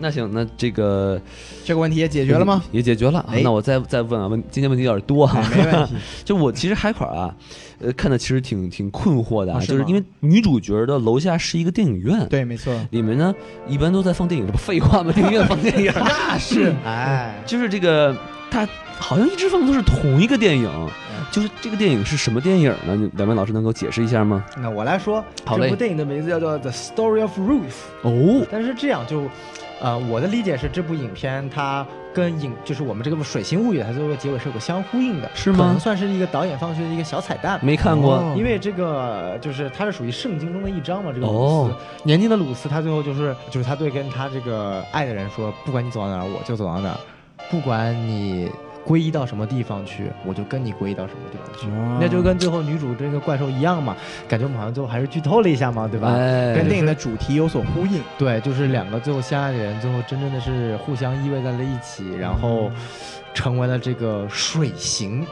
Speaker 2: 那行，那这个
Speaker 3: 这个问题也解决了吗？？
Speaker 2: 也解决了。啊
Speaker 3: 哎
Speaker 2: 那我再再问啊，问今天问题有点多哈、
Speaker 3: 没问题。
Speaker 2: 就我其实海口啊，呃，看的其实挺挺困惑的、啊，
Speaker 3: 啊是
Speaker 2: 就
Speaker 3: 吗
Speaker 2: 是因为女主角的楼下是一个电影院，，
Speaker 3: 对，没错。
Speaker 2: 里面呢一般都在放电影，这不废话吗？电影院放电影，
Speaker 3: 那
Speaker 4: 嗯
Speaker 3: 是，哎，
Speaker 2: 就是这个它好像一直放的都是同一个电影，
Speaker 3: 嗯
Speaker 2: 就是这个电影是什么电影呢？你两位老师能给我解释一下吗？
Speaker 4: 那我来说，
Speaker 2: 好嘞
Speaker 4: 这部电影的名字叫做《The Story of Ruth》。
Speaker 2: 哦，
Speaker 4: 但是这样就呃，我的理解是这部影片它跟影就是我们这个《水形物语》它最后结尾是有个相呼应的，
Speaker 2: 是吗嗯
Speaker 4: 可能算是一个导演放出的一个小彩蛋。
Speaker 2: 没看过。
Speaker 3: 哦
Speaker 4: 因为这个就是它是属于圣经中的一章嘛，这个鲁斯、
Speaker 2: 哦
Speaker 4: 年轻的鲁斯，他最后就是就是他对跟他这个爱的人说，不管你走到哪儿，我就走到哪儿，不管你皈依到什么地方去，我就跟你皈依到什么地方
Speaker 2: 哦
Speaker 4: 去。那就
Speaker 3: 嗯
Speaker 4: 跟最后女主这个怪兽一样嘛，感觉我们好像最后还是剧透了一下嘛，对吧？
Speaker 2: 哎
Speaker 3: 跟电影的主题有所呼应。
Speaker 4: 对，就是两个最后相爱的人，最后真正的是互相依偎在了一起，然
Speaker 3: 嗯
Speaker 4: 后成为了这个水形，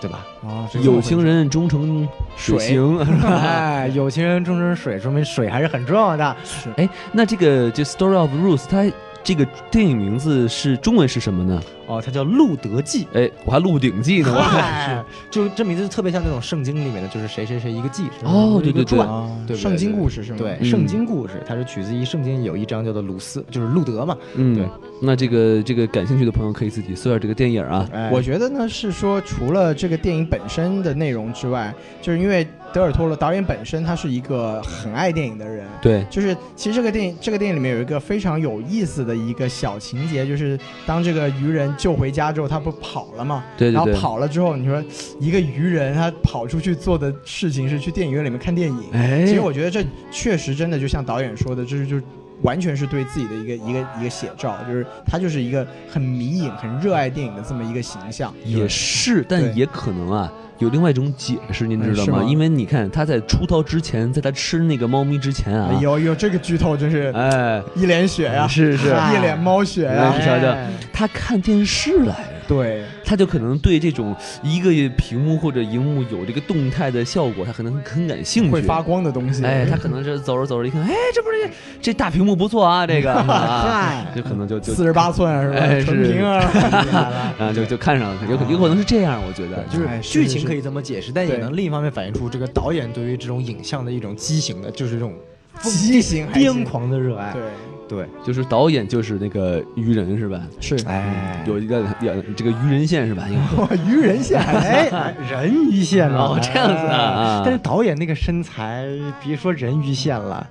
Speaker 4: 对 吧？
Speaker 3: 哦
Speaker 2: 有情人终成水星。
Speaker 4: 哎，有情人终成水，说明水还是很重要的。
Speaker 3: 是
Speaker 2: 哎，那这个就《Story of Rules》，它这个电影名字是中文是什么呢？
Speaker 4: 哦，它叫《路德记》。
Speaker 2: 哎，我还《鹿鼎记》呢， 我。
Speaker 4: 哎， 就这名字就特别像那种圣经里面的，就是谁谁谁一个记，是吧
Speaker 2: 哦对
Speaker 4: 一个
Speaker 2: 对对
Speaker 4: 传
Speaker 3: 啊
Speaker 4: 对不对
Speaker 3: 圣经故事是吗？
Speaker 4: 对，
Speaker 2: 嗯
Speaker 4: 圣经故事，它是取自于圣经有一章叫做鲁斯，就是路德嘛。
Speaker 2: 嗯
Speaker 4: 对，
Speaker 2: 那这个这个感兴趣的朋友可以自己搜一下这个电影啊。
Speaker 4: 哎
Speaker 3: 我觉得呢是说，除了这个电影本身的内容之外，就是因为德尔托罗导演本身他是一个很爱电影的人，
Speaker 2: 对，
Speaker 3: 就是其实这个电影这个电影里面有一个非常有意思的一个小情节，就是当这个渔人救回家之后，他不跑了嘛，
Speaker 2: 对
Speaker 3: 然
Speaker 2: 对
Speaker 3: 后
Speaker 2: 对。
Speaker 3: 跑了之后，你说一个渔人他跑出去做的事情是去电影院里面看电影，
Speaker 2: 哎
Speaker 3: 其实我觉得这确实真的就像导演说的，这是就完全是对自己的一个一个一个写照，就是他就是一个很迷影、很热爱电影的这么一个形象。
Speaker 2: 也是，
Speaker 3: 对
Speaker 2: 但也可能啊，有另外一种解释，您知道
Speaker 3: 哎是
Speaker 2: 吗？
Speaker 3: 吗
Speaker 2: 因为你看他在出逃之前，在他吃那个猫咪之前啊
Speaker 3: 哎，呦啊呦，这个剧透真是
Speaker 2: 哎，
Speaker 3: 一脸血呀、
Speaker 2: 是是，
Speaker 3: 一脸猫血呀、
Speaker 2: 哎瞧瞧
Speaker 4: 哎
Speaker 2: 他看电视来着。
Speaker 3: 对，
Speaker 2: 他就可能对这种一个屏幕或者荧幕有这个动态的效果，他可能很感兴趣。
Speaker 3: 会发光的东西。
Speaker 2: 哎，他可能是走着走着一看，哎，这不是这大屏幕不错啊，这个，啊
Speaker 3: 嗨
Speaker 2: 就可能就就
Speaker 3: 四十八寸啊是吧？
Speaker 2: 哎是
Speaker 3: 纯 平啊，
Speaker 2: 啊就就看上了，有可有可能是这样，我觉得
Speaker 4: 就是
Speaker 3: 哎是
Speaker 4: 剧情
Speaker 3: 是
Speaker 4: 可以这么解释，但也
Speaker 3: 对
Speaker 4: 能另一方面反映出这个导演对于这种影像的一种畸形的，就是这种
Speaker 3: 畸形还
Speaker 4: 癫
Speaker 3: 行。
Speaker 4: 狂的热爱。
Speaker 2: 哎
Speaker 3: 对，
Speaker 4: 对，
Speaker 2: 就是导演就是那个愚人是吧？
Speaker 3: 是
Speaker 4: 哎
Speaker 2: 有一个有这个愚人线是吧？
Speaker 3: 哇，愚人线还行
Speaker 4: 哎，人鱼线了，
Speaker 2: 哦这样子啊
Speaker 4: 哎但是导演那个身材，别说人鱼线了，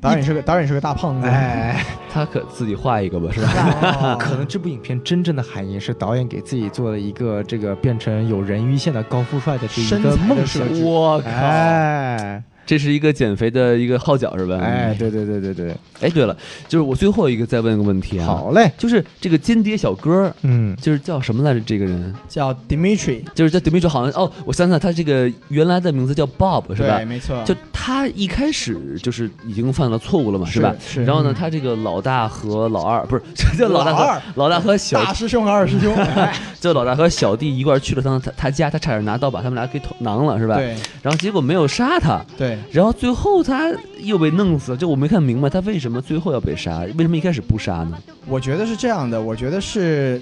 Speaker 3: 导演是个导演是个大胖 子，
Speaker 4: 哎，
Speaker 2: 他可自己画一个吧，是吧？
Speaker 3: 哦
Speaker 4: 可能这部影片真正的含义是导演给自己做了一个这个变成有人鱼线的高富帅的这一
Speaker 3: 身材
Speaker 4: 个
Speaker 3: 的
Speaker 4: 梦
Speaker 3: 设
Speaker 4: 想。
Speaker 3: 置
Speaker 2: 我靠，
Speaker 4: 哎
Speaker 2: 这是一个减肥的一个号角是吧？
Speaker 4: 哎，对对对对对，
Speaker 2: 哎，对了，就是我最后一个再问个问题啊，
Speaker 4: 好嘞，
Speaker 2: 就是这个间谍小哥，
Speaker 4: 嗯，
Speaker 2: 就是叫什么来着？这个人
Speaker 3: 叫 Dimitri，
Speaker 2: 就是叫 Dimitri，好像哦，我想想，他这个原来的名字叫 Bob 是吧
Speaker 3: 对，？没错，
Speaker 2: 就他一开始就是已经犯了错误了嘛，是吧？
Speaker 3: 是
Speaker 2: 然后呢，他这个老大和老二不是， 就老大和
Speaker 3: 老二
Speaker 2: 老大和小
Speaker 3: 大师兄和 二师兄，哎
Speaker 2: 就老大和小弟一块儿去了他他他家，他差点拿刀把他们俩给捅囊了，是吧？
Speaker 3: 对
Speaker 2: 然后结果没有杀他，
Speaker 3: 对，
Speaker 2: 然后最后他又被弄死了，就我没看明白他为什么最后要被杀，为什么一开始不杀呢？
Speaker 3: 我觉得是这样的，我觉得是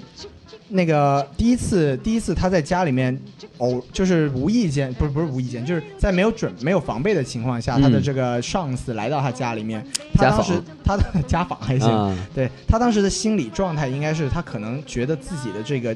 Speaker 3: 那个第一次，第一次他在家里面偶就是无意间，不是不是无意间，就是在没有准没有防备的情况下，
Speaker 2: 嗯
Speaker 3: 他的这个上司来到他家里面，他
Speaker 2: 家
Speaker 3: 当
Speaker 2: 访
Speaker 3: 时他的家访还行，
Speaker 2: 啊，
Speaker 3: 对他当时的心理状态应该是他可能觉得自己的这个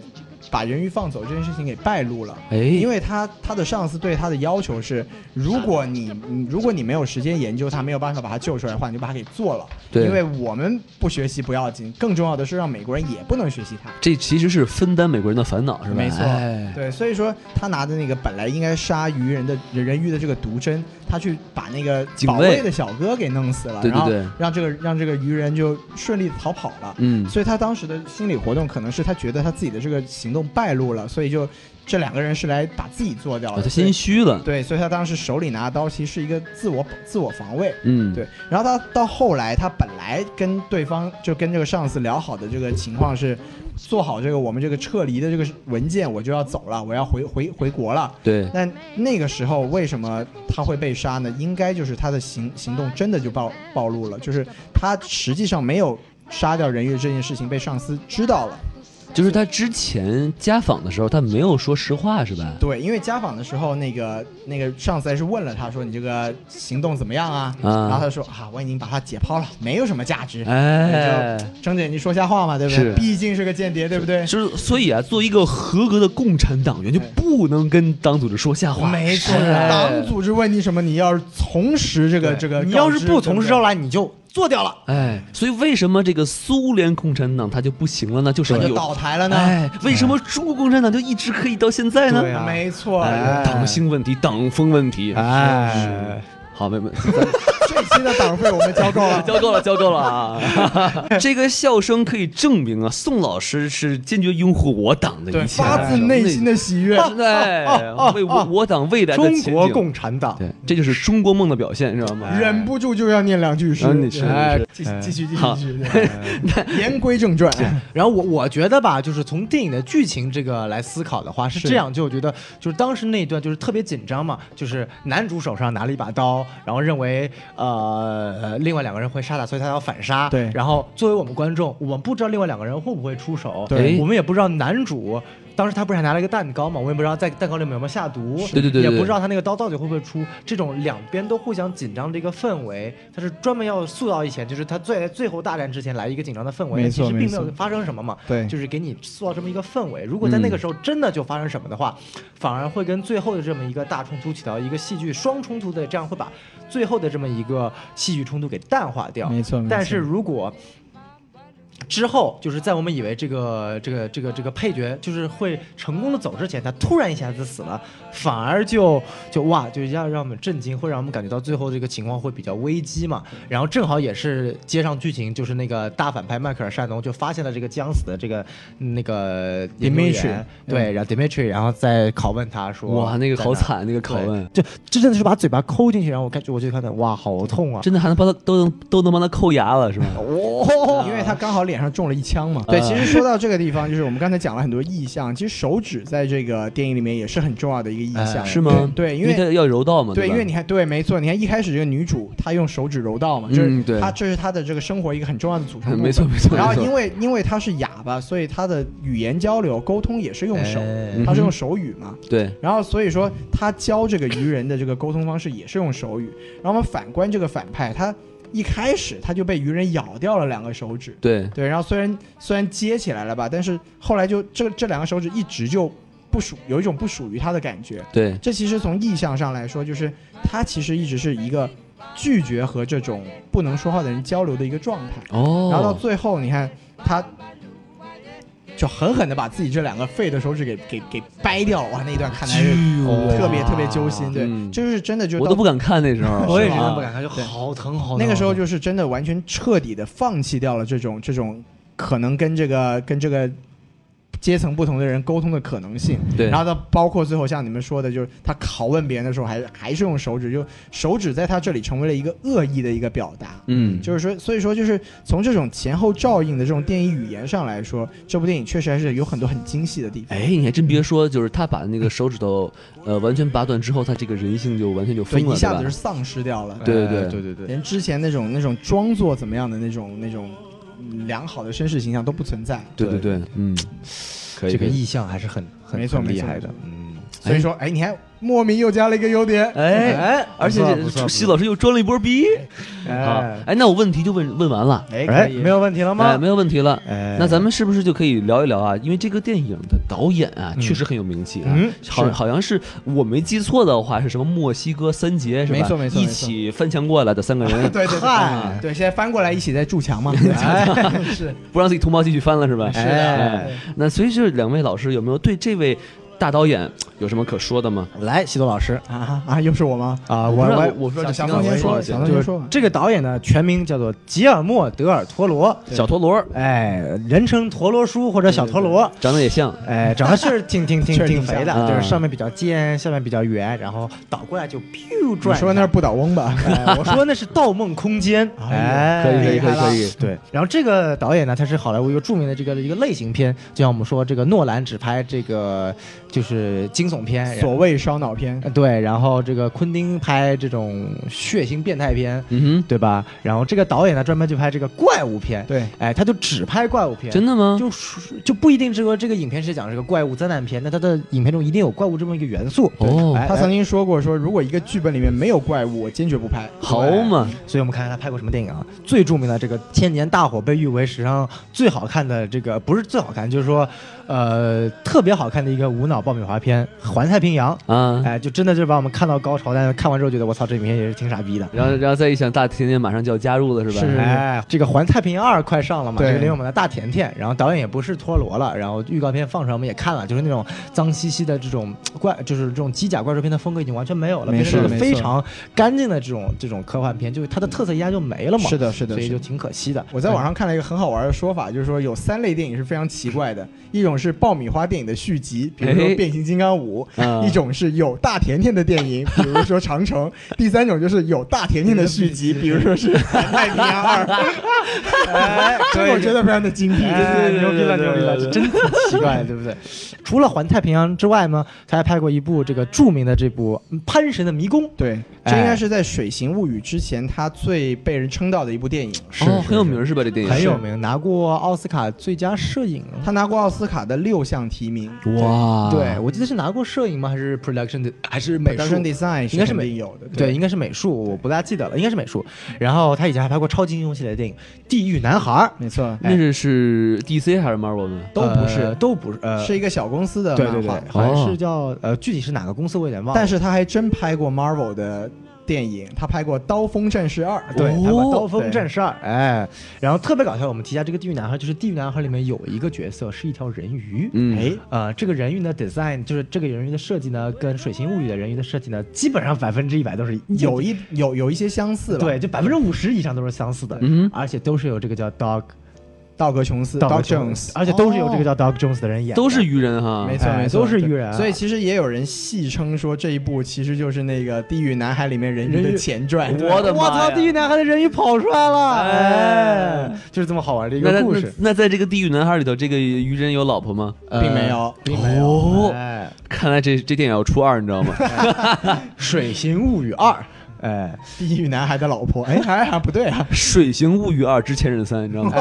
Speaker 3: 把人鱼放走这件事情给败露了。
Speaker 2: 哎，
Speaker 3: 因
Speaker 2: 为
Speaker 3: 为他他的上司对他的要求是，如果你你如果你没有时间研究他，没有办法把他救出来的话，你就把他给做了。
Speaker 2: 对
Speaker 3: 因为我们不学习不要紧，更重要的是让美国人也不能学习他。
Speaker 2: 这其实是分担美国人的烦恼，是吧？
Speaker 3: 没错
Speaker 2: 哎
Speaker 3: 对，所以说他拿的那个本来应该杀鱼人的人鱼的这个毒针，他去把那个
Speaker 2: 警卫
Speaker 3: 保卫的小哥给弄死了，
Speaker 2: 对对
Speaker 3: 然后
Speaker 2: 对
Speaker 3: 让这个让这个鱼人就顺利地逃跑了。
Speaker 2: 嗯，
Speaker 3: 所以他当时的心理活动可能是他觉得他自己的这个行动败露了，所以就这两个人是来把自己做掉
Speaker 2: 哦
Speaker 3: 的。
Speaker 2: 他
Speaker 3: 所以
Speaker 2: 心虚了，
Speaker 3: 啊对，所以他当时手里拿的刀其实是一个自我自我防卫。
Speaker 2: 嗯，
Speaker 3: 对，然后他到后来，他本来跟对方就跟这个上司聊好的这个情况是，做好这个我们这个撤离的这个文件，我就要走了，我要回回回国了。
Speaker 2: 对，
Speaker 3: 但那个时候为什么他会被杀呢？应该就是他的行行动真的就暴暴露了，就是他实际上没有杀掉人鱼这件事情被上司知道了。
Speaker 2: 就是他之前家访的时候，他没有说实话，是吧？
Speaker 3: 对，因为家访的时候，那个那个上司还是问了他说：“你这个行动怎么样啊？”
Speaker 2: 啊
Speaker 3: 然后他说：“啊，我已经把他解剖了，没有什么价值。
Speaker 2: 哎，
Speaker 3: 张姐，你说瞎话嘛，对不
Speaker 2: 是
Speaker 3: 对？毕竟是个间谍，对不对？
Speaker 2: 就是所以啊，做一个合格的共产党员就不能跟党组织说瞎话。
Speaker 3: 哎没错，
Speaker 2: 哎
Speaker 3: 党组织问你什么，你要是从实这个
Speaker 4: 对
Speaker 3: 这个告知，
Speaker 4: 你要是不从实招来，你就
Speaker 3: 做掉了，
Speaker 2: 哎，所以为什么这个苏联共产党它就不行了呢？就是
Speaker 3: 他就
Speaker 2: 有
Speaker 3: 倒台了呢。
Speaker 2: 哎，为什么中国共产党就一直可以到现在呢？
Speaker 4: 对啊
Speaker 3: 没错，
Speaker 2: 哎，党性问题、党风问题。
Speaker 4: 哎，
Speaker 2: 好，妹妹，。
Speaker 3: 这期的党费我们交够了
Speaker 2: 交够了，交够了 啊！这个笑声可以证明啊，宋老师是坚决拥护我党的一哎
Speaker 3: 对，
Speaker 2: 切，啊
Speaker 3: 发自内心的喜悦。
Speaker 2: 对，为 我我党未来的
Speaker 4: 中
Speaker 2: 前景
Speaker 4: 国共产党，
Speaker 2: 对，这就是中国梦的表现，知道吗？
Speaker 3: 忍不住就要念两句诗
Speaker 2: 啊，你是
Speaker 3: 哎
Speaker 2: 你
Speaker 3: 继
Speaker 4: 哎
Speaker 3: 继续继续
Speaker 2: 好
Speaker 3: 继 续。对言归正传，啊
Speaker 4: 然后我我觉得吧，就是从电影的剧情这个来思考的话，是
Speaker 3: 是
Speaker 4: 这样，就我觉得就是当时那一段就是特别紧张嘛，就是男主手上拿了一把刀，然后认为呃呃另外两个人会杀他，所以他要反杀。
Speaker 3: 对
Speaker 4: 然后作为我们观众，我们不知道另外两个人会不会出手，
Speaker 2: 对
Speaker 4: 我们也不知道男主。当时他不是还拿了一个蛋糕嘛，我也不知道在蛋糕里面有没有下毒，
Speaker 2: 对对对对
Speaker 4: 也
Speaker 2: 对
Speaker 4: 不知道他那个刀到底会不会出。这种两边都互相紧张的一个氛围，他是专门要塑造一前，就是他最最后大战之前来一个紧张的氛围，
Speaker 3: 没
Speaker 4: 其
Speaker 3: 错
Speaker 4: 实并没
Speaker 3: 没
Speaker 4: 有
Speaker 3: 错
Speaker 4: 发生什么嘛，
Speaker 3: 对嗯
Speaker 4: 就是给你塑造这么一个氛围。如果在那个时候真的就发生什么的话，反而会跟最后的这么一个大冲突起到一个戏剧双冲突的，这样会把最后的这么一个戏剧冲突给淡化掉。
Speaker 3: 没错没错
Speaker 4: 但是如果之后，就是在我们以为这个这个这个这个配角就是会成功的走之前，他突然一下子死了，反而就就哇，就要让我们震惊，会让我们感觉到最后这个情况会比较危机嘛。然后正好也是接上剧情，就是那个大反派迈克尔·善农就发现了这个将死的这个那个研究员嗯
Speaker 3: Dimitri，
Speaker 4: 对，然后 Dimitri，然后再拷问他说，
Speaker 2: 哇，那个好
Speaker 4: 在哪。
Speaker 2: 惨，那个拷问，
Speaker 4: 就这真的是把嘴巴抠进去，然后我感觉我就看到哇，好痛啊！
Speaker 2: 真的还能帮他都能都能帮他抠牙了，是吗？
Speaker 3: 因为他刚好脸上中了一枪嘛。呃
Speaker 2: 对
Speaker 3: 哦对，其实说到这个地方，就是我们刚才讲了很多意象，其实手指在这个电影里面也是很重要的一个意象，
Speaker 4: 哎
Speaker 2: 呃是吗？
Speaker 3: 对，
Speaker 2: 因
Speaker 3: 因为
Speaker 2: 他要柔道嘛，
Speaker 3: 对，
Speaker 2: 吧
Speaker 3: 因为你看，对，没错，你看一开始这个女主她用手指柔道嘛，
Speaker 2: 嗯
Speaker 3: 这是
Speaker 2: 对呃
Speaker 3: 她这是她的这个生活一个很重要的组成部 分。
Speaker 2: 没错没错，
Speaker 3: 然后
Speaker 2: 没错
Speaker 3: 因为因为她是哑巴，所以她的语言交流沟通也是用手，
Speaker 4: 哎
Speaker 3: 她是
Speaker 2: 嗯
Speaker 3: 用
Speaker 2: 哼
Speaker 3: 手语嘛。
Speaker 2: 对
Speaker 3: 然后所以说她教这个愚人的这个沟通方式也是用手语。然后我们反观这个反派，他一开始他就被愚人咬掉了两个手指，
Speaker 2: 对
Speaker 3: 对，然后虽然虽然接起来了吧，但是后来就这这两个手指一直就不属有一种不属于他的感觉。
Speaker 2: 对，
Speaker 3: 这其实从意向上来说，就是他其实一直是一个拒绝和这种不能说话的人交流的一个状态。
Speaker 2: 哦，
Speaker 3: 然后到最后，你看他就狠狠的把自己这两个废的手指给给给掰掉了，哇，那一段看来
Speaker 4: 哎
Speaker 3: 是
Speaker 4: 哇
Speaker 3: 嗯特别特别揪心。对，
Speaker 2: 哦嗯
Speaker 3: 就是真的就
Speaker 2: 我
Speaker 3: 到
Speaker 2: 都不敢看那时 候，
Speaker 4: 我也是
Speaker 3: 是
Speaker 4: 真
Speaker 3: 吧
Speaker 4: 的不敢看，就
Speaker 3: 对
Speaker 4: 好疼好疼。
Speaker 3: 那个时候
Speaker 4: 好疼
Speaker 3: 就是真的完全彻底的放弃掉了这种这种可能跟这个跟这个阶层不同的人沟通的可能性。
Speaker 2: 对
Speaker 3: 然后他包括最后像你们说的，就是他拷问别人的时候还，还是用手指，就手指在他这里成为了一个恶意的一个表达。
Speaker 2: 嗯，
Speaker 3: 就是说，所以说，就是从这种前后照应的这种电影语言上来说，这部电影确实还是有很多很精细的地方。
Speaker 2: 哎，你还真别说，就是他把那个手指头，呃，完全拔断之后，他这个人性就完全就
Speaker 3: 对，
Speaker 2: 疯了，
Speaker 3: 一下
Speaker 2: 对
Speaker 3: 子就
Speaker 2: 吧
Speaker 3: 丧失掉了。
Speaker 2: 对对
Speaker 4: 哎
Speaker 2: 对
Speaker 4: 对对对，
Speaker 3: 连之前那种那种装作怎么样的那种那种嗯良好的绅士形象都不存在。
Speaker 2: 对对对，嗯，可以，
Speaker 4: 这个
Speaker 2: 可以
Speaker 4: 意象还是很很
Speaker 3: 没错
Speaker 4: 很
Speaker 3: 没
Speaker 4: 厉
Speaker 3: 错
Speaker 4: 害的
Speaker 3: 没。
Speaker 4: 嗯，
Speaker 3: 所以说，哎，你看莫名又加了一个优点，
Speaker 2: 哎哎，而且
Speaker 4: 不错不错
Speaker 2: 这
Speaker 4: 不错
Speaker 2: 西老师又装了一波逼啊
Speaker 4: 哎！
Speaker 2: 哎，那我问题就问问完了，
Speaker 3: 哎
Speaker 4: 哎，没有问题了
Speaker 2: 哎，
Speaker 4: 吗？
Speaker 2: 没有问题了。
Speaker 4: 哎
Speaker 2: 那咱们是不是就可以聊一聊啊？因为这个电影的导演啊，确实很有名气啊
Speaker 4: 嗯，
Speaker 2: 好
Speaker 4: 是
Speaker 2: 好像是我没记错的话，是什么墨西哥三杰是吧？
Speaker 3: 没错没错
Speaker 2: 一
Speaker 3: 没错，
Speaker 2: 起翻墙过来的三个人
Speaker 3: 对对
Speaker 4: 嗨
Speaker 3: 对，对，现在翻过来一起在筑墙嘛，哎 是
Speaker 2: 不让自己同胞继续翻了是吧？
Speaker 4: 哎，
Speaker 2: 那所以就是两位老师有没有对这位大导演有什么可说的吗？
Speaker 4: 来，西多老师
Speaker 3: 啊啊，又是我吗？
Speaker 4: 啊，
Speaker 2: 不
Speaker 4: 我
Speaker 2: 是
Speaker 4: 我
Speaker 2: 我说
Speaker 3: 小
Speaker 2: 这
Speaker 3: 小
Speaker 2: 刚
Speaker 3: 凤
Speaker 2: 才我
Speaker 3: 先说，
Speaker 2: 也是
Speaker 3: 小凤先
Speaker 4: 就
Speaker 3: 说
Speaker 4: 是，这个导演呢，全名叫做吉尔莫·德尔·托罗，
Speaker 2: 小陀螺
Speaker 4: 哎，人称陀螺叔或者小陀螺。
Speaker 2: 长得也像，
Speaker 4: 哎，长得是挺挺挺
Speaker 3: 确实
Speaker 4: 挺
Speaker 3: 挺
Speaker 2: 像
Speaker 4: 肥的，
Speaker 2: 的
Speaker 4: 就是上面比较尖，下面比较圆，然后倒过来就
Speaker 3: 你
Speaker 4: biu 转一下。
Speaker 3: 说那是不倒翁吧？
Speaker 4: 哎，我说那是《盗梦空间》，哎，
Speaker 2: 可以可以
Speaker 3: 厉害
Speaker 2: 可以
Speaker 3: 了
Speaker 2: 可以，
Speaker 4: 对，然后这个导演呢，他是好莱坞一个著名的这个一个类型片，就像我们说这个诺兰只拍这个就是惊悚片，然
Speaker 3: 所谓烧脑片，
Speaker 4: 呃对，然后这个昆汀拍这种血腥变态片，
Speaker 2: 嗯
Speaker 4: 对吧？然后这个导演呢专门就拍这个怪物片，
Speaker 3: 对，
Speaker 4: 哎，他就只拍怪物
Speaker 2: 哼，
Speaker 4: 片，
Speaker 2: 真的吗？
Speaker 4: 就是就不一定这个这个影片是讲这个怪物灾难片，那他的影片中一定有怪物这么一个元素，
Speaker 2: 哦
Speaker 4: 哎
Speaker 3: 他
Speaker 4: 哎
Speaker 3: 曾经说过，说如果一个剧本里面没有怪物，我坚决不拍。
Speaker 2: 好嘛，
Speaker 4: 所以我们看看他拍过什么电影啊？最著名的这个《千年大火》被誉为史上最好看的这个，不是最好看，就是说，呃特别好看的一个无脑爆米花片《环太平洋》，
Speaker 2: 啊。
Speaker 4: 哎，就真的就是把我们看到高潮，但是看完之后觉得我操，这影片也是挺傻逼的。
Speaker 2: 然后，然后再一想，大甜甜马上就要加入了，是吧？
Speaker 3: 是
Speaker 4: 哎，这个《环太平洋二》快上了嘛？
Speaker 3: 对
Speaker 4: 这个林永满的大甜甜，然后导演也不是陀螺了，然后预告片放出来我们也看了，就是那种脏兮兮的这种怪，就是这种机甲怪兽片的风格已经完全没有了，
Speaker 3: 没
Speaker 4: 变成了
Speaker 3: 错
Speaker 4: 一个非常干净的这种这种科幻片，就是它的特色一下就没了嘛。
Speaker 3: 是的，是的，
Speaker 4: 所以
Speaker 3: 是
Speaker 4: 就
Speaker 3: 的。
Speaker 4: 挺可惜的。
Speaker 3: 我在网上看了一个很好玩的说法，就是说有三类电影是非常奇怪的，一种是爆米花电影的续集，比如说
Speaker 2: 哎
Speaker 3: 《变形金刚五》
Speaker 2: 啊
Speaker 3: 一种是有大甜甜的电影，比如说《长城》；第三种就是有大甜甜的续集，比如说是《太平洋二》。 这个我觉得非常的精辟，
Speaker 4: 哎，
Speaker 3: 对
Speaker 4: 牛逼了，牛逼了，这真挺奇怪，对不对？ 除了《环太平洋》之外呢，他还拍过一部这个著名的这部《潘神的迷宫》，
Speaker 3: 对，这应该是在《水形物语》之前他最被人称道的一部电影。
Speaker 2: 哦，很有名是吧？这电影
Speaker 4: 很有名，拿过奥斯卡最佳摄影。
Speaker 3: 他拿过奥斯卡的六项提名，
Speaker 2: 哇，
Speaker 3: 啊
Speaker 4: 对，我记得是拿过摄影吗？还是 production 的？还是美术
Speaker 3: Production？Design
Speaker 4: 应该是
Speaker 3: 肯
Speaker 4: 美
Speaker 3: 定有的，
Speaker 4: 对，应该是美术，我不大记得了，应该是美术。然后他以前还拍过超级英雄系列的电影《地狱男孩儿
Speaker 3: 没错，
Speaker 2: 那是是 DC 还是 Marvel 呢？》，
Speaker 3: 都不是
Speaker 4: 呃都不是，呃，
Speaker 3: 是一个小公司的
Speaker 4: 对
Speaker 3: 漫画，哦
Speaker 4: 对对，
Speaker 2: 画
Speaker 4: 好像是叫呃，具体是哪个公司我有点忘了。
Speaker 3: 但是他还真拍过 Marvel 的电影，他拍过《刀锋战士二》，
Speaker 4: 对，
Speaker 2: 哦
Speaker 4: 他把《刀锋战
Speaker 3: 士
Speaker 4: 士二》哎，然后特别搞笑，我们提一下这个地狱男孩，就是地狱男孩里面有一个角色是一条人鱼，
Speaker 2: 嗯
Speaker 4: 哎，呃，这个人鱼的 design 就是这个人鱼的设计呢，跟《水形物语》的人鱼的设计呢，基本上百分之一百都是
Speaker 3: 有一有有一些相似吧，
Speaker 4: 对，就百分之五十以上都是相似的，
Speaker 2: 嗯
Speaker 4: 而且都是有这个叫 Dog
Speaker 3: 道格琼斯
Speaker 4: Dog
Speaker 3: Doc Jones，
Speaker 4: 而且都是有这个
Speaker 3: 哦
Speaker 4: 叫 Dog Jones 的人演的，
Speaker 2: 都是鱼人哈，
Speaker 3: 没错
Speaker 4: 哎
Speaker 3: 没错，
Speaker 4: 都是
Speaker 3: 对
Speaker 4: 鱼人啊
Speaker 3: 所以其实也有人戏称说这一部其实就是那个《地狱男孩》里面人鱼
Speaker 4: 人鱼
Speaker 3: 的前传。
Speaker 2: 我的
Speaker 4: 我
Speaker 2: 妈
Speaker 4: 操！
Speaker 2: 呀
Speaker 4: 地狱男孩的人鱼跑出来了，
Speaker 2: 哎
Speaker 4: 哎，就是这么好玩的一
Speaker 2: 那
Speaker 4: 个
Speaker 2: 在
Speaker 4: 故事，
Speaker 2: 那那在这个地狱男孩里头，这个鱼人有老婆吗？
Speaker 4: 呃
Speaker 3: 并没有
Speaker 4: 并没有。
Speaker 2: 哦
Speaker 4: 哎
Speaker 2: 看来这这电影要出二，你知道吗？，
Speaker 4: 《水形物语二》，哎，
Speaker 3: 地狱男孩的老婆，哎，还还不对啊
Speaker 2: 《水形物语二之前任三》，你知道吗？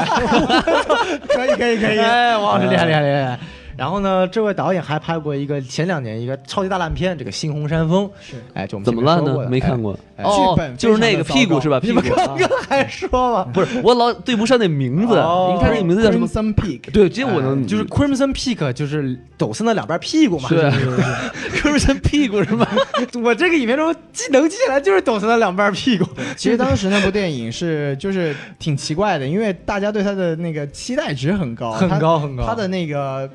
Speaker 3: 可以可以可以，
Speaker 4: 哎，哇，厉害厉害厉害！然后呢，这位导演还拍过一个前两年一个超级大烂片，这个《猩红山峰》
Speaker 3: 是
Speaker 4: 哎，就我们
Speaker 2: 怎么
Speaker 4: 前
Speaker 2: 了
Speaker 4: 面说过
Speaker 2: 呢？
Speaker 4: 的
Speaker 2: 没看。过。哦
Speaker 3: 剧本，
Speaker 2: 就是那个
Speaker 3: 非常地
Speaker 2: 屁股是吧？
Speaker 4: 哎你
Speaker 2: 屁
Speaker 4: 们
Speaker 2: 股
Speaker 4: 刚刚还说嘛，
Speaker 2: 不是，我老对不上那名字。
Speaker 4: 哦
Speaker 2: 你看这名字叫什么？
Speaker 3: Crimson Peak，
Speaker 2: 对，这我能
Speaker 4: 哎就是 Crimson Peak，就是抖森的两边屁股嘛。
Speaker 2: 对
Speaker 4: 就是
Speaker 2: Crimson 屁股是吧？
Speaker 4: 我这个影片中记能记起来就是抖森的两边屁股。
Speaker 3: 其实当时那部电影是 就是挺奇怪的，因为大家对他的那个期待值很高，
Speaker 4: 很
Speaker 3: 它
Speaker 4: 高很高
Speaker 3: 哦他的那个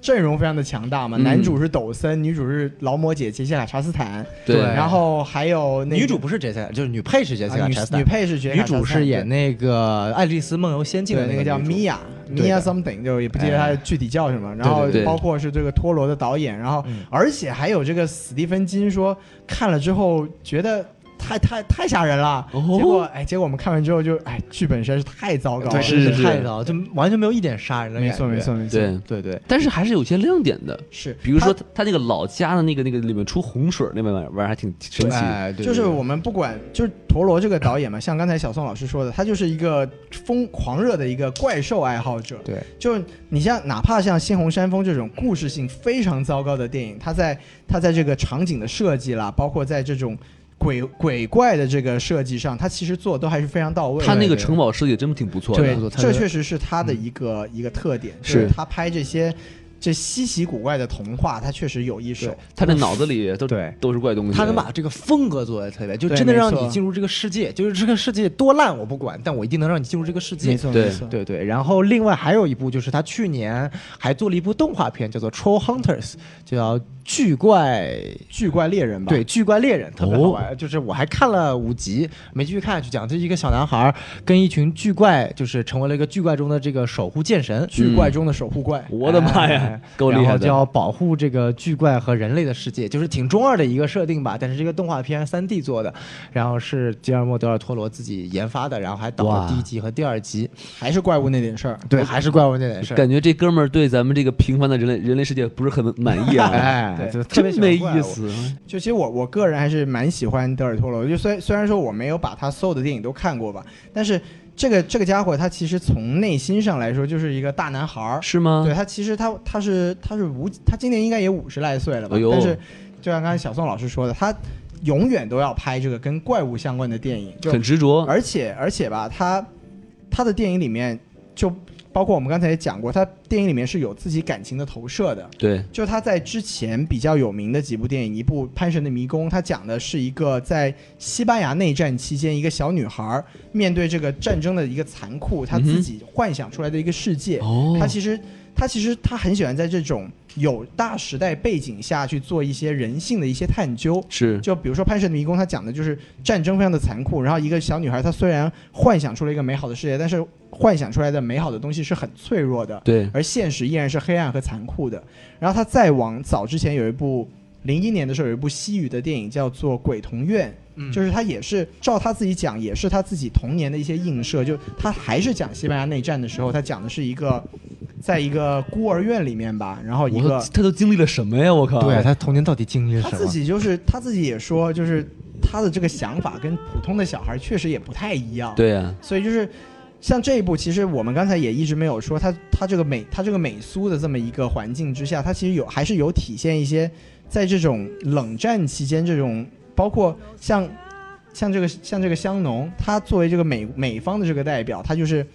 Speaker 3: 阵容非常的强大嘛，
Speaker 2: 嗯
Speaker 3: 男主是抖森，女主是劳模姐杰西卡查斯坦，
Speaker 2: 对，
Speaker 4: 对
Speaker 3: 然后还有那个
Speaker 4: 女主不是杰西卡，就是女配是杰西
Speaker 3: 啊
Speaker 4: 卡
Speaker 3: 女
Speaker 4: 查斯
Speaker 3: 女
Speaker 4: 坦，
Speaker 3: 配是杰西
Speaker 4: 女
Speaker 3: 卡查斯坦
Speaker 4: 主是演那个《爱丽丝梦游仙境》
Speaker 3: 对
Speaker 4: 的
Speaker 3: 那个
Speaker 4: 个
Speaker 3: 叫
Speaker 4: 女主
Speaker 3: 米娅
Speaker 4: 对
Speaker 3: 米
Speaker 4: 的哎
Speaker 3: 娅 something，就也不记得她具体叫什么。然后
Speaker 4: 对
Speaker 2: 对对
Speaker 3: 包括是这个托罗的导演，然后
Speaker 4: 嗯
Speaker 3: 而且还有这个史蒂芬金说看了之后觉得。太太太吓人了！
Speaker 2: 哦
Speaker 3: 结果哎，结果我们看完之后就哎，剧本实在是太糟糕了，
Speaker 4: 对，
Speaker 2: 是
Speaker 4: 真
Speaker 2: 是
Speaker 4: 太糟，就完全没有一点杀人的
Speaker 3: 没
Speaker 4: 感
Speaker 3: 错
Speaker 4: 觉
Speaker 3: 没错，没错，
Speaker 2: 对，
Speaker 4: 对对，
Speaker 2: 但是还是有些亮点的。
Speaker 3: 是。
Speaker 2: 比如说他他那个老家的那个那个里面出洪水那玩意儿玩意儿还挺挺神奇。
Speaker 4: 哎，对
Speaker 3: 就是
Speaker 4: 对
Speaker 3: 我们不管，就是陀螺这个导演嘛，像刚才小宋老师说的，他就是一个疯狂热的一个怪兽爱好者。
Speaker 4: 对，
Speaker 3: 就是你像哪怕像《猩红山峰》这种故事性非常糟糕的电影，它在它在这个场景的设计啦，包括在这种鬼鬼怪的这个设计上，它其实做的都还是非常到位的。
Speaker 2: 他那个
Speaker 4: 对对
Speaker 2: 城堡设计真挺不错的。嗯
Speaker 3: 对
Speaker 4: 不错，它
Speaker 3: 这
Speaker 4: 是
Speaker 3: 确实是他的一个、一个特点，就是他拍这些这稀奇古怪的童话，他确实有一手
Speaker 4: 对。
Speaker 2: 他这脑子里都
Speaker 4: 对
Speaker 2: 都是怪东西。
Speaker 4: 他能把这个风格做的特别，就
Speaker 3: 对
Speaker 4: 真的
Speaker 3: 没
Speaker 4: 让
Speaker 3: 错
Speaker 4: 你进入这个世界，就是这个世界多烂我不管，但我一定能让你进入这个世界。
Speaker 3: 没错，
Speaker 2: 对
Speaker 3: 没错。
Speaker 4: 对对，然后另外还有一部就是他去年还做了一部动画片，叫做《Troll Hunters》，叫巨怪。
Speaker 3: 巨怪猎人吧，
Speaker 4: 对，巨怪猎人特别好玩，就是我还看了五集，没继续看下去。讲这一个小男孩儿跟一群巨怪，就是成为了一个巨怪中的这个守护剑神，
Speaker 3: 巨怪中的守护怪。
Speaker 2: 我的妈呀
Speaker 4: 哎，
Speaker 2: 够厉
Speaker 4: 然
Speaker 2: 害
Speaker 4: 后
Speaker 2: 的。
Speaker 4: 就要保护这个巨怪和人类的世界，就是挺中二的一个设定吧。但是这个动画片三 D 做的，然后是吉尔莫·德尔托罗自己研发的，然后还导
Speaker 2: 哇
Speaker 4: 了第一集和第二集。
Speaker 3: 还是怪物那点事儿。
Speaker 4: 对，还是怪物那点事儿。
Speaker 2: 感觉这哥们儿对咱们这个平凡的人类人类世界不是很满意 啊，
Speaker 4: 哎，
Speaker 3: 对
Speaker 4: 就特别
Speaker 2: 真
Speaker 4: 喜
Speaker 2: 没
Speaker 4: 欢怪
Speaker 2: 意
Speaker 4: 物。
Speaker 2: 思。
Speaker 3: 就其实我我个人还是蛮喜欢德尔托罗，就虽虽然说我没有把他所有的电影都看过吧，但是这个这个家伙他其实从内心上来说就是一个大男孩儿。
Speaker 2: 是吗
Speaker 3: 对？他其实他他是他是无他今年应该也五十来岁了吧，
Speaker 2: 哎呦
Speaker 3: 但是就像刚才小宋老师说的，他永远都要拍这个跟怪物相关的电影，就
Speaker 2: 很执着。
Speaker 3: 而且而且吧，他他的电影里面就包括我们刚才也讲过，他电影里面是有自己感情的投射的。
Speaker 2: 对，
Speaker 3: 就他在之前比较有名的几部电影，一部《潘神的迷宫》，它讲的是一个在西班牙内战期间，一个小女孩儿面对这个战争的一个残酷，她自己幻想出来的一个世界。
Speaker 2: 哦
Speaker 3: 她其实，她其实她很喜欢在这种有大时代背景下去做一些人性的一些探究。
Speaker 2: 是
Speaker 3: 就比如说《潘神的迷宫》，它讲的就是战争非常的残酷，然后一个小女孩她虽然幻想出了一个美好的世界，但是幻想出来的美好的东西是很脆弱的，
Speaker 2: 对，
Speaker 3: 而现实依然是黑暗和残酷的。然后他再往早之前有一部零一年的时候有一部西语的电影叫做《鬼童院》，就是他也是照他自己讲，也是他自己童年的一些映射。就他还是讲西班牙内战的时候，他讲的是一个在一个孤儿院里面吧，然后一
Speaker 2: 我
Speaker 3: 个
Speaker 2: 说他都经历了什么呀？我靠，
Speaker 4: 对啊，他童年到底经历了
Speaker 3: 他
Speaker 4: 什么？
Speaker 3: 自己就是他自己也说，就是他的这个想法跟普通的小孩确实也不太一样。
Speaker 2: 对啊，
Speaker 3: 所以就是像这一部，其实我们刚才也一直没有说，它它这个美它这个美苏的这么一个环境之下，它其实有还是有体现一些在这种冷战期间这种，包括像像这个像这个香农，他作为这个美美方的这个代表，他就是。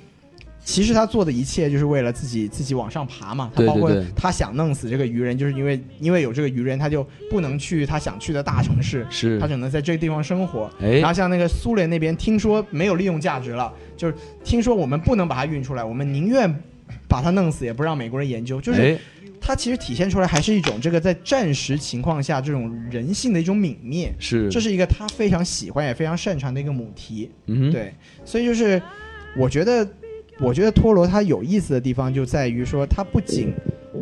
Speaker 3: 其实他做的一切就是为了自己自己往上爬嘛，他
Speaker 2: 对
Speaker 3: 包括
Speaker 2: 对对
Speaker 3: 他想弄死这个鱼人，就是因为因为有这个鱼人，他就不能去他想去的大城市，
Speaker 2: 是
Speaker 3: 他，只能在这个地方生活。
Speaker 2: 哎
Speaker 3: 然后像那个苏联那边，听说没有利用价值了，就是听说我们不能把它运出来，我们宁愿把它弄死，也不让美国人研究。就是
Speaker 2: 哎，
Speaker 3: 它其实体现出来还是一种这个在战时情况下这种人性的一种泯灭，
Speaker 2: 是，
Speaker 3: 这是一个他非常喜欢也非常擅长的一个母题。
Speaker 2: 嗯哼，
Speaker 3: 对，所以就是我觉得，我觉得托罗他有意思的地方就在于说，他不仅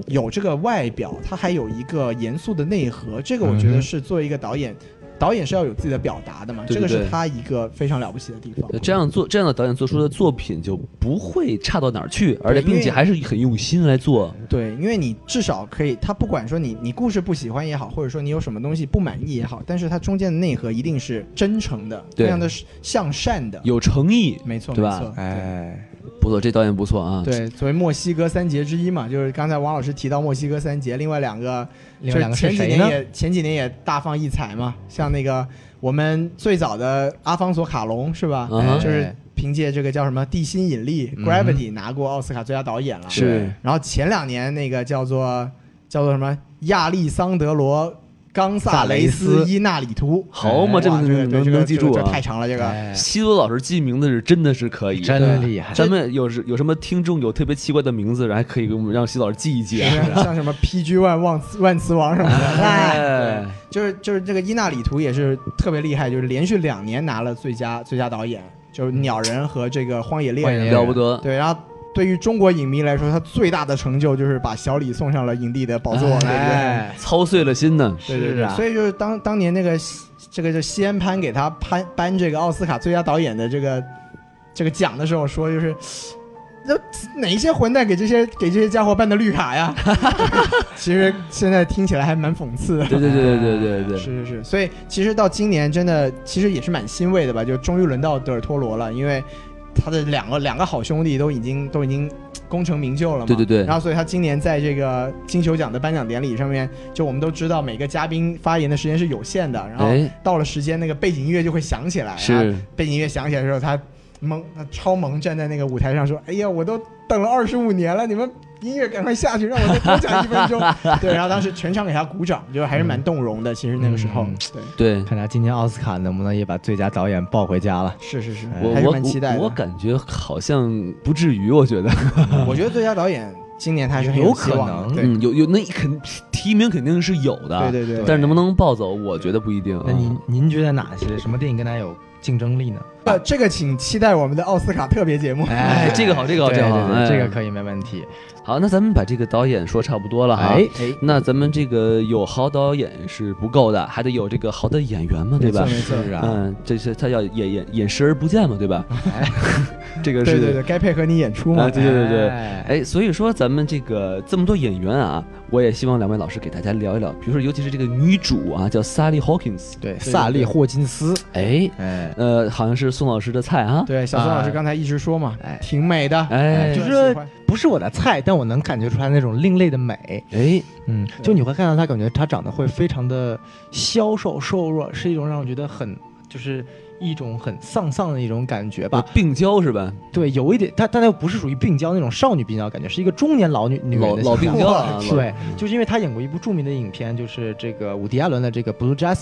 Speaker 3: 有这个外表，他还有一个严肃的内核。这个我觉
Speaker 4: 嗯
Speaker 3: 得
Speaker 4: 哼
Speaker 3: 是作为一个导演，导演是要有自己的表达的嘛，
Speaker 2: 对
Speaker 3: 这个
Speaker 2: 对
Speaker 3: 是
Speaker 2: 对
Speaker 3: 他一个非常了不起的地方。
Speaker 2: 呃这样做这样的导演做出的作品就不会差到哪儿去，而且
Speaker 3: 对因为
Speaker 2: 并且还是很用心来做。
Speaker 3: 对，因为你至少可以，他不管说你你故事不喜欢也好，或者说你有什么东西不满意也好，但是它中间的内核一定是真诚的，
Speaker 2: 对
Speaker 3: 非常的向善的。
Speaker 2: 有诚意，
Speaker 3: 没错，
Speaker 2: 对
Speaker 3: 没
Speaker 2: 吧
Speaker 3: 错，对。
Speaker 4: 哎，
Speaker 2: 不错，这导演不错啊。
Speaker 3: 对，作为墨西哥三杰之一嘛，就是刚才王老师提到墨西哥三杰，另外两个，
Speaker 4: 另外两个
Speaker 3: 就是是前几
Speaker 4: 谁
Speaker 3: 年
Speaker 4: 呢？
Speaker 3: 也前几年也大放异彩嘛，像那个我们最早的阿方索卡隆是吧？
Speaker 2: 嗯哼
Speaker 3: 就是凭借这个叫什么《地心引力》
Speaker 4: 嗯
Speaker 3: （Gravity） 拿过奥斯卡最佳导演了。
Speaker 2: 是
Speaker 3: 然后前两年那个叫做叫做什么亚历桑德罗。冈萨雷
Speaker 4: 萨
Speaker 3: 斯
Speaker 4: 雷
Speaker 3: ·
Speaker 4: 斯
Speaker 3: 伊纳里图，哎
Speaker 2: 好嘛
Speaker 3: 哇
Speaker 2: 这
Speaker 3: 这
Speaker 2: 个
Speaker 3: 个
Speaker 2: 能
Speaker 3: 对这个
Speaker 2: 能记
Speaker 3: 这个
Speaker 2: 住
Speaker 3: 这
Speaker 2: 啊
Speaker 3: 太长了，这个
Speaker 4: 哎
Speaker 2: 西多老师记名字是真的是可以，
Speaker 4: 真厉害，
Speaker 2: 咱们有时有什么听众有特别奇怪的名字，然后还可以给我们让西老师记一记啊。
Speaker 3: 像什么 PG One 万磁万磁王什么的，
Speaker 2: 哎，
Speaker 3: 就是就是这个伊纳里图也是特别厉害，就是连续两年拿了最佳最佳导演，就是《鸟人》和这个《荒野猎
Speaker 4: 荒
Speaker 3: 人
Speaker 4: 野》猎
Speaker 2: 了
Speaker 4: 人
Speaker 2: 不得，
Speaker 3: 哎对，然后对于中国影迷来说，他最大的成就就是把小李送上了影帝的宝座，对不对？
Speaker 4: 哎，
Speaker 2: 操碎了心呢。
Speaker 3: 对对
Speaker 4: 是
Speaker 3: 对，
Speaker 4: 啊
Speaker 3: 所以就是当当年那个西这个就西安潘给他颁颁这个奥斯卡最佳导演的这个这个奖的时候说，就是。那哪一些混蛋给这些给这些家伙办的绿卡 呀？ 其实现在听起来还蛮讽刺的。
Speaker 2: 对对对对对对对，
Speaker 3: 是是是，所以其实到今年真的其实也是蛮欣慰的吧，就终于轮到德尔托罗了，因为他的两个两个好兄弟都已经都已经嘖功成名就了嘛。
Speaker 2: 对对对
Speaker 3: 然后所以他今年在这个金球奖的颁奖典礼上面，就我们都知道每个嘉宾发言的时间是有限的，然后
Speaker 2: 哎，
Speaker 3: 到了时间那个背景音乐就会响起来，然后
Speaker 2: 是
Speaker 3: 背景音乐响起来的时候，他萌他超萌站在那个舞台上说：“哎呀，我都等了二十五年了，你们音乐赶快下去，让我再多讲一分钟。” 对，然后当时全场给他鼓掌，就还是蛮动容的。其实那个时候
Speaker 4: 嗯，
Speaker 3: 对，
Speaker 2: 对。
Speaker 4: 看来今年奥斯卡能不能也把最佳导演抱回家了？
Speaker 3: 是是是
Speaker 4: 哎，
Speaker 2: 我
Speaker 3: 还是
Speaker 2: 我
Speaker 3: 蛮期待
Speaker 2: 我我
Speaker 3: 的。
Speaker 2: 感觉好像不至于，我觉得，
Speaker 3: 我觉得最佳导演今年他还是很希望的
Speaker 4: 有可能
Speaker 3: 对
Speaker 2: 嗯，有有那肯提名肯定是有的，
Speaker 3: 对对对
Speaker 2: 但是能不能抱走，我觉得不一定啊。
Speaker 4: 那您您觉得哪些什么电影跟他有竞争力呢？
Speaker 3: 呃，这个请期待我们的奥斯卡特别节目。
Speaker 2: 哎这个好这个好
Speaker 4: 对
Speaker 2: 这个好
Speaker 4: 对对
Speaker 2: 哎
Speaker 4: 这个可以没问题。
Speaker 2: 好，那咱们把这个导演说差不多了哈。
Speaker 4: 哎，
Speaker 2: 那咱们这个有好导演是不够的，还得有这个好的演员嘛，对吧？
Speaker 3: 没错，
Speaker 4: 是啊，
Speaker 2: 嗯，这是他要演演演视而不见嘛，对吧？
Speaker 4: 哎
Speaker 2: 这个是
Speaker 3: 对对
Speaker 4: 嗯
Speaker 3: 对，该配合你演出嘛
Speaker 2: 啊，。对对对对。
Speaker 4: 哎
Speaker 2: 哎，所以说咱们这个这么多演员啊，我也希望两位老师给大家聊一聊，比如说尤其是这个女主啊，叫 Sally Hawkins，
Speaker 4: 对，
Speaker 3: 对
Speaker 4: 萨利霍金斯，
Speaker 2: 哎，
Speaker 4: 哎，
Speaker 2: 呃，好像是宋老师的菜啊，
Speaker 3: 对，小宋老师
Speaker 4: 哎
Speaker 3: 刚才一直说嘛
Speaker 4: 哎，
Speaker 3: 挺美的。
Speaker 2: 哎
Speaker 4: 就
Speaker 3: 对
Speaker 4: 是
Speaker 3: 喜欢
Speaker 4: 不是我的菜，但我能感觉出来那种另类的美。
Speaker 2: 哎，
Speaker 4: 嗯，就你会看到她，感觉她长得会非常的消瘦瘦弱，是一种让我觉得很就是一种很丧丧的一种感觉吧。
Speaker 2: 病娇是吧？
Speaker 4: 对，有一点，但但它又不是属于病娇那种少女病娇的感觉，是一个中年老女女人
Speaker 2: 老
Speaker 4: 的
Speaker 2: 老
Speaker 4: 形
Speaker 2: 病
Speaker 4: 象
Speaker 2: 娇啊，老
Speaker 4: 对，就是因为他演过一部著名的影片，就是这个伍迪·艾伦的这个《Blue Jasmine》，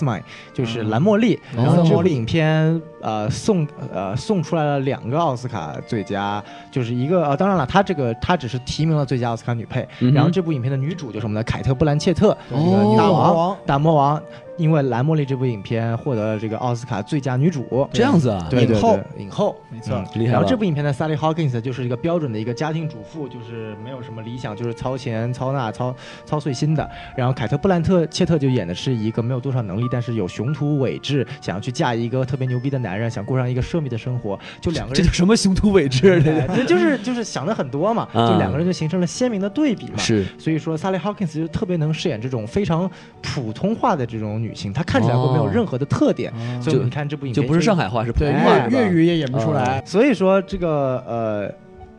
Speaker 4: 就是蓝茉莉。
Speaker 2: 嗯
Speaker 4: 然后这
Speaker 2: 哦
Speaker 4: 部影片呃送呃送出来了两个奥斯卡最佳，就是一个呃当然了，她这个她只是提名了最佳奥斯卡女配。
Speaker 2: 嗯哼
Speaker 4: 然后这部影片的女主就是我们的凯特·布兰切特，
Speaker 2: 哦
Speaker 4: 这个女
Speaker 3: 大
Speaker 4: 大
Speaker 3: 魔
Speaker 4: 魔
Speaker 3: 王
Speaker 4: 大魔王，因为蓝茉莉这部影片获得了这个奥斯卡最佳女主。
Speaker 2: 这样子啊，
Speaker 4: 对对
Speaker 3: 影后
Speaker 4: 对影后
Speaker 3: 没错
Speaker 4: 嗯
Speaker 2: 厉害
Speaker 4: 然
Speaker 2: 了
Speaker 4: 后这部影片的 Sally Hawkins 就是一个标准的一个家庭主妇，就是没有什么理想，就是操钱、操那、操操碎心的。然后凯特·布兰特切特就演的是一个没有多少能力，但是有雄图伟志，想要去嫁一个特别牛逼的男人，想过上一个奢靡的生活。就两个
Speaker 2: 这
Speaker 4: 人
Speaker 2: 叫，什么雄图伟志？这
Speaker 4: 哎对，就是就是想的很多嘛，
Speaker 2: 啊
Speaker 4: 就两个人就形成了鲜明的对比嘛。
Speaker 2: 是
Speaker 4: 所以说，Sally Hawkins 就特别能饰演这种非常普通话的这种女性，她看起来会没有
Speaker 2: 哦
Speaker 4: 任何的特点，所以
Speaker 2: 就
Speaker 4: 你看这部影
Speaker 2: 哦就
Speaker 4: 片
Speaker 2: 不是
Speaker 4: 一个
Speaker 2: 上海话，是普
Speaker 3: 对
Speaker 2: 通
Speaker 4: 哎
Speaker 2: 话
Speaker 3: 粤
Speaker 2: 是吧
Speaker 3: 粤语也演不出
Speaker 2: 嗯
Speaker 3: 来，
Speaker 4: 所以说这个呃，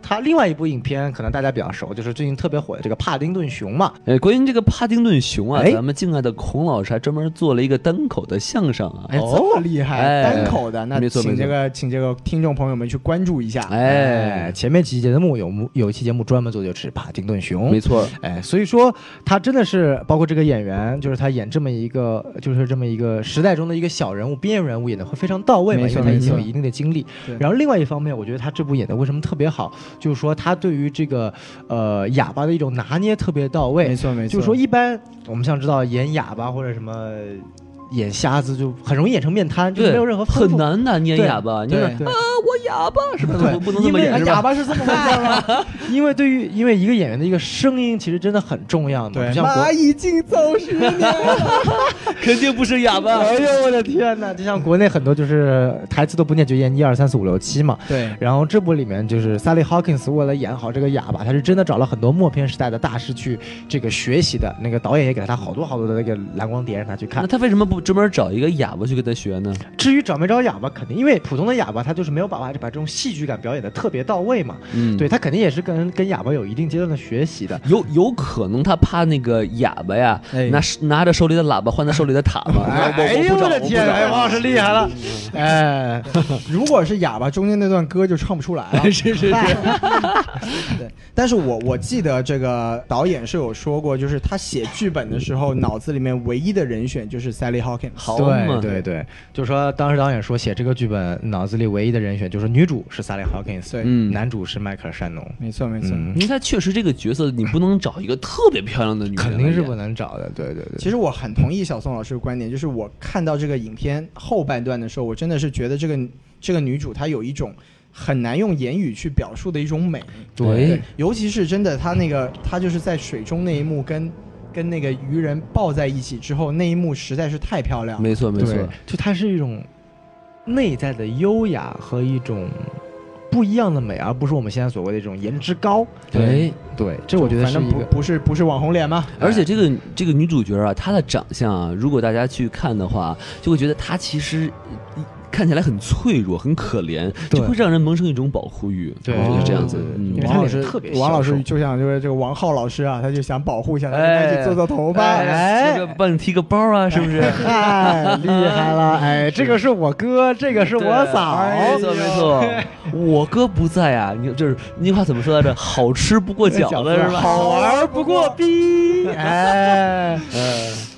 Speaker 4: 他另外一部影片可能大家比较熟，就是最近特别火的这个《帕丁顿熊》嘛。
Speaker 2: 呃，关于这个帕丁顿熊啊，
Speaker 4: 哎
Speaker 2: 咱们敬爱的孔老师还专门做了一个单口的相声啊。
Speaker 3: 哎，
Speaker 4: 哦
Speaker 3: 这么厉害，
Speaker 2: 哎
Speaker 3: 单口的，那
Speaker 2: 没错
Speaker 3: 请
Speaker 2: 没错
Speaker 3: 这个请这个听众朋友们去关注一下。
Speaker 2: 哎，
Speaker 4: 前面几期节目有有一期节目专门做就是《帕丁顿熊》，
Speaker 3: 嗯
Speaker 2: 没错，
Speaker 4: 哎，所以说他真的是包括这个演员，就是他演这么一个，就是这么一个时代中的一个小人物、边缘人物，演的会非常到位嘛，
Speaker 3: 没
Speaker 4: 因
Speaker 3: 错
Speaker 4: 为他已经有
Speaker 3: 没错
Speaker 4: 一定的经历
Speaker 3: 对。
Speaker 4: 然后另外一方面，我觉得他这部演的为什么特别好，就是说他对于这个呃哑巴的一种拿捏特别到位
Speaker 3: 没。错没错，
Speaker 4: 就是说一般我们像知道演哑巴或者什么演瞎子，就很容易演成面瘫，就是
Speaker 2: 对，
Speaker 4: 没有任何丰
Speaker 2: 很
Speaker 4: 富。
Speaker 2: 难的捏
Speaker 4: 对
Speaker 2: 哑巴，你说
Speaker 3: 对
Speaker 2: 啊，
Speaker 3: 对，
Speaker 2: 我哑巴是吧？
Speaker 4: 对
Speaker 2: 不不能这
Speaker 4: 因
Speaker 2: 么
Speaker 4: 为
Speaker 2: 演是
Speaker 3: 哑
Speaker 2: 吧？
Speaker 3: 巴是这么回事吗？
Speaker 4: 因为对于因为一个演员的一个声音其实真的很重要嘛，
Speaker 3: 对，
Speaker 4: 不像国
Speaker 3: 蚂蚁竞走十年，
Speaker 2: 肯定不是哑 巴。
Speaker 4: 哎呦我的天哪！就像国内很多就是台词都不念就念一二三四五六七嘛。
Speaker 3: 对，
Speaker 4: 然后这部里面就是 Sally Hawkins 为了演好这个哑巴，他是真的找了很多默片时代的大师去这个学习的。那个导演也给了他好多好多的那个蓝光碟让他去看
Speaker 2: 那。他为什么不专门找一个哑巴去跟他学呢？
Speaker 4: 至于找没找哑巴，肯定因为普通的哑巴他就是没有把把把这种戏剧感表演的特别到位嘛。
Speaker 2: 嗯，
Speaker 4: 对，他肯定也是跟跟哑巴有一定阶段的学习的。
Speaker 2: 有有可能他怕那个哑巴呀，
Speaker 3: 哎
Speaker 2: 拿拿着手里的喇叭换他手里的塔嘛。
Speaker 4: 哎呦我的天！哎，王老师厉害了！ 哎，
Speaker 3: 如果是哑巴，中间那段歌就唱不出来了。
Speaker 2: 是是是，
Speaker 4: 哎
Speaker 3: 对，但是我我记得这个导演是有说过，就是他写剧本的时候，脑子里面唯一的人选就是 Sally Hawkins。
Speaker 2: 好嘛
Speaker 4: 对，对对，就说当时导演说写这个剧本脑子里唯一的人选就是女主是 Sally Hawkins，
Speaker 3: 对
Speaker 2: 嗯
Speaker 4: 男主是迈克尔·山农，
Speaker 3: 没错没错。
Speaker 4: 嗯
Speaker 2: 因为他确实这个角色，你不能找一个特别漂亮的女人来演，
Speaker 4: 肯定是不能找的。对对对，
Speaker 3: 其实我很同意小宋老师的观点，就是我看到这个影片后半段的时候，我真的是觉得这个这个女主她有一种很难用言语去表述的一种美。
Speaker 2: 对
Speaker 3: 尤其是真的她那个她就是在水中那一幕跟跟那个鱼人抱在一起之后，那一幕实在是太漂亮了。
Speaker 2: 没错没错
Speaker 4: 对，就它是一种内在的优雅和一种不一样的美，而不是我们现在所谓的这种颜值高。
Speaker 2: 对。
Speaker 4: 对，这我觉得
Speaker 3: 反
Speaker 4: 是
Speaker 3: 正
Speaker 4: 一
Speaker 3: 不
Speaker 4: 个。
Speaker 3: 不是不是网红脸吗？哎
Speaker 2: 而
Speaker 4: 哎
Speaker 2: 且这个这个女主角啊，她的长相啊，如果大家去看的话，就会觉得她其实呃看起来很脆弱、很可怜，
Speaker 4: 对
Speaker 2: 就会让人萌生一种保护欲。
Speaker 4: 对
Speaker 2: 我觉得这样子
Speaker 4: 对对。
Speaker 2: 嗯
Speaker 4: 因
Speaker 3: 王
Speaker 4: 为他
Speaker 3: 老
Speaker 4: 脸
Speaker 3: 师
Speaker 4: 特别
Speaker 3: 王老
Speaker 4: 消
Speaker 3: 师
Speaker 4: 瘦
Speaker 3: 就想就是这个王浩老师啊，他就想保护一下，他就
Speaker 2: 哎
Speaker 3: 开始做做头发。
Speaker 2: 哎，这个帮你剃个包啊，是不 是？
Speaker 4: 太厉害了！哎，这个是我哥，这个是我嫂。
Speaker 2: 啊没错没错，我哥不在啊，你就是那句话怎么说来着？好吃不过哎饺子是吧？
Speaker 4: 好玩儿不过逼，哎，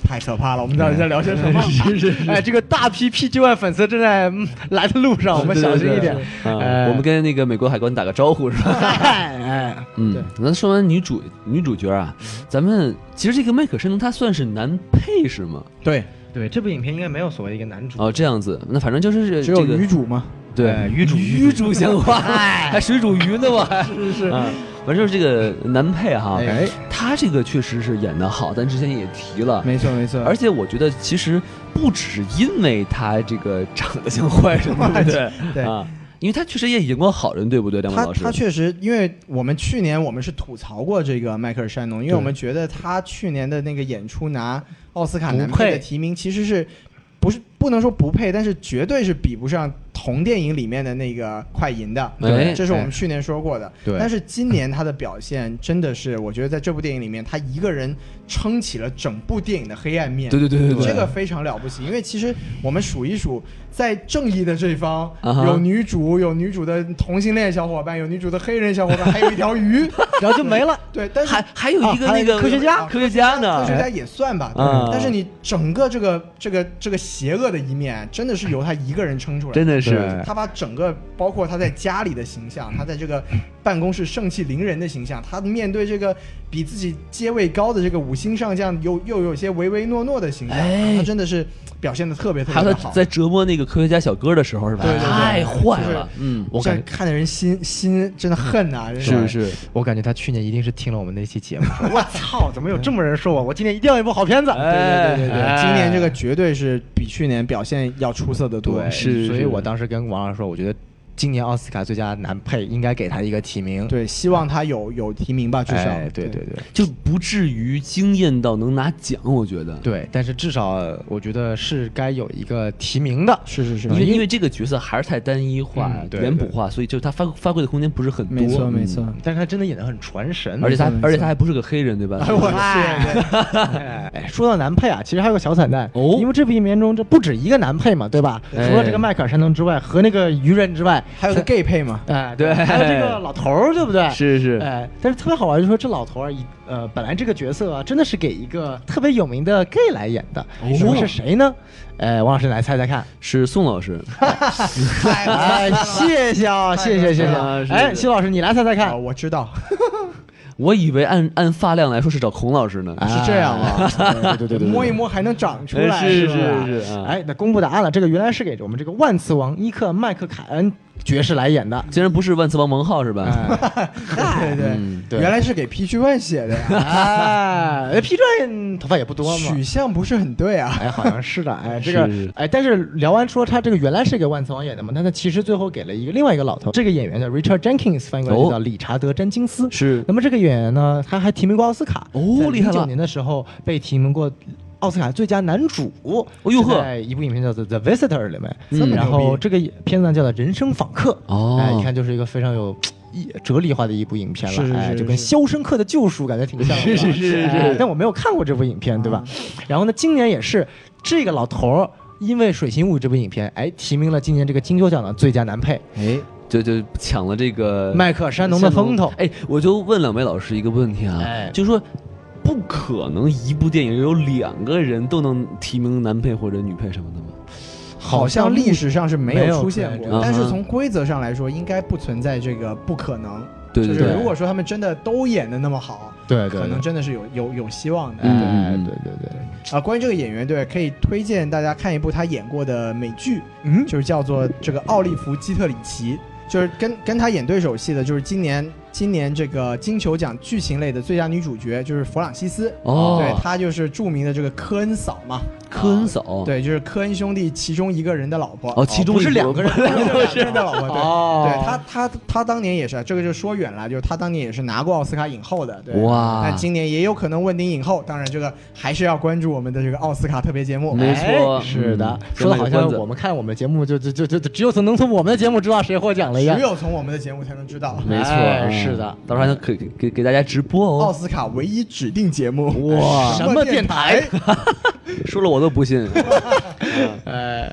Speaker 3: 太可怕了！我们到底在聊些什 么？
Speaker 2: 是是
Speaker 4: 哎，这个大批 PG One 粉丝正在嗯来的路上，我们小心一点。
Speaker 2: 啊，
Speaker 4: 哎
Speaker 2: 我们跟那个美国海关打个招呼是吧？
Speaker 4: 哎，
Speaker 2: 嗯
Speaker 3: 对，
Speaker 2: 那说完女主女主角啊，咱们其实这个迈克尔·申农他算是男配是吗？
Speaker 3: 对，
Speaker 4: 对，这部影片应该没有所谓一个男主，
Speaker 2: 哦，这样子，那反正就是
Speaker 3: 只有
Speaker 2: 这个
Speaker 3: 女主嘛。
Speaker 2: 对
Speaker 4: 哎女主
Speaker 2: 女主像话，还水煮鱼呢我还是是，啊反正就是这个男配哈，
Speaker 3: 哎，
Speaker 2: 他这个确实是演得好，咱之前也提了，
Speaker 3: 没错没错。
Speaker 2: 而且我觉得其实不只是因为他这个长得像坏人，对不对？
Speaker 3: 对
Speaker 2: 啊，因为他确实也演过好人，对不对，梁文
Speaker 3: 他
Speaker 2: 老师？
Speaker 3: 他确实，因为我们去年我们是吐槽过这个迈克尔·山农，因为我们觉得他去年的那个演出拿奥斯卡男配的提名，其实是不是不不能说不配，但是绝对是比不上同电影里面的那个快银的。
Speaker 2: 哎
Speaker 3: 这是我们去年说过的。
Speaker 4: 对
Speaker 3: 但是今年他的表现真的是，我觉得在这部电影里面，他一个人撑起了整部电影的黑暗面。
Speaker 2: 对对对对对
Speaker 3: 这个非常了不起。因为其实我们数一数，在正义的这一方，
Speaker 2: 啊哈
Speaker 3: 有女主，有女主的同性恋小伙伴，有女主的黑人小伙伴，还有一条鱼。
Speaker 4: 然后就没了。
Speaker 3: 对，但是哦
Speaker 2: 还还有一个
Speaker 4: 啊还
Speaker 2: 那
Speaker 4: 有
Speaker 2: 个哦
Speaker 4: 科学
Speaker 3: 家
Speaker 2: 科学家
Speaker 3: 科学
Speaker 2: 呢，
Speaker 3: 家也算吧，
Speaker 2: 嗯
Speaker 3: 但是你整个这个这个这个邪恶的一面，真的是由他一个人撑出来的
Speaker 2: 真。的是
Speaker 4: 对
Speaker 3: 他把整个包括他在家里的形象，他在这个办公室盛气凌人的形象，他面对这个比自己阶位高的这个五星上将，又又有些唯唯诺诺的形象，
Speaker 2: 哎
Speaker 3: 他真的是表现的特别特
Speaker 2: 还
Speaker 3: 别
Speaker 2: 有
Speaker 3: 的
Speaker 2: 他
Speaker 3: 好。
Speaker 2: 在折磨那个科学家小哥的时候是吧
Speaker 3: 对对？对
Speaker 2: 太坏了，
Speaker 3: 就是
Speaker 2: 嗯，我
Speaker 3: 这
Speaker 2: 感觉
Speaker 3: 看的人心心真的恨呐、真
Speaker 2: 是
Speaker 3: 的
Speaker 2: 是，
Speaker 4: 我感觉他去年一定是听了我们那期节目，说 我操，怎么有这么人说我？我今年一定要一部好片子。
Speaker 2: 哎
Speaker 3: 对对对对，今年这个绝对是比去年表现要出色的多。
Speaker 4: 对，
Speaker 2: 是
Speaker 4: 所以
Speaker 2: 是
Speaker 4: 我当时跟王老师说，我觉得今年奥斯卡最佳男配应该给他一个提名。，
Speaker 3: 对，希望他有有提名吧，至少。
Speaker 4: 哎，对对对
Speaker 2: 就不至于惊艳到能拿奖，我觉得。
Speaker 4: 对，但是至少我觉得是该有一个提名的。
Speaker 3: 是是是
Speaker 2: 因，为因为这个角色还是太单一化、
Speaker 4: 嗯对
Speaker 2: 脸谱化，所以就他发发挥的空间不是很多。
Speaker 3: 没错没
Speaker 2: 嗯
Speaker 3: 错。
Speaker 4: 但是他真的演得很传神，
Speaker 2: 而且他
Speaker 3: 没错
Speaker 2: 而且他还不是个黑人，对吧？
Speaker 3: 我去，
Speaker 4: 哎，说到男配啊，其实还有个小彩蛋
Speaker 2: 哦
Speaker 4: 因为这部影片中这不止一个男配嘛，对吧？
Speaker 2: 哎
Speaker 4: 除了这个迈克尔·山登之外，和那个鱼人之外，
Speaker 3: 还有个 gay 配嘛？
Speaker 4: 哎，
Speaker 2: 对
Speaker 4: 还有这个老头儿，对不对？
Speaker 2: 是是
Speaker 4: 哎，但是特别好玩，就是说这老头儿一呃，本来这个角色啊，真的是给一个特别有名的 gay 来演的，
Speaker 2: 哦
Speaker 4: 是谁呢？哎，王老师来猜猜看。
Speaker 2: 是宋老师，
Speaker 4: 哎，谢谢啊，谢谢谢
Speaker 2: 太好了
Speaker 4: 谢。哎，
Speaker 2: 是
Speaker 4: 谢老师，你来猜猜
Speaker 3: 啊，
Speaker 4: 看。
Speaker 3: 我知道，
Speaker 2: 我以为按按发量来说是找孔老师呢。
Speaker 4: 啊
Speaker 3: 是这 样啊。
Speaker 4: 对对对对对
Speaker 3: 摸一摸还能长出来，
Speaker 2: 哎是
Speaker 3: 吧
Speaker 2: 是
Speaker 4: 是
Speaker 2: 是啊
Speaker 4: 哎，那公布答案了，这个原来是给我们这个万磁王伊克麦克凯恩爵士来演的。
Speaker 2: 竟然不是万磁王蒙浩是吧？
Speaker 4: 哎
Speaker 3: 对对
Speaker 2: 嗯
Speaker 4: 对
Speaker 3: 原来是给 PG One 写的呀，
Speaker 4: 哎，P 站头发也不多嘛
Speaker 3: 取。向不是很对啊。
Speaker 4: 哎，好像是的，哎，这个
Speaker 2: 是，
Speaker 4: 哎，但是聊完说他这个原来是给万磁王演的嘛，但他其实最后给了一个另外一个老头，这个演员叫 Richard Jenkins，翻译过来就叫
Speaker 2: 哦
Speaker 4: 理查德·詹金斯。
Speaker 2: 是
Speaker 4: 那么这个演员呢，他还提名过奥斯卡
Speaker 2: 哦厉害了
Speaker 4: 九年的时候被提名过奥斯卡最佳男主。哦
Speaker 2: 哎呦呵
Speaker 4: 在一部影片叫做《The Visitor》里面，
Speaker 2: 这么牛
Speaker 4: 然后这个片子呢叫做《人生访客》。
Speaker 2: 哦
Speaker 4: 哎，一看就是一个非常有。一哲理化的一部影片了，
Speaker 3: 是是
Speaker 4: 哎，
Speaker 3: 是
Speaker 4: 就跟《
Speaker 3: 是
Speaker 4: 肖申克的救赎》感觉挺像的，是是
Speaker 2: 是
Speaker 4: 哎，但我没有看过这部影片，对吧？然后呢，今年也是这个老头儿，因为《水形物语》这部影片，哎，提名了今年这个金球奖的最佳男配，
Speaker 2: 哎，就就抢了这个
Speaker 4: 迈克尔·山农的风头。
Speaker 2: 哎，我就问两位老师一个问题啊，
Speaker 4: 哎
Speaker 2: 就说不可能一部电影有两个人都能提名男配或者女配什么的吗？
Speaker 3: 好像历史上是没
Speaker 4: 没
Speaker 3: 有
Speaker 4: 有
Speaker 3: 出现
Speaker 4: 出
Speaker 2: 现
Speaker 3: 过，但是
Speaker 2: 嗯
Speaker 3: 从规则上来说，应该不存在这个不可能。
Speaker 2: 对对
Speaker 3: 就是
Speaker 2: 对，
Speaker 3: 如果说他们真的都演的那么好，
Speaker 4: 对对，
Speaker 3: 可能真的是有有有希望的。
Speaker 2: 嗯
Speaker 4: 哎，对对对，
Speaker 3: 啊，关于这个演员，对，可以推荐大家看一部他演过的美剧，
Speaker 4: 嗯
Speaker 3: 就是叫做这个奥利弗·基特里奇，就是跟跟他演对手戏的，就是今年今年这个金球奖剧情类的最佳女主角，就是弗朗西斯。
Speaker 2: 哦
Speaker 3: 对，她就是著名的这个科恩嫂嘛，
Speaker 2: 科恩嫂，，
Speaker 3: 对，就是科恩兄弟其中一个人的老婆。
Speaker 2: 哦哦，其中
Speaker 4: 哦不是
Speaker 2: 一
Speaker 4: 两个人
Speaker 2: 不是
Speaker 3: 不是真的老婆，对，
Speaker 4: 哦
Speaker 3: 对他，他他当年也是，这个就说远了，就是他当年也是拿过奥斯卡影后的，对，
Speaker 2: 哇
Speaker 4: 啊
Speaker 3: 但今年也有可能问鼎影后，当然这个还是要关注我们的这个奥斯卡特别节目，
Speaker 2: 没错
Speaker 4: 哎是的
Speaker 2: 嗯，
Speaker 4: 说的好
Speaker 2: 先卖个关
Speaker 4: 像
Speaker 2: 子
Speaker 4: 我们看我们的节目就就就就就只有从能从我们的节目知道谁获奖了一样
Speaker 3: 哎只。有从我们的节目才能知道，
Speaker 2: 没错，
Speaker 4: 哎
Speaker 2: 嗯
Speaker 4: 是的
Speaker 2: 到时候还能可以给给给大家直播
Speaker 3: 奥
Speaker 2: 哦。
Speaker 3: 斯卡唯一指定节目，
Speaker 4: 哇什么
Speaker 3: 电
Speaker 4: 电
Speaker 3: 台
Speaker 4: 台？
Speaker 2: 说了我都不 信。
Speaker 4: 哎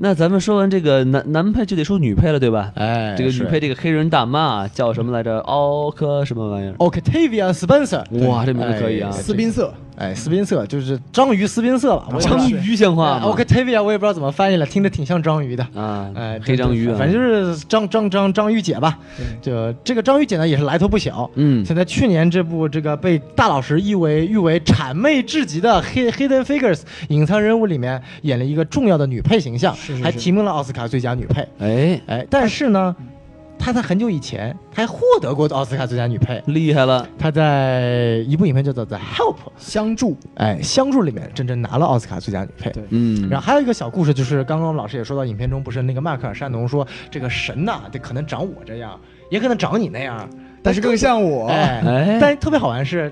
Speaker 2: 那咱们说完这个男男配就得说女配了，对吧？
Speaker 4: 哎，
Speaker 2: 这个
Speaker 4: 是
Speaker 2: 女配这个黑人大妈啊叫什么来着？奥科什么玩
Speaker 4: 哦
Speaker 2: 意儿？
Speaker 4: Octavia Spencer，
Speaker 2: 哇，这名字可以啊！
Speaker 4: 哎
Speaker 3: 斯宾塞，
Speaker 4: 哎，斯宾塞就是章鱼斯宾塞吧？我也不知道
Speaker 2: 章鱼像话
Speaker 4: 哎
Speaker 2: 吗？
Speaker 4: Octavia 我也不知道怎么翻译了，听着挺像章鱼的。
Speaker 2: 啊，
Speaker 4: 哎，对
Speaker 2: 黑章鱼啊，
Speaker 4: 反正就是章章章章鱼姐吧。就这个章鱼姐呢，也是来头不小。
Speaker 2: 嗯
Speaker 4: 现在去年这部这个被大老师誉为誉为谄媚至极的《黑 Hidden Figures》隐藏人物里面演了一个重要的女配形象，
Speaker 3: 是是是
Speaker 4: 还提名了奥斯卡最佳女配。
Speaker 2: 哎，
Speaker 4: 哎，但是呢，她在很久以前还获得过奥斯卡最佳女配。
Speaker 2: 厉害了，
Speaker 4: 她在一部影片叫做《The Help》，
Speaker 3: 相 助，
Speaker 4: 哎，相助里面真正拿了奥斯卡最佳女配。
Speaker 3: 对
Speaker 2: 嗯，
Speaker 4: 然后还有一个小故事，就是刚刚我们老师也说到，影片中不是那个迈克尔·山农说，这个神呐、得可能长我这样，也可能长你那样，
Speaker 3: 但是更像我，
Speaker 4: 哎，
Speaker 2: 哎
Speaker 4: 但特别好玩是，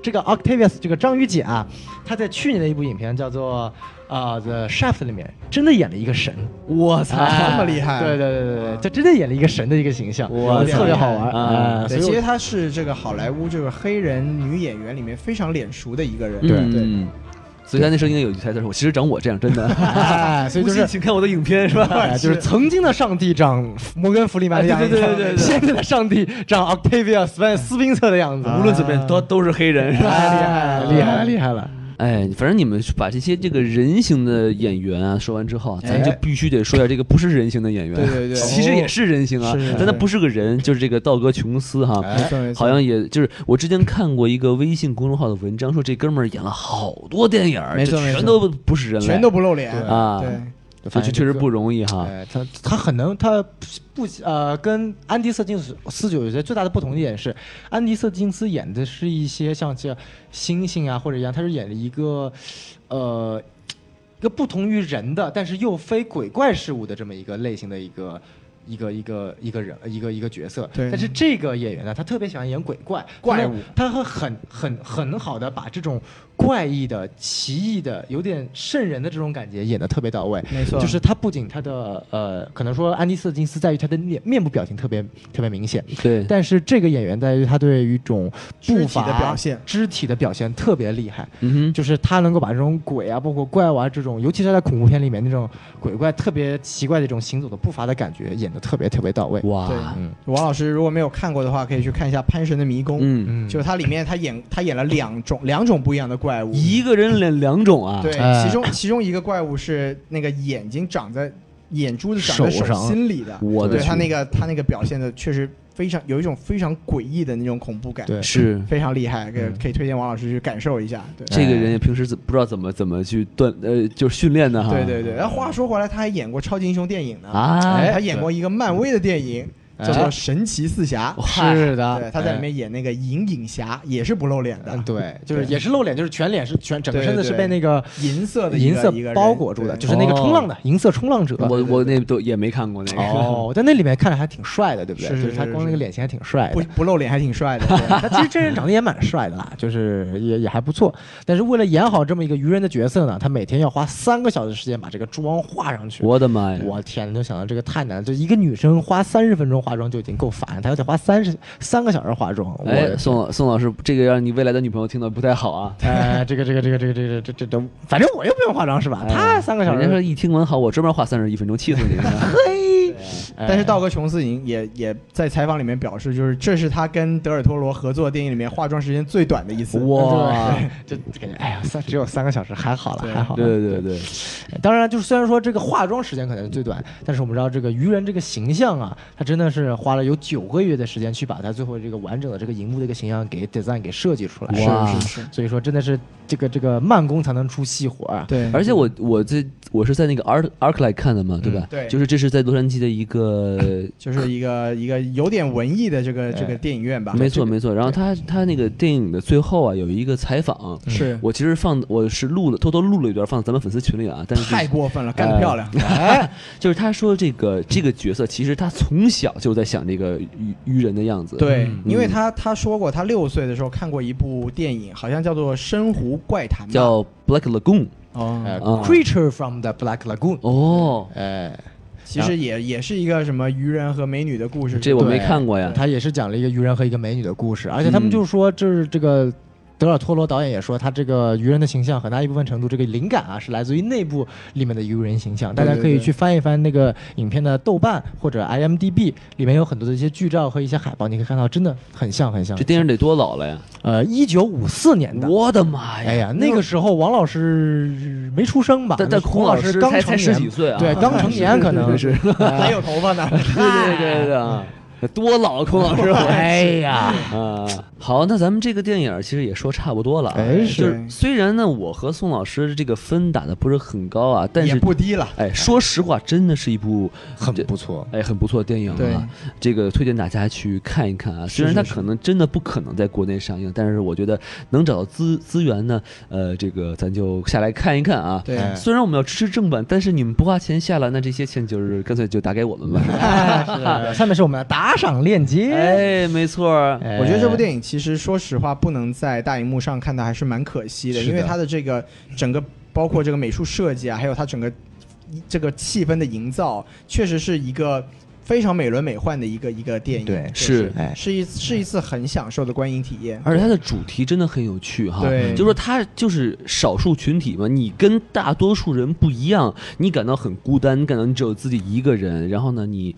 Speaker 4: 这个 Octavius 这个章鱼姐啊，她在去年的一部影片叫做啊、呃 The Shaft 里面，真的演了一个神，
Speaker 3: 我
Speaker 2: 啊
Speaker 3: 操，
Speaker 4: 哎
Speaker 3: 这么厉害！
Speaker 4: 对对对对对，她真的演了一个神的一个形象，
Speaker 2: 我
Speaker 4: 特别好玩
Speaker 2: 操
Speaker 4: 啊！
Speaker 3: 对，
Speaker 4: 所以
Speaker 3: 其
Speaker 4: 我
Speaker 3: 实她是这个好莱坞这个黑人女演员里面非常脸熟的一个人。对，
Speaker 2: 嗯所以他那时候应该有一句台词说：“我其实长我这样，真的。
Speaker 4: 哎，所以
Speaker 2: 不
Speaker 4: 就
Speaker 2: 信
Speaker 4: 是。
Speaker 2: 请看我的影片，是吧？
Speaker 4: 哎就是曾经的上帝长摩根·弗里曼的样子，
Speaker 2: 哎对对对对对对
Speaker 4: 现在的上帝长 Octavia 斯潘斯宾策的样子，
Speaker 2: 无论怎
Speaker 3: 啊
Speaker 2: 么样，都都是黑人，
Speaker 3: 嗯
Speaker 2: 是吧？
Speaker 4: 哎厉害了厉害了厉害了！
Speaker 2: 哎，反正你们把这些这个人形的演员啊说完之后啊，咱就必须得说一下这个不是人形的演员，
Speaker 3: 哎
Speaker 2: 啊
Speaker 3: 对对对
Speaker 2: 其实也是人形啊
Speaker 3: 是是，
Speaker 2: 但他
Speaker 3: 是
Speaker 2: 不是个人，就是这个道格·琼斯哈，
Speaker 3: 没错没错
Speaker 2: 好像也就是我之前看过一个微信公众号的文章，说这哥们儿演了好多电影儿，
Speaker 3: 没错
Speaker 2: 这
Speaker 3: 没
Speaker 2: 全
Speaker 3: 错
Speaker 2: 都不是人类，
Speaker 3: 全都不露脸
Speaker 4: 对
Speaker 2: 啊
Speaker 3: 对，
Speaker 2: 所以这确实不容易
Speaker 3: 啊
Speaker 2: 哈。
Speaker 4: 哎，他他很能，他不呃，跟安迪·瑟金斯斯九有些最大的不同一点是，安迪·瑟金斯演的是一些像这猩猩啊或者一样，他是演了一个呃一个不同于人的，但是又非鬼怪事物的这么一个类型的一个。一个一个一个人一个一个角色，
Speaker 3: 对
Speaker 4: 但是这个演员呢，他特别喜欢演鬼怪
Speaker 3: 怪物，
Speaker 4: 他会很很很好的把这种怪异的、奇异的、有点瘆人的这种感觉演得特别到位。
Speaker 3: 没错
Speaker 4: 就是他不仅他的呃，可能说安迪·瑟金斯在于他的面面部表情特别特别明显，
Speaker 2: 对，
Speaker 4: 但是这个演员在于他对于一种
Speaker 3: 肢体
Speaker 4: 步
Speaker 3: 的
Speaker 4: 伐
Speaker 3: 表现
Speaker 4: 肢体的表现特别厉害。
Speaker 2: 嗯哼，
Speaker 4: 就是他能够把这种鬼啊，包括怪物啊这种，尤其是在恐怖片里面那种鬼怪特别奇怪的这种行走的步伐的感觉，演得特别特别到位。
Speaker 3: 对
Speaker 2: 哇，
Speaker 4: 嗯
Speaker 3: 王老师如果没有看过的话，可以去看一下《潘神的迷宫》。
Speaker 2: 嗯，
Speaker 4: 嗯，
Speaker 3: 就是它里面他演他演了两种两种不一样的怪物，
Speaker 2: 一个人演两种啊，
Speaker 3: 对，
Speaker 4: 哎
Speaker 3: 其中其中一个怪物是那个眼睛长在眼珠子长在
Speaker 4: 手
Speaker 3: 手
Speaker 4: 上
Speaker 3: 心里的，
Speaker 2: 我的
Speaker 3: 对他
Speaker 2: 去
Speaker 3: 那个他那个表现的确实非常有一种非常诡异的那种恐怖感，
Speaker 4: 对
Speaker 2: 是
Speaker 3: 非常厉害，可
Speaker 4: 嗯
Speaker 3: 可以推荐王老师去感受一下。对，
Speaker 2: 这个人也平时怎不知道怎么怎么去锻呃，就是训练
Speaker 4: 嗯
Speaker 2: 的哈。
Speaker 3: 对对对。然后话说回来，他还演过超级英雄电影呢，
Speaker 2: 啊，
Speaker 3: 哎他演过一个漫威的电影
Speaker 4: 哎哦
Speaker 3: 叫做《神奇四侠》，
Speaker 4: 是的，
Speaker 3: 对，他在里面演那个银影侠，也是不露脸
Speaker 4: 嗯，
Speaker 3: 的，
Speaker 4: 对，就 是
Speaker 3: 对
Speaker 4: 也是露脸，就是全脸是全整个
Speaker 3: 对
Speaker 4: 身子
Speaker 3: 对
Speaker 4: 是被那个
Speaker 3: 银色的一
Speaker 4: 银
Speaker 3: 个
Speaker 4: 色
Speaker 3: 一个人哦
Speaker 4: 包裹住的，
Speaker 3: 对
Speaker 4: 就是那个冲浪的银色冲浪者。
Speaker 2: 我我那都也没看过那个。
Speaker 4: 哦，但那里面看着还挺帅的，对不对？
Speaker 3: 是是
Speaker 4: 就是他
Speaker 3: 是
Speaker 4: 光
Speaker 3: 是
Speaker 4: 那个脸型还挺帅的。
Speaker 3: 不不露脸还挺帅 的，对
Speaker 4: 他其实真人长得也蛮帅的啦，就是也也还不错。但是为了演好这么一个愚人的角色呢，他每天要花三个小时时间把这个妆画上去。
Speaker 2: 我的妈呀！
Speaker 4: 我天，你就想到这个太难了，就一个女生花三十分钟化妆就已经够烦，她要得花三十三个小时化妆。我的
Speaker 2: 哎，
Speaker 4: 天
Speaker 2: 宋老宋老师，这个让你未来的女朋友听到不太好啊。
Speaker 4: 哎，这个这个这个这个这个这这这，反正我又不用化妆是
Speaker 2: 哎
Speaker 4: 吧？她三个小
Speaker 2: 人家说
Speaker 4: 时，
Speaker 2: 一听完好，我专门花三十一分钟，气死你！
Speaker 3: 但
Speaker 2: 哎
Speaker 3: 是道格·琼斯已经也也在采访里面表示，就是这是他跟德尔托罗合作的电影里面化妆时间最短的一次。
Speaker 2: 哇，
Speaker 4: 这感觉哎呀，三只有三个小时，还好了，还好了。
Speaker 2: 对对对，
Speaker 4: 当然，就是虽然说这个化妆时间可能是最短，但是我们知道这个愚人这个形象啊，他真的是花了有九个月的时间去把他最后这个完整的这个荧幕的一个形象给 design 给设计出来。
Speaker 2: 哇
Speaker 4: 是是是。所以说，真的是这个这个慢工才能出细活啊。
Speaker 3: 对，
Speaker 2: 而且我我这我是在那个 Art Arclight 看的嘛，对吧？
Speaker 3: 对
Speaker 2: 就是这是在洛杉矶的一个
Speaker 3: 就是一个一个有点文艺的这个这个电影院吧。
Speaker 2: 哎没错
Speaker 3: 这个
Speaker 2: 没错。然后他他那个电影的最后啊，有一个采访，
Speaker 3: 嗯是
Speaker 2: 我其实放我是录了，偷偷录了一段放咱们粉丝群里啊，但是就是
Speaker 3: 太过分了，干得漂亮！
Speaker 2: 哎， 就是他说这个这个角色，其实他从小就在想这个愚愚人的样子。
Speaker 3: 对，因为
Speaker 2: 嗯
Speaker 3: 他他说过，他六岁的时候看过一部电影，好像叫做《深湖怪谈》吧。
Speaker 2: 叫 Black Lagoon。
Speaker 3: 哦，
Speaker 4: 呃
Speaker 2: 嗯
Speaker 4: ，Creature from the Black Lagoon，
Speaker 2: 哦，
Speaker 4: 哎，
Speaker 3: 其实也也是一个什么愚人和美女的故事。
Speaker 2: 这 我
Speaker 4: 对
Speaker 2: 没看过呀。
Speaker 4: 他也是讲了一个愚人和一个美女的故事，而且他们就说，就是这个德尔托罗导演也说，他这个愚人的形象很大一部分程度，这个灵感啊是来自于内部里面的愚人形象。大
Speaker 3: 对
Speaker 4: 家可以
Speaker 3: 对
Speaker 4: 去翻一翻那个影片的豆瓣或者 IMDB，里面有很多的一些剧照和一些海报，你可以看到真的很像很像
Speaker 2: 这。电影得多老了呀！
Speaker 4: 呃，一九五四年的。
Speaker 2: 我的妈
Speaker 4: 哎
Speaker 2: 呀！
Speaker 4: 呀，那个时候王老师没出生吧？
Speaker 2: 但但
Speaker 4: 孔
Speaker 2: 孔
Speaker 4: 老
Speaker 2: 老
Speaker 4: 师
Speaker 2: 师
Speaker 4: 刚
Speaker 2: 才
Speaker 4: 成
Speaker 2: 才十几
Speaker 4: 年，
Speaker 2: 岁啊！
Speaker 4: 对，刚成年可 能
Speaker 2: 是，对
Speaker 3: 还有头发呢。
Speaker 2: 对对对啊！多老，孔老师！
Speaker 4: 哎呀，
Speaker 2: 啊，好，那咱们这个电影其实也说差不多了啊。
Speaker 4: 哎是
Speaker 2: 就是虽然呢，我和宋老师这个分打的不是很高啊， 但
Speaker 3: 也
Speaker 2: 是
Speaker 3: 不低了，
Speaker 2: 哎，说实话，真的是一部
Speaker 4: 很不错。
Speaker 2: 哎，很不错的电影
Speaker 3: 对
Speaker 2: 啊，这个推荐大家去看一看啊。虽然它可能真的不可能在国内上映，但是我觉得能找到资资源呢，呃，这个咱就下来看一看啊。
Speaker 3: 对，
Speaker 4: 哎
Speaker 2: 虽然我们要支持正 版，但是你们不花钱下来，那这些钱就是干脆就打给我们吧。
Speaker 4: 哎，是的 下面是我们的打打赏链接。
Speaker 2: 哎，没错儿，
Speaker 4: 哎
Speaker 3: 我觉得这部电影其实说实话，不能在大荧幕上看到还是蛮可惜的，
Speaker 2: 是的
Speaker 3: 因为它的这个整个包括这个美术设计啊，还有它整个这个气氛的营造，确实是一个。非常美轮美奂的一个一个电影，
Speaker 4: 对
Speaker 3: 确实
Speaker 2: 是
Speaker 4: 哎
Speaker 3: 是一是一次很享受的观影体验。
Speaker 2: 而且它的主题真的很有趣哈，
Speaker 3: 对
Speaker 2: 啊就说它就是少数群体嘛，你跟大多数人不一样，你感到很孤单，你感到你只有自己一个人，然后呢，你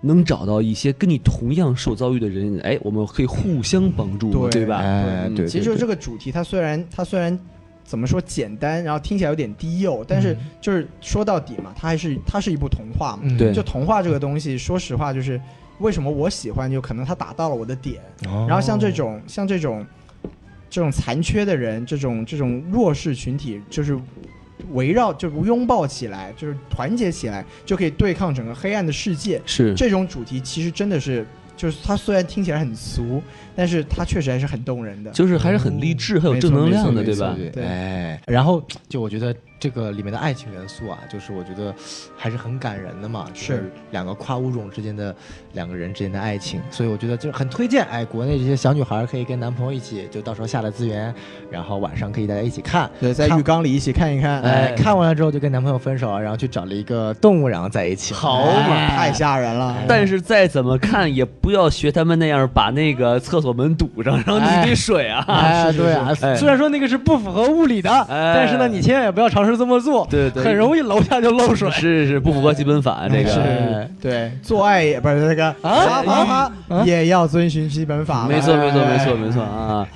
Speaker 2: 能找到一些跟你同样受遭遇的人，哎，我们可以互相帮助嘛，
Speaker 3: 对
Speaker 2: 对吧？
Speaker 4: 哎，对，
Speaker 3: 其实就是这个主题，它虽然它虽然怎么说简单，然后听起来有点低幼，但是就是说到底嘛，它还是它是一部童话嘛。
Speaker 4: 嗯
Speaker 2: 对
Speaker 3: 就童话这个东西，说实话就是为什么我喜欢，就可能它打到了我的点。
Speaker 2: 哦
Speaker 3: 然后像这种像这种这种残缺的人，这种这种弱势群体，就是围绕就是拥抱起来，就是团结起来，就可以对抗整个黑暗的世界。
Speaker 2: 是，
Speaker 3: 这种主题其实真的是，就是它虽然听起来很俗，但是它确实还是很动人的。
Speaker 2: 就是还是很励志，很有正能量的，
Speaker 4: 没
Speaker 2: 对
Speaker 4: 错
Speaker 2: 吧？
Speaker 4: 没错
Speaker 3: 对
Speaker 4: 哎，然后就我觉得这个里面的爱情元素啊，就是我觉得还是很感人的嘛，就是两个跨物种之间的两个人之间的爱情，所以我觉得就很推荐。哎，国内这些小女孩可以跟男朋友一起，就到时候下了资源，然后晚上可以大家一起看。
Speaker 3: 对，在
Speaker 4: 看
Speaker 3: 浴缸里一起看一看，
Speaker 4: 哎
Speaker 2: 哎，
Speaker 4: 看完了之后就跟男朋友分手，然后去找了一个动物，然后在一起。
Speaker 2: 好
Speaker 3: 哎
Speaker 2: 嘛
Speaker 3: 太吓人了。
Speaker 2: 但是再怎么看也不要学他们那样把那个厕所门堵上，然后你
Speaker 4: 哎
Speaker 2: 滴水啊。
Speaker 4: 哎，对啊，
Speaker 2: 哎
Speaker 4: 虽然说那个是不符合物理的，
Speaker 2: 哎
Speaker 4: 但是呢，你千万也不要尝试这么做，
Speaker 2: 对对
Speaker 4: 很容易楼下就漏水。
Speaker 2: 是是不符合基本法、啊、这个。
Speaker 4: 是
Speaker 3: 对，做爱也不是那个
Speaker 4: 啊
Speaker 3: 爬爬爬也要遵循基本法嘛。
Speaker 2: 没错，没错，
Speaker 3: 哎
Speaker 2: 没错，没错啊！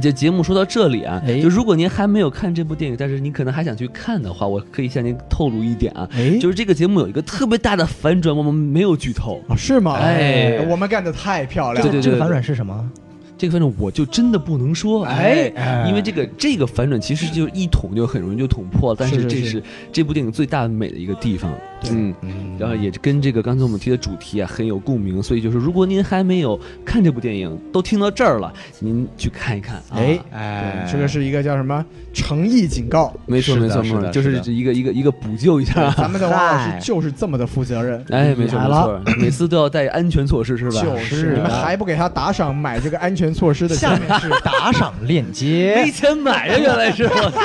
Speaker 2: 就节目说到这里啊，
Speaker 4: 哎
Speaker 2: 就如果您还没有看这部电影，但是您可能还想去看的话，我可以向您透露一点啊，
Speaker 3: 哎，
Speaker 2: 就是这个节目有一个特别大的反转，我们没有剧透。
Speaker 3: 啊是吗？
Speaker 2: 哎
Speaker 3: 我们干得太漂
Speaker 4: 这
Speaker 3: 亮
Speaker 4: 个
Speaker 3: 了。
Speaker 2: 对对对
Speaker 4: 这个反转是什么？
Speaker 2: 这个反转我就真的不能说，哎，
Speaker 4: 哎
Speaker 2: 因为这个这个反转其实就一捅就很容易就捅破，但
Speaker 3: 是
Speaker 2: 是
Speaker 3: 是
Speaker 2: 这
Speaker 3: 是
Speaker 2: 是这部电影最大美的一个地方。嗯，
Speaker 4: 嗯
Speaker 2: 然后也跟这个刚才我们提的主题啊很有共鸣，所以就是如果您还没有看这部电影，都听到这儿了，您去看一看啊。
Speaker 3: 哎
Speaker 4: 哎
Speaker 3: 对，这个是一个叫什么诚意警告。
Speaker 2: 没错
Speaker 4: 是的
Speaker 2: 没错没
Speaker 4: 是的
Speaker 2: 错，就是
Speaker 4: 是
Speaker 2: 一个一个一个补救一下。
Speaker 3: 咱们的王老师
Speaker 4: 嗨
Speaker 3: 就是这么的负责任，
Speaker 2: 哎，没错
Speaker 4: 来
Speaker 2: 没
Speaker 4: 了
Speaker 2: 错，每次都要带安全措施是吧？
Speaker 3: 就是你们还不给他打赏买这个安全措施的钱
Speaker 4: 下面是打赏链
Speaker 2: 没
Speaker 4: 接。
Speaker 2: 钱买呀，原来是我操！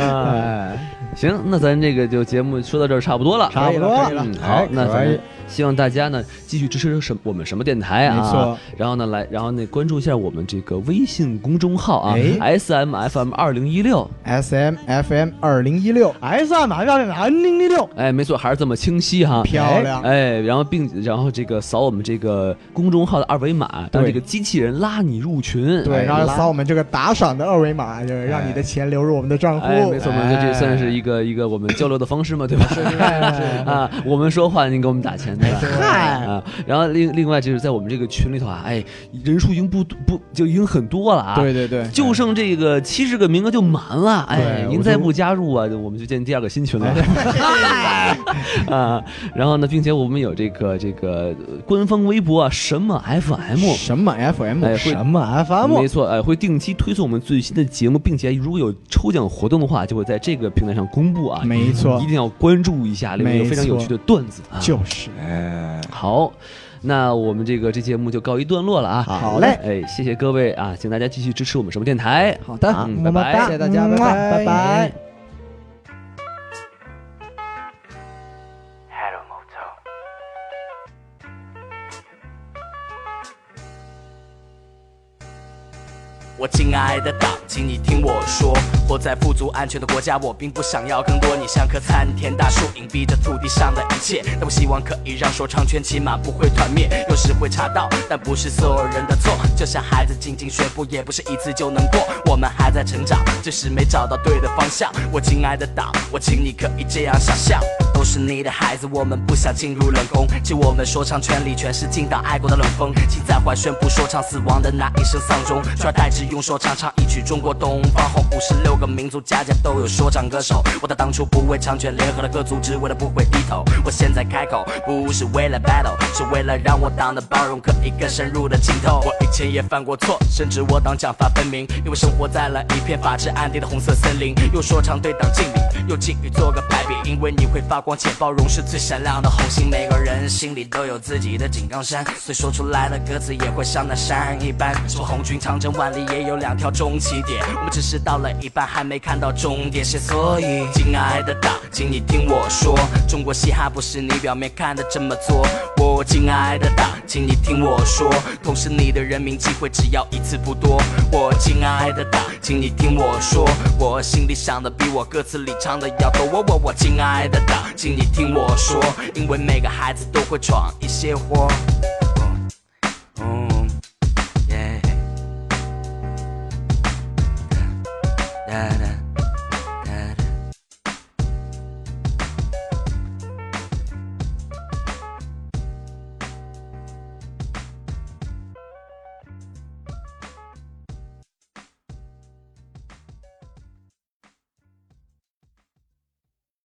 Speaker 2: 啊，
Speaker 4: 哎，
Speaker 2: 行，那咱这个就节目说到这儿差不多了。
Speaker 4: 差不多
Speaker 3: 可以了
Speaker 2: 嗯，好
Speaker 4: 哎，
Speaker 2: 那咱
Speaker 4: 可以
Speaker 2: 们希望大家呢继续支持什我们什么电台啊？
Speaker 3: 没错。
Speaker 2: 然后呢，来，然后呢，关注一下我们这个微信公众号啊
Speaker 3: 哎
Speaker 2: ，S M F M 二零一六。
Speaker 3: S M F M 二零一六，
Speaker 4: S 二马上要零零六，
Speaker 2: 哎，没错，还是这么清晰哈。
Speaker 3: 漂亮。
Speaker 2: 哎，然后并然后这个扫我们这个公众号的二维码，让这
Speaker 3: 对
Speaker 2: 个机器人拉你入群。
Speaker 3: 对，
Speaker 2: 哎
Speaker 3: 然后
Speaker 2: 拉
Speaker 3: 扫我们这个打赏的二维码，就是让你的钱流入我们的账户。
Speaker 2: 哎，没错，没错，这算是一个一个我们交流的方式嘛，对 吧？ 啊，我们说话，您给我们打钱，对吧？
Speaker 4: 嗨
Speaker 2: 啊，然后另另外就是在我们这个群里头啊，哎，人数已经不不就已经很多了啊，
Speaker 3: 对对对，
Speaker 2: 就剩这个七十个名额就满了，哎，
Speaker 3: 对
Speaker 2: 您再不加入啊，就我们就建第二个新群了。 啊，然后呢，并且我们有这个这个呃官方微博啊，什么 FM。
Speaker 3: 什么 FM，
Speaker 2: 哎会
Speaker 4: 什么 FM？
Speaker 2: 没错，哎，会定期推送我们最新的节目，并且如果有抽奖活动的话，就会在这个平台上公布啊。
Speaker 3: 没错
Speaker 2: 一，定要关注一下，里面有非常有趣的段子啊。
Speaker 3: 就是。
Speaker 4: 哎，
Speaker 2: 好，那我们这个这节目就告一段落了啊。
Speaker 4: 好嘞
Speaker 2: 哎，谢谢各位啊，请大家继续支持我们什么电台。
Speaker 3: 好的
Speaker 2: 嗯
Speaker 4: 么么
Speaker 2: 拜拜
Speaker 4: 哒，
Speaker 3: 谢谢大家拜拜
Speaker 4: 嗯拜拜。
Speaker 6: 我亲爱的党，请你听我说，活在富足安全的国家，我并不想要更多。你像棵参天大树，隐蔽着土地上的一切，但我希望可以让说唱圈起码不会团灭。有时会查到，但不是所有人的错。就像孩子进进学步，也不是一次就能过。我们还在成长，只是没找到对的方向。我亲爱的党，我请你可以这样想象。都是你的孩子，我们不想进入冷宫。就我们说唱圈里全是敬党爱国的冷风，请在怀宣布说唱死亡的那一声丧钟，取而代之于用说唱唱一曲中国东方红，五十六个民族家家都有说唱歌手。我的当初不为强权联合了各族，只为了不会低头。我现在开口不是为了 battle，是为了让我党的包容可以更深入的浸透。我以前也犯过错，深知我党奖罚分明，因为生活在了一片法治安定的红色森林。用说唱对党敬礼，用敬语做个排比，因为你会发光且包容是最闪亮的红星。每个人心里都有自己的井冈山，所以说出来的歌词也会像那山一般。什么红军长征万里也有两条终起点，我们只是到了一半，还没看到终点线。所以，亲爱的党，请你听我说，中国嘻哈不是你表面看的这么做。我亲爱的党，请你听我说，同时你的人民机会只要一次不多。我亲爱的党，请你听我说，我心里想的比我歌词里唱的要多。我我我亲爱的党，请你听我说，因为每个孩子都会闯一些祸。